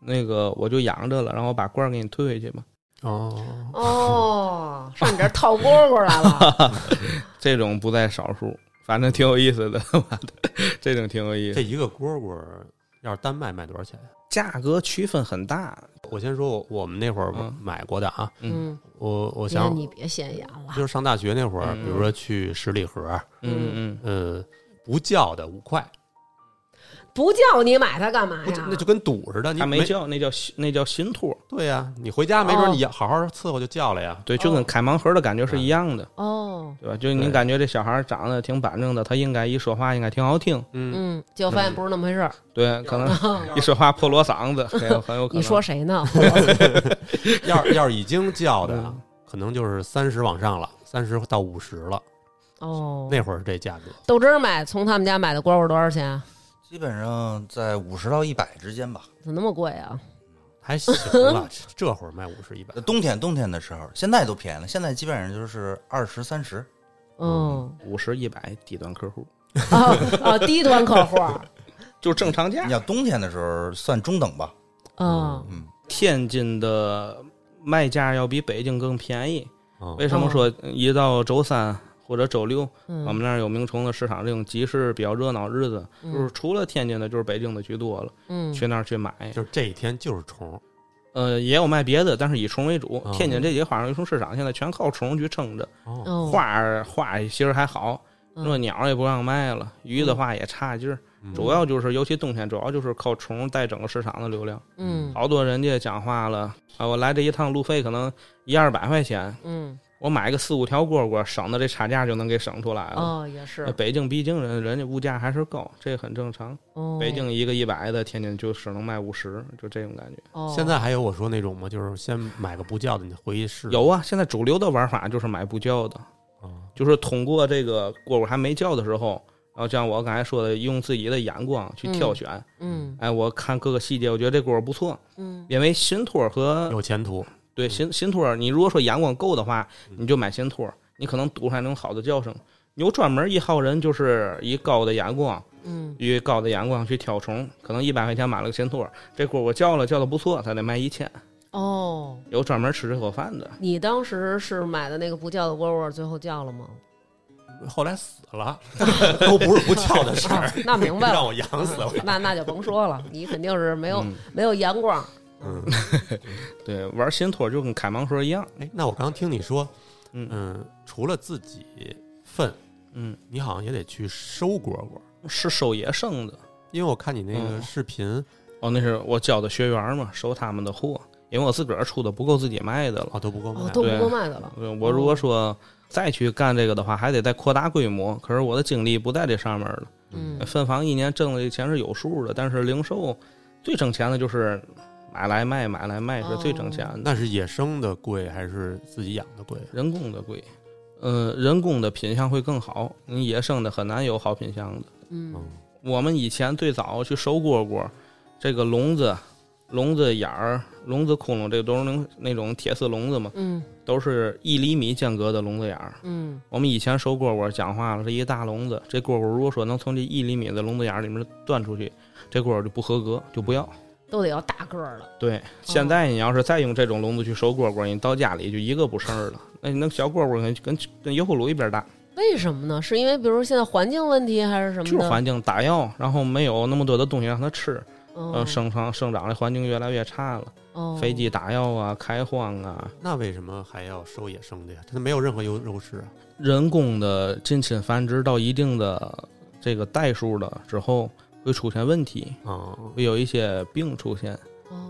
Speaker 1: 那个我就养着了，然后把罐儿给你退回去吧。
Speaker 3: 哦，
Speaker 2: 哦，上你这儿套蝈蝈来了，
Speaker 1: 这种不在少数，反正挺有意思的， 妈的，这种挺有意思
Speaker 3: 这。一个蝈蝈要是单卖卖多少钱？
Speaker 1: 价格区分很大，啊
Speaker 3: 我先说我我们那会儿
Speaker 1: 嗯
Speaker 3: 买过的啊，
Speaker 2: 嗯，
Speaker 3: 我
Speaker 2: 别
Speaker 3: 我想
Speaker 2: 你别显眼了，
Speaker 3: 就是上大学那会儿，
Speaker 1: 嗯
Speaker 3: 比如说去十里河，
Speaker 1: 嗯嗯
Speaker 3: 嗯，不叫的五块，
Speaker 2: 不叫你买它干嘛
Speaker 3: 不
Speaker 2: 哎呀？
Speaker 3: 那就跟赌似的，
Speaker 1: 嗯，
Speaker 3: 你
Speaker 1: 他没叫那叫那叫新托，
Speaker 3: 对呀、你回家没
Speaker 2: 哦
Speaker 3: 准你好好伺候就叫了呀。
Speaker 1: 对，就跟开盲盒的感觉
Speaker 2: 哎
Speaker 1: 是一样的，
Speaker 2: 哦，
Speaker 1: 对吧？就你感觉这小孩长得挺板正的，他应该一说话应该挺好听，
Speaker 3: 嗯，
Speaker 2: 嗯，结果发现不是那么回事儿。
Speaker 1: 对，可 能
Speaker 5: 嗯
Speaker 1: 一说话破锣嗓子，很有很有可能。
Speaker 2: 你说谁呢？
Speaker 3: 要是要是已经叫的啊
Speaker 1: 嗯，
Speaker 3: 可能就是三十往上了，三十到五十了，
Speaker 2: 哦，
Speaker 3: 那会儿是这价格。
Speaker 2: 豆汁儿买从他们家买的蝈蝈多少钱啊？
Speaker 5: 基本上在五十到一百之间吧。
Speaker 2: 怎么那么贵啊？
Speaker 3: 还行 了，这这会儿卖五十一百
Speaker 5: 呃，冬天冬天的时候，现在都便宜了，现在基本上就是二十三十。
Speaker 2: 嗯，
Speaker 1: 五十一百低端客户，
Speaker 2: 哦哦，低端客户，
Speaker 1: 就正常价
Speaker 5: 你。要冬天的时候算中等吧，
Speaker 2: 嗯
Speaker 5: 嗯，
Speaker 1: 天津的卖价要比北京更便宜，
Speaker 3: 嗯
Speaker 1: 为什么说一到周三或者周六，我
Speaker 2: 哦嗯
Speaker 1: 们那儿有名虫的市场，这种集市比较热闹日子，
Speaker 2: 嗯
Speaker 1: 就是除了天津的，就是北京的居多了，
Speaker 2: 嗯
Speaker 1: 去那儿去买。
Speaker 3: 就是这一天就是虫，
Speaker 1: 呃，也有卖别的，但是以虫为主
Speaker 3: 哦。
Speaker 1: 天津这几个花鸟鱼虫市场现在全靠虫去撑着，
Speaker 3: 哦，
Speaker 2: 哦
Speaker 1: 花儿花儿其实还好，
Speaker 2: 嗯
Speaker 1: 热鸟也不让卖了，鱼的话也差劲儿，
Speaker 3: 嗯
Speaker 1: 主要就是尤其冬天，主要就是靠虫带整个市场的流量。
Speaker 2: 嗯
Speaker 1: 好多人家讲话了啊，我来这一趟路费可能一二百块钱，
Speaker 2: 嗯
Speaker 1: 我买个四五条蝈蝈，省的这差价就能给省出来了。
Speaker 2: 哦，也是
Speaker 1: 那，北京毕竟人人家物价还是高，这很正常。
Speaker 2: 哦
Speaker 1: 北京一个一百的，天津就只能卖五十，就这种感觉。
Speaker 2: 哦
Speaker 3: 现在还有我说那种吗？就是先买个不叫的，你回去试。
Speaker 1: 有啊，现在主流的玩法就是买不叫的，
Speaker 3: 啊，
Speaker 1: 就是通过这个蝈蝈还没叫的时候，然后像我刚才说的，用自己的眼光去挑选。
Speaker 2: 嗯
Speaker 1: 哎，我看各个细节，我觉得这蝈蝈不错，
Speaker 2: 嗯
Speaker 1: 因为新托儿和
Speaker 3: 有前途。
Speaker 1: 对新新托儿，你如果说眼光够的话，你就买新托儿，你可能读出来那种好的叫声。有专门一号人，就是以高的眼光，
Speaker 2: 嗯
Speaker 1: 以高的眼光去挑虫，可能一百块钱买了个新托儿，这蝈蝈叫了叫的不错，他得卖一千。
Speaker 2: 哦，
Speaker 1: 有专门吃这口饭的，
Speaker 2: 你当时是买的那个不叫的蝈蝈，最后叫了 吗？
Speaker 3: 后来死 了，都不是不叫的事儿，
Speaker 2: 啊那 明白
Speaker 3: 让
Speaker 2: 了，
Speaker 3: 我养 死了。
Speaker 2: 那那就甭说了，你肯定是没有、
Speaker 1: 嗯
Speaker 2: 没有阳光。
Speaker 3: 嗯，
Speaker 1: 对，玩新托儿就跟开盲盒一样。
Speaker 3: 哎，那我刚听你说，
Speaker 1: 嗯
Speaker 3: 嗯，除了自己粪，
Speaker 1: 嗯，
Speaker 3: 你好像也得去收蝈蝈，
Speaker 1: 是收野生的。
Speaker 3: 因为我看你那个
Speaker 1: 嗯
Speaker 3: 视频，
Speaker 1: 哦，那是我教的学员嘛，收他们的货，因为我自个儿出的不够自己卖的了。
Speaker 3: 哦，都不够卖
Speaker 2: 哦，，都不够卖的了。
Speaker 1: 对我如果说再去干这个的话，还得再扩大规模。可是我的精力不在这上面了。
Speaker 2: 嗯
Speaker 1: 分房一年挣的钱是有数的，但是零售最挣钱的就是买来卖，买来卖是最挣钱的。
Speaker 3: 那是野生的贵还是自己养的贵？
Speaker 1: 人工的贵，嗯、人工的品相会更好，你野生的很难有好品相的。
Speaker 2: 嗯
Speaker 1: 我们以前最早去收蝈蝈，这个笼子、笼子眼儿、笼子窟窿，这个都是那种那种铁丝笼子嘛，
Speaker 2: 嗯
Speaker 1: 都是一厘米间隔的笼子眼儿。
Speaker 2: 嗯
Speaker 1: 我们以前收蝈蝈讲话了，这一大笼子，这蝈蝈如果说能从这一厘米的笼子眼儿里面钻出去，这蝈蝈就不合格，就不要。
Speaker 2: 都得要大个儿了。
Speaker 1: 对，现在你要是再用这种笼子去收蝈蝈，你到家里就一个不剩儿了。那你那小蝈蝈跟跟跟油葫芦一边大，
Speaker 2: 为什么呢？是因为比如现在环境问题还是什么
Speaker 1: 就
Speaker 2: 的？
Speaker 1: 是环境打药，然后没有那么多的东西让它吃，
Speaker 2: 嗯
Speaker 1: 呃，生长生长的环境越来越差了，
Speaker 2: 哦
Speaker 1: 飞机打药啊，开荒啊，
Speaker 3: 那为什么还要收野生的呀？它没有任何优优势啊。
Speaker 1: 人工的近亲繁殖到一定的这个代数了之后，会出现问题，
Speaker 3: 嗯，
Speaker 1: 会有一些病出现。
Speaker 2: 哦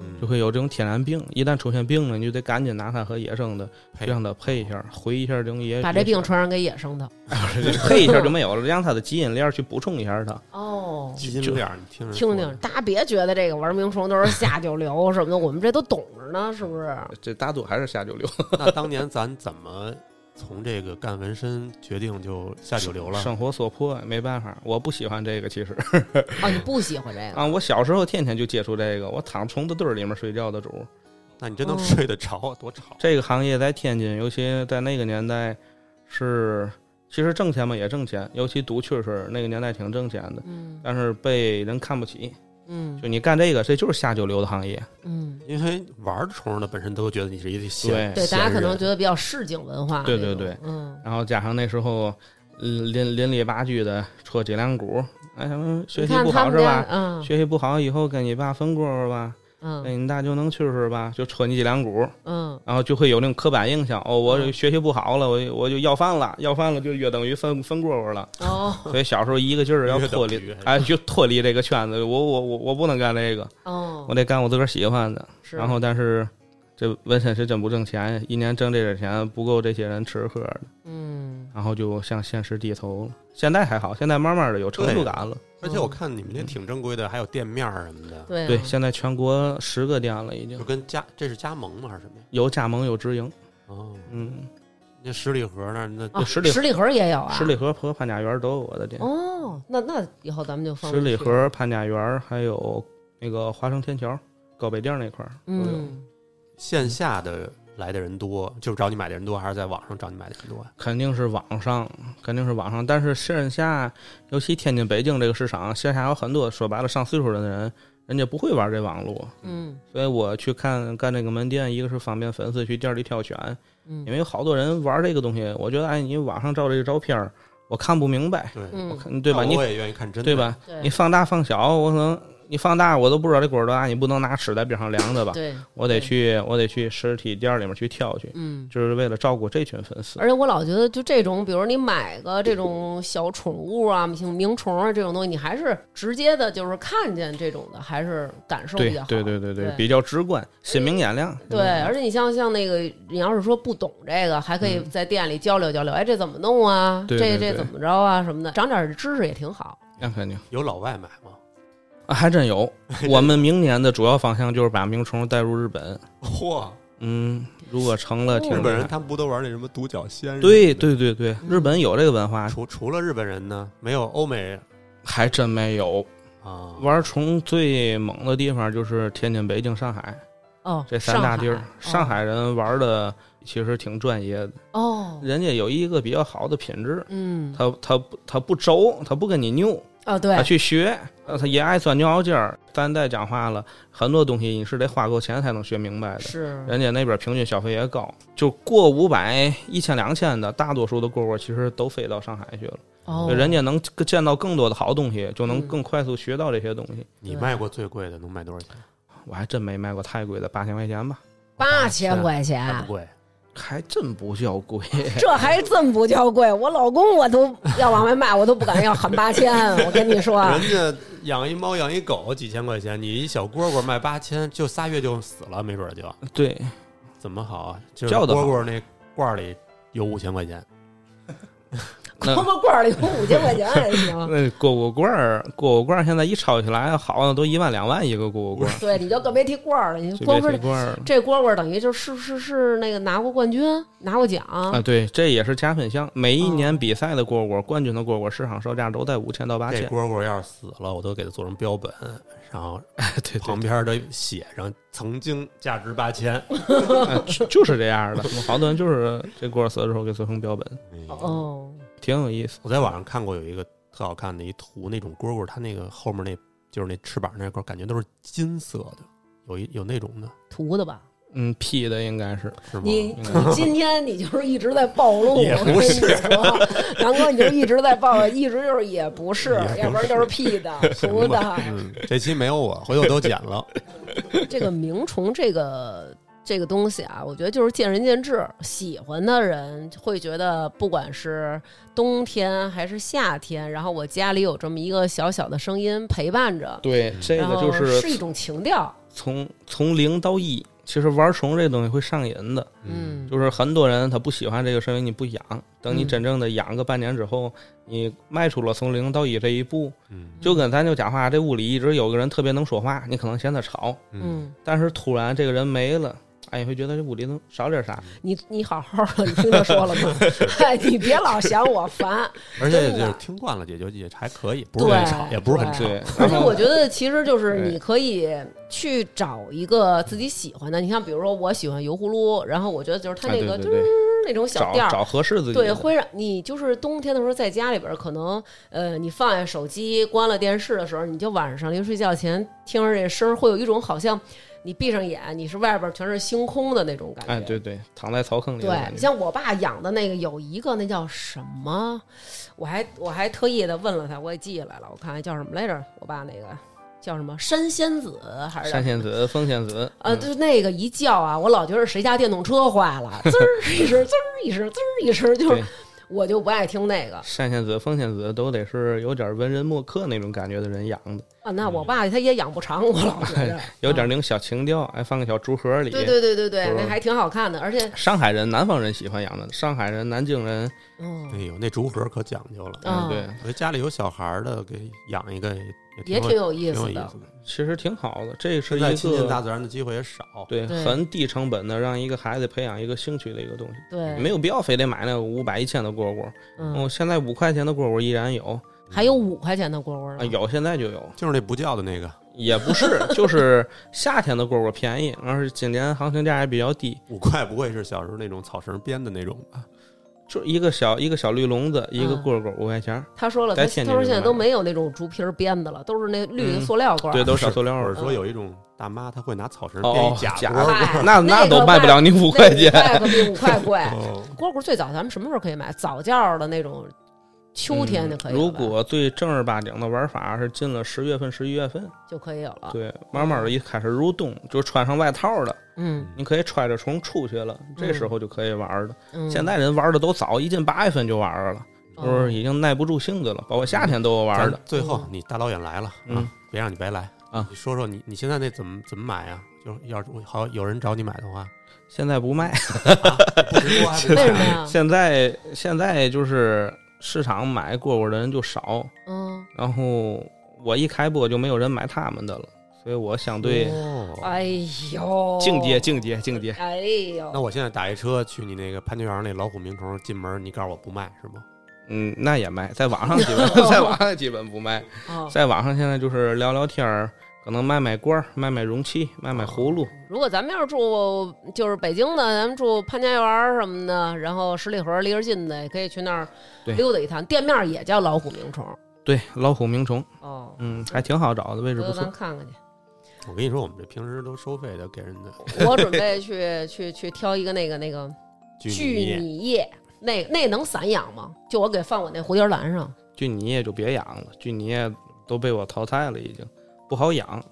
Speaker 3: 嗯
Speaker 1: 就会有这种天然病。一旦出现病了，你就得赶紧拿它和野生的，
Speaker 3: 配
Speaker 1: 让它配一下，回一下这种野，
Speaker 2: 把这病
Speaker 1: 野 生
Speaker 2: 传染给野生
Speaker 1: 嗯
Speaker 2: 的。
Speaker 1: 配一下就没有了，让它的基因链去补充一下它。
Speaker 2: 哦，
Speaker 3: 基因链儿，你听着
Speaker 2: 听
Speaker 3: 说
Speaker 2: 听，大家别觉得这个玩名虫都是下九流什么的，我们这都懂着呢，是不是？
Speaker 1: 这大多还是下九流，
Speaker 3: 那当年咱怎么从这个干纹身决定就下九
Speaker 2: 啊
Speaker 3: 流了？
Speaker 1: 生活所迫，没办法。我不喜欢这个，其 实
Speaker 2: 哦，你不喜欢这个？
Speaker 1: 啊，我小时候天天就接触这个，我躺虫子堆儿里面睡觉的主。
Speaker 3: 那你真
Speaker 2: 哦
Speaker 3: 能睡得着啊？多吵！
Speaker 1: 这个行业在天津，尤其在那个年代是。其实挣钱嘛也挣钱，尤其毒蛐蛐那个年代挺挣钱的，
Speaker 2: 嗯
Speaker 1: 但是被人看不起。
Speaker 2: 嗯
Speaker 1: 就你干这个，这就是下九流的行业。
Speaker 2: 嗯，
Speaker 3: 因为玩虫的本身都觉得你是一
Speaker 1: 对
Speaker 3: 闲
Speaker 2: 对，大家可能觉
Speaker 3: 得
Speaker 2: 得比较市井文化。
Speaker 1: 对对对，
Speaker 2: 嗯
Speaker 1: 然后加上那时候嗯邻邻里八居的戳脊梁骨，哎，什么学习不好是吧？？
Speaker 2: 嗯
Speaker 1: 学习不好以后跟你爸分锅儿吧，那
Speaker 2: 嗯
Speaker 1: 你大舅能去是吧？就戳你脊梁骨，
Speaker 2: 嗯，
Speaker 1: 然后就会有那种刻板印象。哦，我
Speaker 2: 嗯
Speaker 1: 学习不好了，我我就要饭了，要饭了就约等于分分锅儿了。
Speaker 2: 哦
Speaker 1: 所以小时候一个劲儿要
Speaker 3: 约等
Speaker 1: 脱离
Speaker 3: 于，
Speaker 1: 哎，就脱离这个圈子。我我我我不能干这个，
Speaker 2: 哦，
Speaker 1: 我得干我自个儿喜欢的。
Speaker 2: 是
Speaker 1: 然后但是这纹身是真不挣钱，一年挣这点钱不够这些人吃喝的。
Speaker 2: 嗯
Speaker 1: 然后就向现实低头了。现在还好，现在慢慢的有成就感了。
Speaker 3: 而且我看你们那挺正规的，还有店面儿什么的，
Speaker 2: 嗯对啊嗯
Speaker 1: 对，现在全国十个店了，已
Speaker 3: 就
Speaker 1: 经
Speaker 3: 跟加这是加盟吗？还是什么呀？
Speaker 1: 有加盟有直营。
Speaker 3: 哦，
Speaker 1: 嗯，
Speaker 3: 那十里河那儿那
Speaker 2: 啊，
Speaker 1: 十里
Speaker 2: 十里河也有啊，
Speaker 1: 十里河和潘家园都有我的店。
Speaker 2: 哦，那那以后咱们就放
Speaker 1: 十里，河、潘家园还有那个华盛天桥、高碑店那块儿都有。
Speaker 2: 嗯，
Speaker 3: 线下的来的人多，就是找你买的人多，还是在网上找你买的人多啊呀？
Speaker 1: 肯定是网上，肯定是网上。但是线下，尤其天津、北京这个市场，线下有很多说白了上岁数的人，人家不会玩这网络。
Speaker 2: 嗯
Speaker 1: 所以我去看干这个门店，一个是方便粉丝去店里挑选，
Speaker 2: 嗯
Speaker 1: 因为有好多人玩这个东西，我觉得哎，你网上照这个照片儿，我看不明白，
Speaker 3: 对，
Speaker 2: 嗯，
Speaker 1: 嗯对吧？
Speaker 3: 那
Speaker 1: 你
Speaker 3: 我也愿意看真的，
Speaker 1: 对？吧？
Speaker 2: 对
Speaker 1: 你放大放小，我可能你放大我都不知道这果儿多大，你不能拿尺在边上量着吧？
Speaker 2: 对，
Speaker 1: 我得
Speaker 2: 对
Speaker 1: 去，我得去实体店里面去挑去，
Speaker 2: 嗯。
Speaker 1: 就是为了照顾这群粉丝。
Speaker 2: 而且我老觉得，就这种，比如你买个这种小宠物啊、像鸣虫啊这种东西，你还是直接的，就是看见这种的，还是感受
Speaker 1: 对
Speaker 2: 比较好。
Speaker 1: 对对对对
Speaker 2: 对，
Speaker 1: 比较直观，鲜明眼嗯亮。
Speaker 2: 对，而且你像像那个，你要是说不懂这个，还可以在店里交流交流，哎，这怎么弄啊？
Speaker 1: 嗯对对
Speaker 2: 这这
Speaker 1: 对
Speaker 2: 怎么着啊？什么的，长点知识也挺好。
Speaker 1: 那肯定
Speaker 3: 有老外买吗？
Speaker 1: 啊，还真有。我们明年的主要方向就是把鸣虫带入日本。
Speaker 3: 嚯，
Speaker 1: 嗯，如果成了，
Speaker 2: 日
Speaker 1: 挺
Speaker 3: 日
Speaker 1: 厉
Speaker 3: 本
Speaker 1: 害
Speaker 3: 人他们不都玩那什么独角仙？
Speaker 1: 对。对对对，
Speaker 2: 嗯
Speaker 1: 日本有这个文化，
Speaker 3: 除除了日本人呢，没有欧美人
Speaker 1: 还真没有。
Speaker 3: 啊。
Speaker 1: 玩虫最猛的地方就是天津、北京、上海
Speaker 2: 哦，
Speaker 1: 这三大地儿
Speaker 2: 上海，嗯
Speaker 1: 上海人玩的其实挺专业的，
Speaker 2: 哦，
Speaker 1: 人家有一个比较好的品质。
Speaker 2: 嗯，
Speaker 1: 他他不他不轴，他不跟你拗，
Speaker 2: 哦，对
Speaker 1: 他，去学，呃他也爱钻牛角尖儿。咱再讲话了，很多东西你是得花够钱才能学明白的。
Speaker 2: 是，
Speaker 1: 人家那边平均消费也高，就过五百、一千、两千的，大多数的蝈蝈其实都飞到上海去了。
Speaker 2: 哦，
Speaker 1: 就人家能见到更多的好东西，就能
Speaker 2: 嗯
Speaker 1: 更快速学到这些东西。
Speaker 3: 你卖过最贵的能卖多少钱？
Speaker 1: 我还真没卖过太贵的，八千块钱吧，
Speaker 2: 八千块
Speaker 3: 还
Speaker 2: 钱
Speaker 3: 不，贵，
Speaker 1: 还真不叫贵。
Speaker 2: 这还真不叫贵。我老公我都要往外卖，我都不敢要喊八千。我跟你说，
Speaker 1: 嗯
Speaker 3: 人家养一猫养一狗几千块钱，你一小蝈蝈卖八千，就仨月就死了，没准儿就
Speaker 1: 对，
Speaker 3: 怎么好啊？就是
Speaker 1: 叫
Speaker 3: 蝈
Speaker 1: 得好
Speaker 3: 蝈那罐儿里有五千块钱，
Speaker 1: 那
Speaker 2: 光个罐儿里有五千块钱还行。
Speaker 1: 那蝈蝈罐儿，蝈蝈罐儿现在一抄起来，好像都一万两万一个蝈蝈 罐儿，
Speaker 2: 对，你就更别提罐儿了，你
Speaker 1: 就
Speaker 2: 光
Speaker 1: 别
Speaker 2: 说
Speaker 1: 提罐儿了。
Speaker 2: 这蝈蝈等于就是是是那个拿过冠军，拿过奖，
Speaker 1: 啊，对，这也是加分项。每一
Speaker 2: 哦
Speaker 1: 年比赛的蝈蝈，冠军的蝈蝈市场售价都在五千到八
Speaker 3: 这
Speaker 1: 千。
Speaker 3: 蝈蝈要是死了，我都给它做成标本，然后
Speaker 1: 对对
Speaker 3: 旁边的写上曾经价值八千。
Speaker 1: 啊就就是这样的。好多人就是这蝈儿死的时候给做成标本，
Speaker 2: 哦，
Speaker 1: 挺有意思。
Speaker 3: 我在网上看过有一个特好看的一图，那种蝈蝈，它那个后面那就是那翅膀那块儿，感觉都是金色的，有一有那种的，
Speaker 2: 图的吧？
Speaker 1: 嗯，P 的应该是
Speaker 3: 是吗？
Speaker 2: 你你今天你就是一直在暴露，
Speaker 3: 也
Speaker 2: 我跟
Speaker 3: 不
Speaker 2: 你
Speaker 3: 是
Speaker 2: 说，南哥你就一直在暴露，一直就是也不是
Speaker 3: 也不，是
Speaker 2: 要不然就是屁的图的。
Speaker 3: 嗯，这期没有我，回头我都剪 了。
Speaker 2: 这个鸣虫这个这个东西啊，我觉得就是见仁见智，喜欢的人会觉得，不管是冬天还是夏天，然后我家里有这么一个小小的声音陪伴着，
Speaker 1: 对，
Speaker 3: 嗯
Speaker 1: 这
Speaker 2: 然
Speaker 1: 个
Speaker 2: 后
Speaker 1: 就是是
Speaker 2: 一种情调，
Speaker 1: 从从零到一。其实玩虫这东西会上瘾的，
Speaker 2: 嗯，
Speaker 1: 就是很多人他不喜欢这个，是因为你不养。等你
Speaker 2: 嗯
Speaker 1: 真正的养个半年之后，你迈出了从零到一这一步，
Speaker 3: 嗯
Speaker 1: 就跟咱就讲话，这屋里一直有个人特别能说话，你可能嫌他吵，
Speaker 3: 嗯，
Speaker 2: 嗯，
Speaker 1: 但是突然这个人没了，哎，你会觉得这屋里能少点啥？
Speaker 2: 你你好好的，你听他说了 吗？哎，你别老嫌我烦。
Speaker 3: 而且
Speaker 2: 真
Speaker 3: 就
Speaker 2: 的
Speaker 3: 是听惯了，也就也还可以，不是很
Speaker 2: 对
Speaker 3: 吵，也不是很吵。
Speaker 1: 对，
Speaker 2: 而
Speaker 1: 然
Speaker 2: 且
Speaker 1: 后
Speaker 2: 我觉得，其实就是
Speaker 1: 对
Speaker 2: 你可以去找一个自己喜欢的。你像，比如说我喜欢油葫芦，然后我觉得就是它
Speaker 1: 啊
Speaker 2: 那
Speaker 1: 对
Speaker 2: 个
Speaker 1: 对
Speaker 2: 就
Speaker 1: 对
Speaker 2: 是那种小
Speaker 1: 找
Speaker 2: 店儿。
Speaker 1: 找合适自己的，
Speaker 2: 对，会让你就是冬天的时候在家里边，儿，可能呃，你放下手机，关了电视的时候，你就晚上临睡觉前听着这声儿，会有一种好像你闭上眼，你是外边儿全是星空的那种感觉。
Speaker 1: 哎，对对，躺在草坑里的
Speaker 2: 对
Speaker 1: 感
Speaker 2: 你
Speaker 1: 觉，
Speaker 2: 像我爸养的那个有一个那叫什么，我还我还特意的问了他，我也记下来了，我看叫什么来着？我爸那个叫什么山仙子还是叫
Speaker 1: 山？仙子、风仙子，
Speaker 2: 呃，
Speaker 1: 嗯
Speaker 2: 就是那个一叫啊，我老觉得谁家电动车坏了，滋儿一声，滋儿一声，滋儿一声，就是
Speaker 1: 对
Speaker 2: 我就不爱听那个
Speaker 1: 山仙子、风仙子都得是有点文人墨客那种感觉的人养的，
Speaker 2: 啊。那
Speaker 1: 嗯
Speaker 2: 我爸他也养不长，我老 觉得
Speaker 1: 有点那种小情调，哎，放个小竹盒里。
Speaker 2: 哦啊对对对对对，
Speaker 1: 嗯
Speaker 2: 那还挺好看的，而且
Speaker 1: 上海人、南方人喜欢养的，上海人、南京人，
Speaker 3: 哎
Speaker 2: 嗯
Speaker 3: 呦，那竹盒可讲究了。
Speaker 1: 嗯，
Speaker 2: 啊
Speaker 1: 对，
Speaker 3: 我觉得家里有小孩儿的，给养一个也
Speaker 2: 也挺
Speaker 3: 挺
Speaker 2: 有意
Speaker 3: 挺有
Speaker 2: 思
Speaker 3: 意
Speaker 2: 的
Speaker 3: 思。的。
Speaker 1: 其实挺好的，这是
Speaker 3: 现
Speaker 1: 一
Speaker 3: 在亲近大
Speaker 1: 个
Speaker 3: 自然的机会也少，
Speaker 1: 对
Speaker 2: 对
Speaker 1: 很低成本的让一个孩子培养一个兴趣的一个东西，
Speaker 2: 对，
Speaker 1: 没有必要非得买那个五百一千的蝈蝈。
Speaker 2: 嗯，
Speaker 1: 哦，现在五块钱的蝈蝈依然有
Speaker 2: 还有五块钱的蝈蝈
Speaker 1: 啊，
Speaker 2: 呢，
Speaker 1: 有现在就有，
Speaker 3: 嗯就是那不叫的那个
Speaker 1: 也不是，就是夏天的蝈蝈便宜，而是今年行情价也比较低，
Speaker 3: 五块，不会是小时候那种草绳编的那种吧？
Speaker 1: 就一个小一个小绿笼子，一个
Speaker 2: 嗯
Speaker 1: 蝈�蝈五块钱儿，
Speaker 2: 他说了，他
Speaker 1: 在
Speaker 2: 他
Speaker 1: 天津
Speaker 2: 说
Speaker 1: 就
Speaker 2: 现在
Speaker 1: 买
Speaker 2: 都
Speaker 1: 了
Speaker 2: 没有那种竹皮儿编的了，都是那绿的
Speaker 1: 嗯
Speaker 2: 塑料罐儿。
Speaker 1: 对，都
Speaker 3: 不
Speaker 1: 是小塑料
Speaker 3: 或者
Speaker 2: 嗯
Speaker 1: 的。
Speaker 3: 说有一种大妈，她会拿草绳编
Speaker 1: 哦
Speaker 3: 一，假
Speaker 1: 假
Speaker 3: 蝈蝈。
Speaker 2: 嗨
Speaker 1: 那
Speaker 2: 那
Speaker 1: 那
Speaker 2: 个
Speaker 1: 都卖不了你
Speaker 2: 那
Speaker 1: 五块
Speaker 2: 五
Speaker 1: 钱。
Speaker 2: 块可比五块贵。
Speaker 3: 哦
Speaker 2: 蝈蝈最早咱们什么时候可以买？早教的那种秋天就可以
Speaker 1: 嗯
Speaker 2: 了吧、
Speaker 1: 如果最正儿八经的玩法是进了十月份、十一月份，
Speaker 2: 就可以有了。
Speaker 1: 对，慢慢的一开始入冬，就穿上外套了，
Speaker 2: 嗯
Speaker 1: 你可以揣着虫出去了，这时候就可以玩了。
Speaker 2: 嗯，
Speaker 1: 现在人玩的都早，一进八月份就玩了，
Speaker 2: 哦
Speaker 1: 就是已经耐不住性子了，包括夏天都有玩的
Speaker 3: 咱。最后你大老远来了
Speaker 1: 嗯
Speaker 3: 啊，别让你白来
Speaker 1: 啊！
Speaker 3: 你说说你你现在那怎么怎么买啊？就是要是好有人找你买的话，
Speaker 1: 现在不卖，
Speaker 4: 不直播还不
Speaker 2: 为什么呀？
Speaker 1: 现在现在就是市场买蝈蝈的人就少，
Speaker 2: 嗯，
Speaker 1: 然后我一开播就没有人买他们的了，所以我相嗯对
Speaker 3: 哦
Speaker 2: 哎呦，
Speaker 1: 境界境界境界。
Speaker 2: 哎呦，
Speaker 3: 那我现在打一车去你那个潘家园那老虎鸣虫，进门你告诉我不卖是吗？
Speaker 1: 嗯，那也卖，在网上基本在网上基本不卖，
Speaker 2: 哦
Speaker 1: 在网上现在就是聊聊天儿，可能卖卖罐儿、卖卖容器、卖卖葫芦，
Speaker 2: 如果咱们要是住就是北京的，咱们住潘家园儿什么的，然后十里河离着近的，也可以去那儿
Speaker 1: 对嗯
Speaker 2: 溜达一趟。店面儿也叫老虎鸣虫
Speaker 1: 对，老虎鸣虫，
Speaker 2: 哦，
Speaker 1: 嗯，还挺好找的，位置
Speaker 2: 回
Speaker 1: 不
Speaker 2: 头
Speaker 1: 错
Speaker 2: 咱。看看去。
Speaker 3: 我跟你说，我们这平时都收费的，给人的
Speaker 2: 我准备去去去挑一个那个那个
Speaker 3: 巨
Speaker 2: 聚
Speaker 3: 孽。
Speaker 2: 米叶，那那能散养吗？就我给放我那蝴蝶兰上。
Speaker 1: 巨泥也就别养了，巨泥也都被我淘汰了，已经不好养。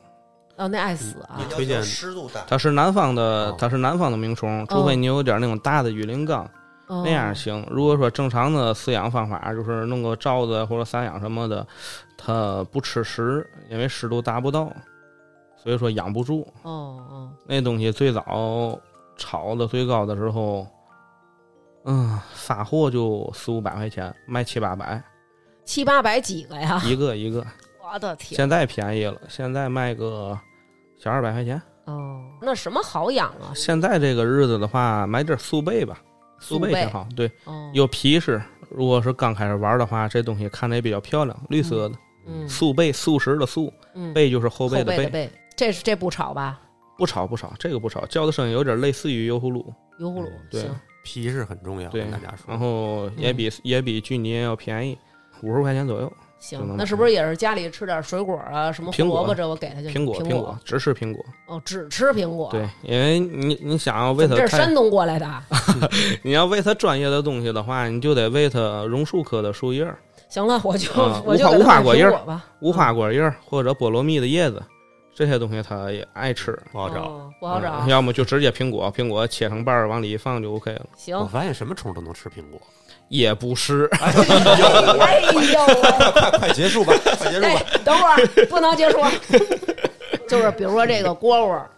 Speaker 2: 哦，那爱死啊
Speaker 3: 你！推荐
Speaker 4: 湿度大，
Speaker 1: 它是南方的
Speaker 3: 哦，
Speaker 1: 它是南方的鸣虫，除非你有点那种大的雨林缸，
Speaker 2: 那
Speaker 1: 嗯那样行。如果说正常的饲养方法，就是弄个罩子或者散养什么的，它不吃食，因为湿度达不到，所以说养不住。
Speaker 2: 哦哦，
Speaker 1: 那东西最早炒的最高的时候，嗯，发货就四五百块钱，卖七八百
Speaker 2: 七八百几个呀！
Speaker 1: 一个一个。
Speaker 2: 我的啊天！
Speaker 1: 现在便宜了，现在卖个小二百块钱。
Speaker 2: 哦，那什么好养啊？
Speaker 1: 现在这个日子的话，买点速贝吧，速贝挺好。对，
Speaker 2: 哦，
Speaker 1: 有皮实。如果是刚开始玩的话，这东西看着也比较漂亮，绿色的
Speaker 2: 嗯
Speaker 1: 速贝，素食的素，
Speaker 2: 嗯
Speaker 1: 贝就是后
Speaker 2: 后
Speaker 1: 背的
Speaker 2: 背的
Speaker 1: 贝。
Speaker 2: 背，这是这不炒吧？
Speaker 1: 不炒不炒，这个不炒，叫的声音有点类似于油葫芦，
Speaker 2: 油葫芦
Speaker 3: 嗯
Speaker 1: 对
Speaker 2: 行
Speaker 3: 皮是很重要，
Speaker 1: 对嗯
Speaker 3: 跟大家说。
Speaker 1: 然后
Speaker 2: 嗯
Speaker 1: 也比、也比去年要便宜，五十块钱左右。就
Speaker 2: 行，
Speaker 1: 能
Speaker 2: 那
Speaker 1: 买
Speaker 2: 是不是也是家里吃点水果啊，什么胡
Speaker 1: 苹果
Speaker 2: 萝卜这我给他就
Speaker 1: 苹果，
Speaker 2: 嗯苹
Speaker 1: 苹果，只吃苹果。
Speaker 2: 哦，只吃苹果。
Speaker 1: 对，因为你你想要为
Speaker 2: 怎么
Speaker 1: 它
Speaker 2: 这是
Speaker 1: 开，
Speaker 2: 山东过来的啊。
Speaker 1: 你要喂它专业的东西的话，你就得喂它榕树科的树叶儿、
Speaker 2: 行了，我就
Speaker 1: 啊
Speaker 2: 我就
Speaker 1: 无花无花
Speaker 2: 给他买
Speaker 1: 果
Speaker 2: 苹
Speaker 1: 叶儿
Speaker 2: 果吧，
Speaker 1: 无花果叶儿或者菠萝蜜的叶子，这些东西它也爱吃。
Speaker 3: 不好找。
Speaker 2: 哦，不好找
Speaker 1: 嗯。要么就直接苹果，苹果切成瓣儿往里一放就 OK 了。
Speaker 3: 我
Speaker 2: 行，
Speaker 3: 发现什么虫都能吃苹果，
Speaker 1: 也不 是，
Speaker 2: 哎呦喂，
Speaker 3: 快结束吧，快结束
Speaker 2: 哎
Speaker 3: 吧。，
Speaker 2: 等会儿不能结束。 就是比如说这个蝈蝈儿，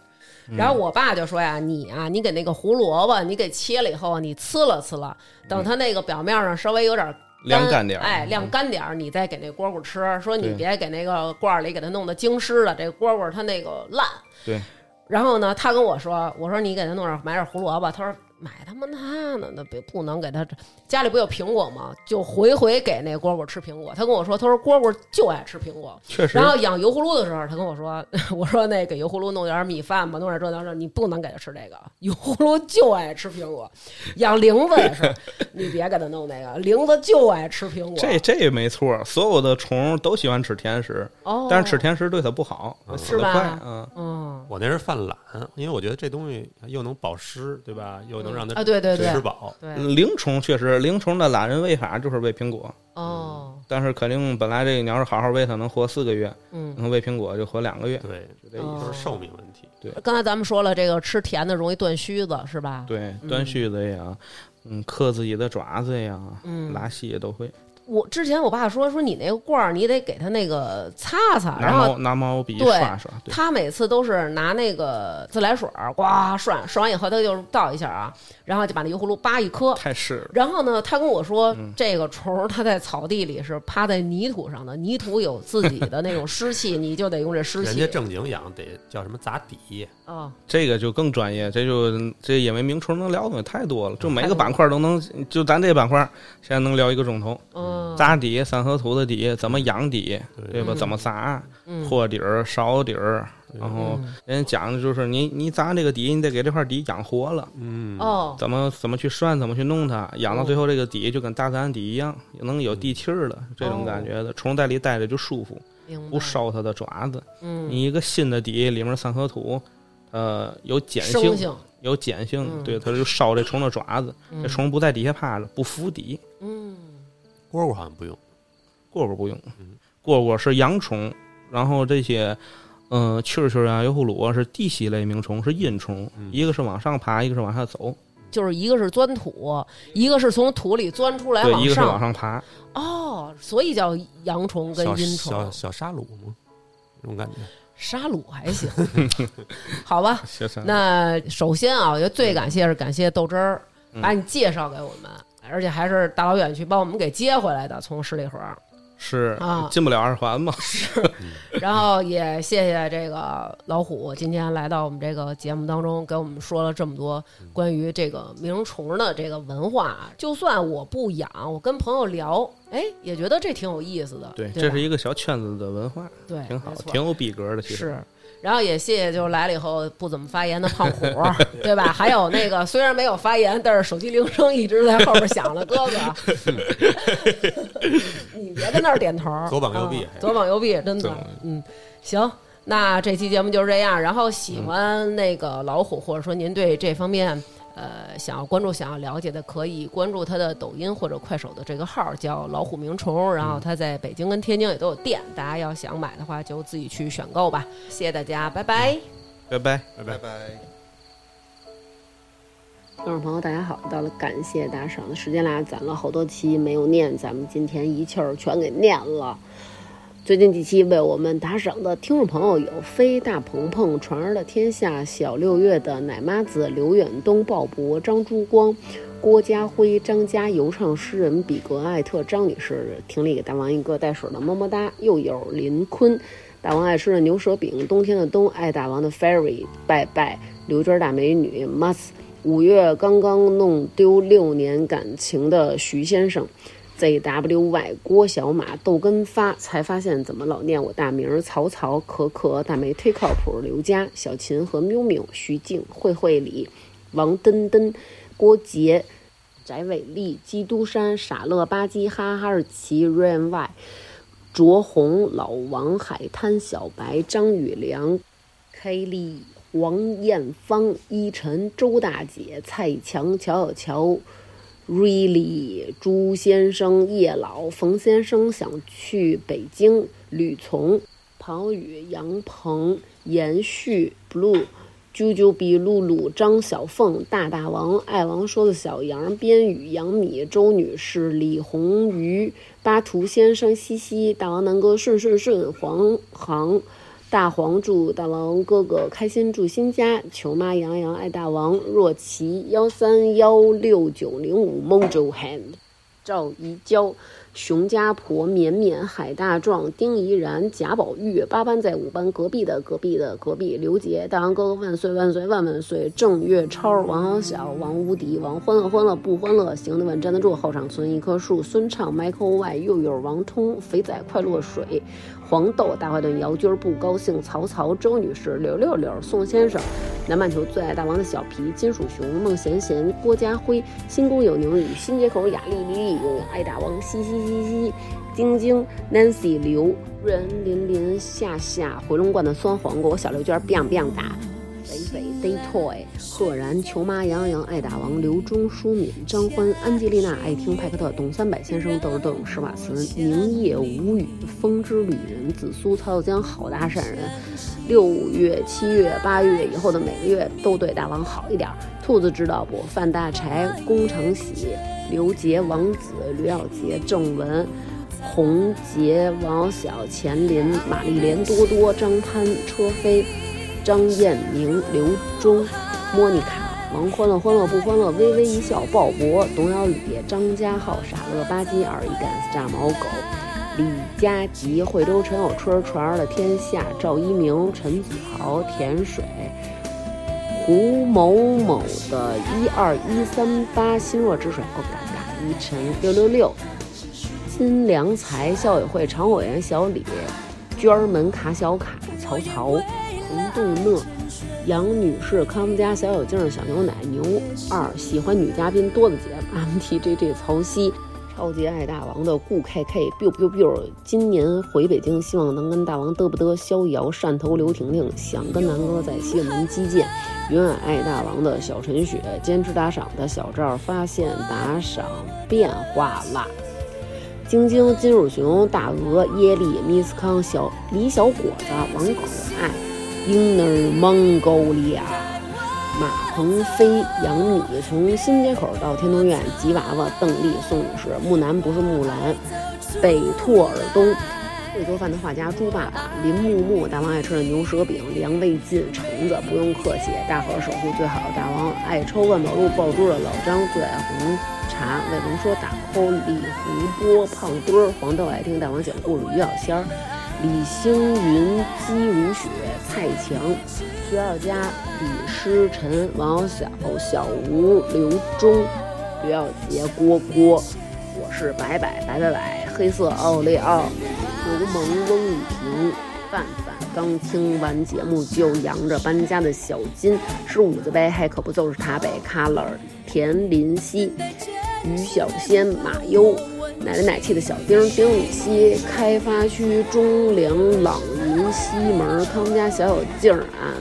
Speaker 1: 嗯
Speaker 2: 然后我爸就说呀：“你啊，你给那个胡萝卜，你给切了以后，啊你呲了呲了，等它那个表面上稍微有点
Speaker 1: 嗯凉干点儿嗯
Speaker 2: 哎，晾干点儿，你再给那蝈蝈吃。说你
Speaker 1: 对
Speaker 2: 别给那个罐儿里给它弄得精湿了，这蝈蝈它那个烂。
Speaker 1: 对。
Speaker 2: 然后呢，他跟我说，我说你给它弄点儿买点儿胡萝卜，他说买他妈那呢，那别不能给它。家里不有苹果吗？就回回给那蝈蝈吃苹果。他跟我说，他说蝈蝈就爱吃苹果。
Speaker 1: 确实
Speaker 2: 然后养油葫芦的时候，他跟我说， 我说那给油葫芦弄点米饭吧，弄点这弄这，你不能给它吃这个，油葫芦就爱吃苹果。养铃子也是，你别给它弄那个，铃子就爱吃苹果。
Speaker 1: 这这没错，所有的虫都喜欢吃甜食，
Speaker 2: 哦，
Speaker 1: 但是吃甜食对它不好，
Speaker 3: 嗯
Speaker 1: 死得
Speaker 2: 是吧
Speaker 1: 快。嗯，
Speaker 2: 嗯，
Speaker 3: 我那是犯懒，因为我觉得这东西又能保湿，对吧？又能让它
Speaker 2: 啊，对对对
Speaker 3: 吃饱。
Speaker 2: 对，
Speaker 1: 灵虫确实，灵虫的懒人喂法就是喂苹果，
Speaker 2: 哦，
Speaker 1: 但是肯定本来这个你要是好好喂它，能活四个月，
Speaker 2: 嗯。
Speaker 1: 能喂苹果就活两个月，
Speaker 3: 对，
Speaker 1: 就这意思。
Speaker 2: 哦
Speaker 3: 就是寿命问题。
Speaker 2: 刚才咱们说了，这个吃甜的容易断须子，是吧？，
Speaker 1: 对，断须子呀，嗯，刻自己的爪子呀，
Speaker 2: 嗯，
Speaker 1: 拉稀也都会，
Speaker 2: 我之前我爸说说你那个罐儿，你得给他那个擦擦，
Speaker 1: 拿
Speaker 2: 然后
Speaker 1: 毛拿毛笔
Speaker 2: 对
Speaker 1: 刷刷，对，
Speaker 2: 他每次都是拿那个自来水儿呱涮，涮完以后他就倒一下啊，然后就把那油葫芦叭一磕。
Speaker 1: 太湿了。
Speaker 2: 然后呢，他跟我说，
Speaker 1: 嗯
Speaker 2: 这个虫儿它在草地里是趴在泥土上的，泥土有自己的那种湿气，你就得用这湿
Speaker 3: 人
Speaker 2: 气
Speaker 3: 家正经养得叫什么砸底，
Speaker 2: 啊、哦
Speaker 1: 这个就更专业，这就这因为名虫能聊的东西太多
Speaker 2: 嗯
Speaker 1: 了，就每个板块都能，就咱这板块现在能聊一个钟头。
Speaker 2: 嗯，
Speaker 1: 扎底、三合土的底，怎么养底，对
Speaker 3: 对
Speaker 1: 吧？
Speaker 2: 嗯
Speaker 1: 怎么扎，
Speaker 2: 嗯
Speaker 1: 和底儿、勺底儿，
Speaker 3: 对
Speaker 1: 然后
Speaker 2: 嗯
Speaker 1: 人家讲的就是你你砸这个底，你得给这块底养活了，
Speaker 3: 嗯，
Speaker 2: 哦，
Speaker 1: 怎么怎么去涮，怎么去弄它，养到
Speaker 2: 哦
Speaker 1: 最后这个底就跟大自然底一样，能有地气儿了，这种感觉
Speaker 2: 哦
Speaker 1: 的，虫在里待着就舒服，
Speaker 2: 明白
Speaker 1: 不烧它的爪子。
Speaker 2: 嗯，
Speaker 1: 你一个新的底里面三合土，呃，有碱
Speaker 2: 生
Speaker 1: 性，
Speaker 2: 性，
Speaker 1: 有碱性
Speaker 2: 嗯，
Speaker 1: 对，它就烧这虫的爪子，
Speaker 2: 嗯
Speaker 1: 这虫不在底下趴着，不服底。
Speaker 2: 嗯，
Speaker 3: 蝈蝈蝈好像不用，
Speaker 1: 蝈蝈不用
Speaker 3: 嗯，
Speaker 1: 蝈蝈是阳虫，然后这些，嗯、蛐蛐啊、油葫芦啊是地栖类鸣虫，是阴虫，
Speaker 3: 嗯
Speaker 1: 一个是往上爬，一个是往下走，
Speaker 6: 就是一个是钻土，一个是从土里钻出来
Speaker 1: 对，一
Speaker 6: 往
Speaker 1: 个是
Speaker 6: 上。
Speaker 1: 往上爬。
Speaker 6: 哦，所以叫阳虫跟
Speaker 3: 小
Speaker 6: 阴
Speaker 3: 小
Speaker 6: 虫。
Speaker 3: 小沙鲁吗？那种感觉。
Speaker 6: 沙鲁还行， 好吧。
Speaker 1: 行行
Speaker 6: 那首先啊，我觉得最感谢是感谢豆汁儿
Speaker 1: 嗯
Speaker 6: 把你介绍给我们，而且还是大老远去帮我们给接回来的，从十里河。
Speaker 1: 是
Speaker 6: 啊
Speaker 1: 进不了二环嘛？
Speaker 6: 然后也谢谢这个老虎今天来到我们这个节目当中，给我们说了这么多关于这个鸣虫的这个文化。就算我不养，我跟朋友聊，哎，也觉得这挺有意思的。对吧，
Speaker 1: 这是一个小圈子的文化，
Speaker 6: 对，
Speaker 1: 挺好
Speaker 6: 没，错
Speaker 1: 挺有逼格的。其实
Speaker 6: 是。然后也谢谢，就是来了以后不怎么发言的胖 虎，对吧？还有那个虽然没有发言，但是手机铃声一直在后边响了，哥哥， 你别跟那儿点头，
Speaker 3: 左膀右臂
Speaker 6: 啊左膀右臂，真的
Speaker 1: 左膀右，
Speaker 6: 嗯，行。那这期节目就是这样。然后喜
Speaker 3: 嗯
Speaker 6: 欢那个老虎，或者说您对这方面呃想要关注、想要了解的，可以关注他的抖音或者快手的这个号，叫老虎鸣虫。然
Speaker 3: 嗯
Speaker 6: 后他在北京跟天津也都有店，大家要想买的话就自己去选购吧。谢谢大家，拜拜。
Speaker 1: 拜拜。
Speaker 5: 拜拜。
Speaker 2: 听众朋友，大家好！到了感谢打赏的时间啦，攒了好多期没有念，咱们今天一气儿全给念了。最近几期为我们打赏的听众朋友有飞大鹏鹏、传儿的天下、小六月的奶妈子、刘远东、鲍勃、张珠光、郭家辉、张家游唱诗人比格艾特、张女士、婷里给大王一个带水的么么哒，又有林坤、大王爱吃的牛舌饼、冬天的冬、爱大王的 Ferry、拜拜、刘娟大美女、Mas。五月刚刚弄丢六年感情的徐先生，ZWY 郭小马豆根发才发现怎么老念我大名儿曹操可可大梅忒靠谱刘佳小秦和喵喵徐静慧慧李王登登郭杰翟伟丽基督山傻乐吧唧哈哈尔奇 Rain Y 卓红老王海滩小白张宇良 K 丽、王艳芳、依晨、周大姐、蔡强、乔小乔、Really、朱先生、叶老、冯先生想去北京，吕从、庞宇、杨鹏、延续、Blue。啾啾比露露、张小凤、大大王、爱王说的小杨、边宇、杨米、周女士、李红鱼、巴图先生、西西、大王南哥、顺顺顺、黄航、大黄祝大王哥哥开心住新家，球妈杨洋爱大王，若琪幺三幺六九零五 Mojo Hand，赵怡娇，熊家婆绵绵海大壮丁怡然贾宝玉八班在五班隔壁的隔壁的隔壁刘杰大王哥哥万岁万岁万万岁郑月超王小小王无敌王欢乐欢乐不欢乐行得稳站得住后场村一棵树孙畅 Michael Y 又有王通肥仔快乐水黄豆、大坏蛋、姚军儿不高兴、曹操、周女士、刘六六、宋先生、南半球最爱大王的小皮、金属熊、孟贤贤、郭家辉、新宫有宁宇、新街口雅丽丽丽、永远爱大王、嘻嘻嘻嘻、晶晶、Nancy、刘、瑞恩、林林、夏夏、回龙观的酸黄瓜、我小刘娟儿 biang biang 打。北北 Day Toy、赫然、球妈、杨洋、爱打王、刘忠、舒敏、张欢、安吉丽娜、爱听派克特、董三百先生、豆儿豆、史瓦茨、宁夜无语、风之旅人、紫苏、曹小江、好大善人。六月、七月、八月以后的每个月都对大王好一点儿。兔子知道不？范大柴、龚长喜、刘杰、王子、吕小杰、郑文。洪杰、王小、钱林、玛丽莲、多多、张潘、车飞、张艳明、刘忠、莫妮卡、王欢乐、欢乐不欢乐、微微一笑、鲍勃、董小李、张家浩、傻乐吧唧、二一杆子炸毛狗、李佳吉、惠州陈小春、传儿的天下、赵一鸣、陈子豪、甜水。胡某某的一二一三八心若止水，哦，嘎嘎一晨六六六，金良才校委会常委员小李，娟儿门卡小卡，曹操，洪洞讷，杨女士，康复家小小静儿，小牛奶牛二，喜欢女嘉宾多的 姐，M T J J 曹曦。超级爱大王的顾 K K biu biu biu，今年回北京，希望能跟大王嘚不嘚。逍遥汕头刘婷婷想跟南哥在西门击剑，永远爱大王的小陈雪，坚持打赏的小赵发现打赏变化啦。晶晶、金乳熊、大鹅、耶利、密斯康、小李小伙子、王可爱、英儿、蒙沟利亚、马鹏飞、杨幂，从新街口到天通苑，吉娃娃、邓丽、宋女士、木南不是木兰、北拓尔东。会做饭的画家猪爸爸、林木木、大王爱吃的牛舌饼、梁卫进、橙子，不用客气，大伙儿守护最好。大王爱抽万宝路爆珠的老张最爱红茶，魏龙说打 call，李胡波、胖墩儿、黄豆爱听大王讲故事，于小仙儿、李星云、姬如雪、蔡强、徐二佳、李诗晨、王小小、小吴、刘忠、刘耀杰、郭郭。我是白白白白白，黑色奥利奥，刘蒙翁雨平，范范。刚听完节目就扬着搬家的小金，是五子呗，还可不就是他呗。卡勒尔、田林希、于小仙、马优、奶里奶气的小丁、丁禹兮、开发区中粮、朗云、西门、康家小小静儿、安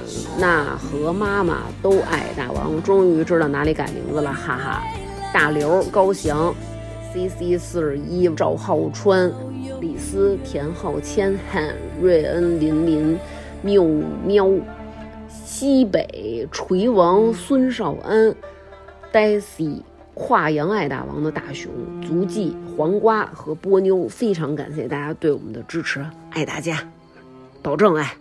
Speaker 2: 娜和妈妈都爱大王，终于知道哪里改名字了，哈哈。大刘、高翔。C C 四十一、赵浩川、李斯、田浩谦、汉瑞恩、林林、缪喵、西北锤王、孙少安、Daisy、跨洋爱大王的大熊、足迹、黄啊瓜和波妞，非常感谢大家对我们的支持，爱大家，保证爱。啊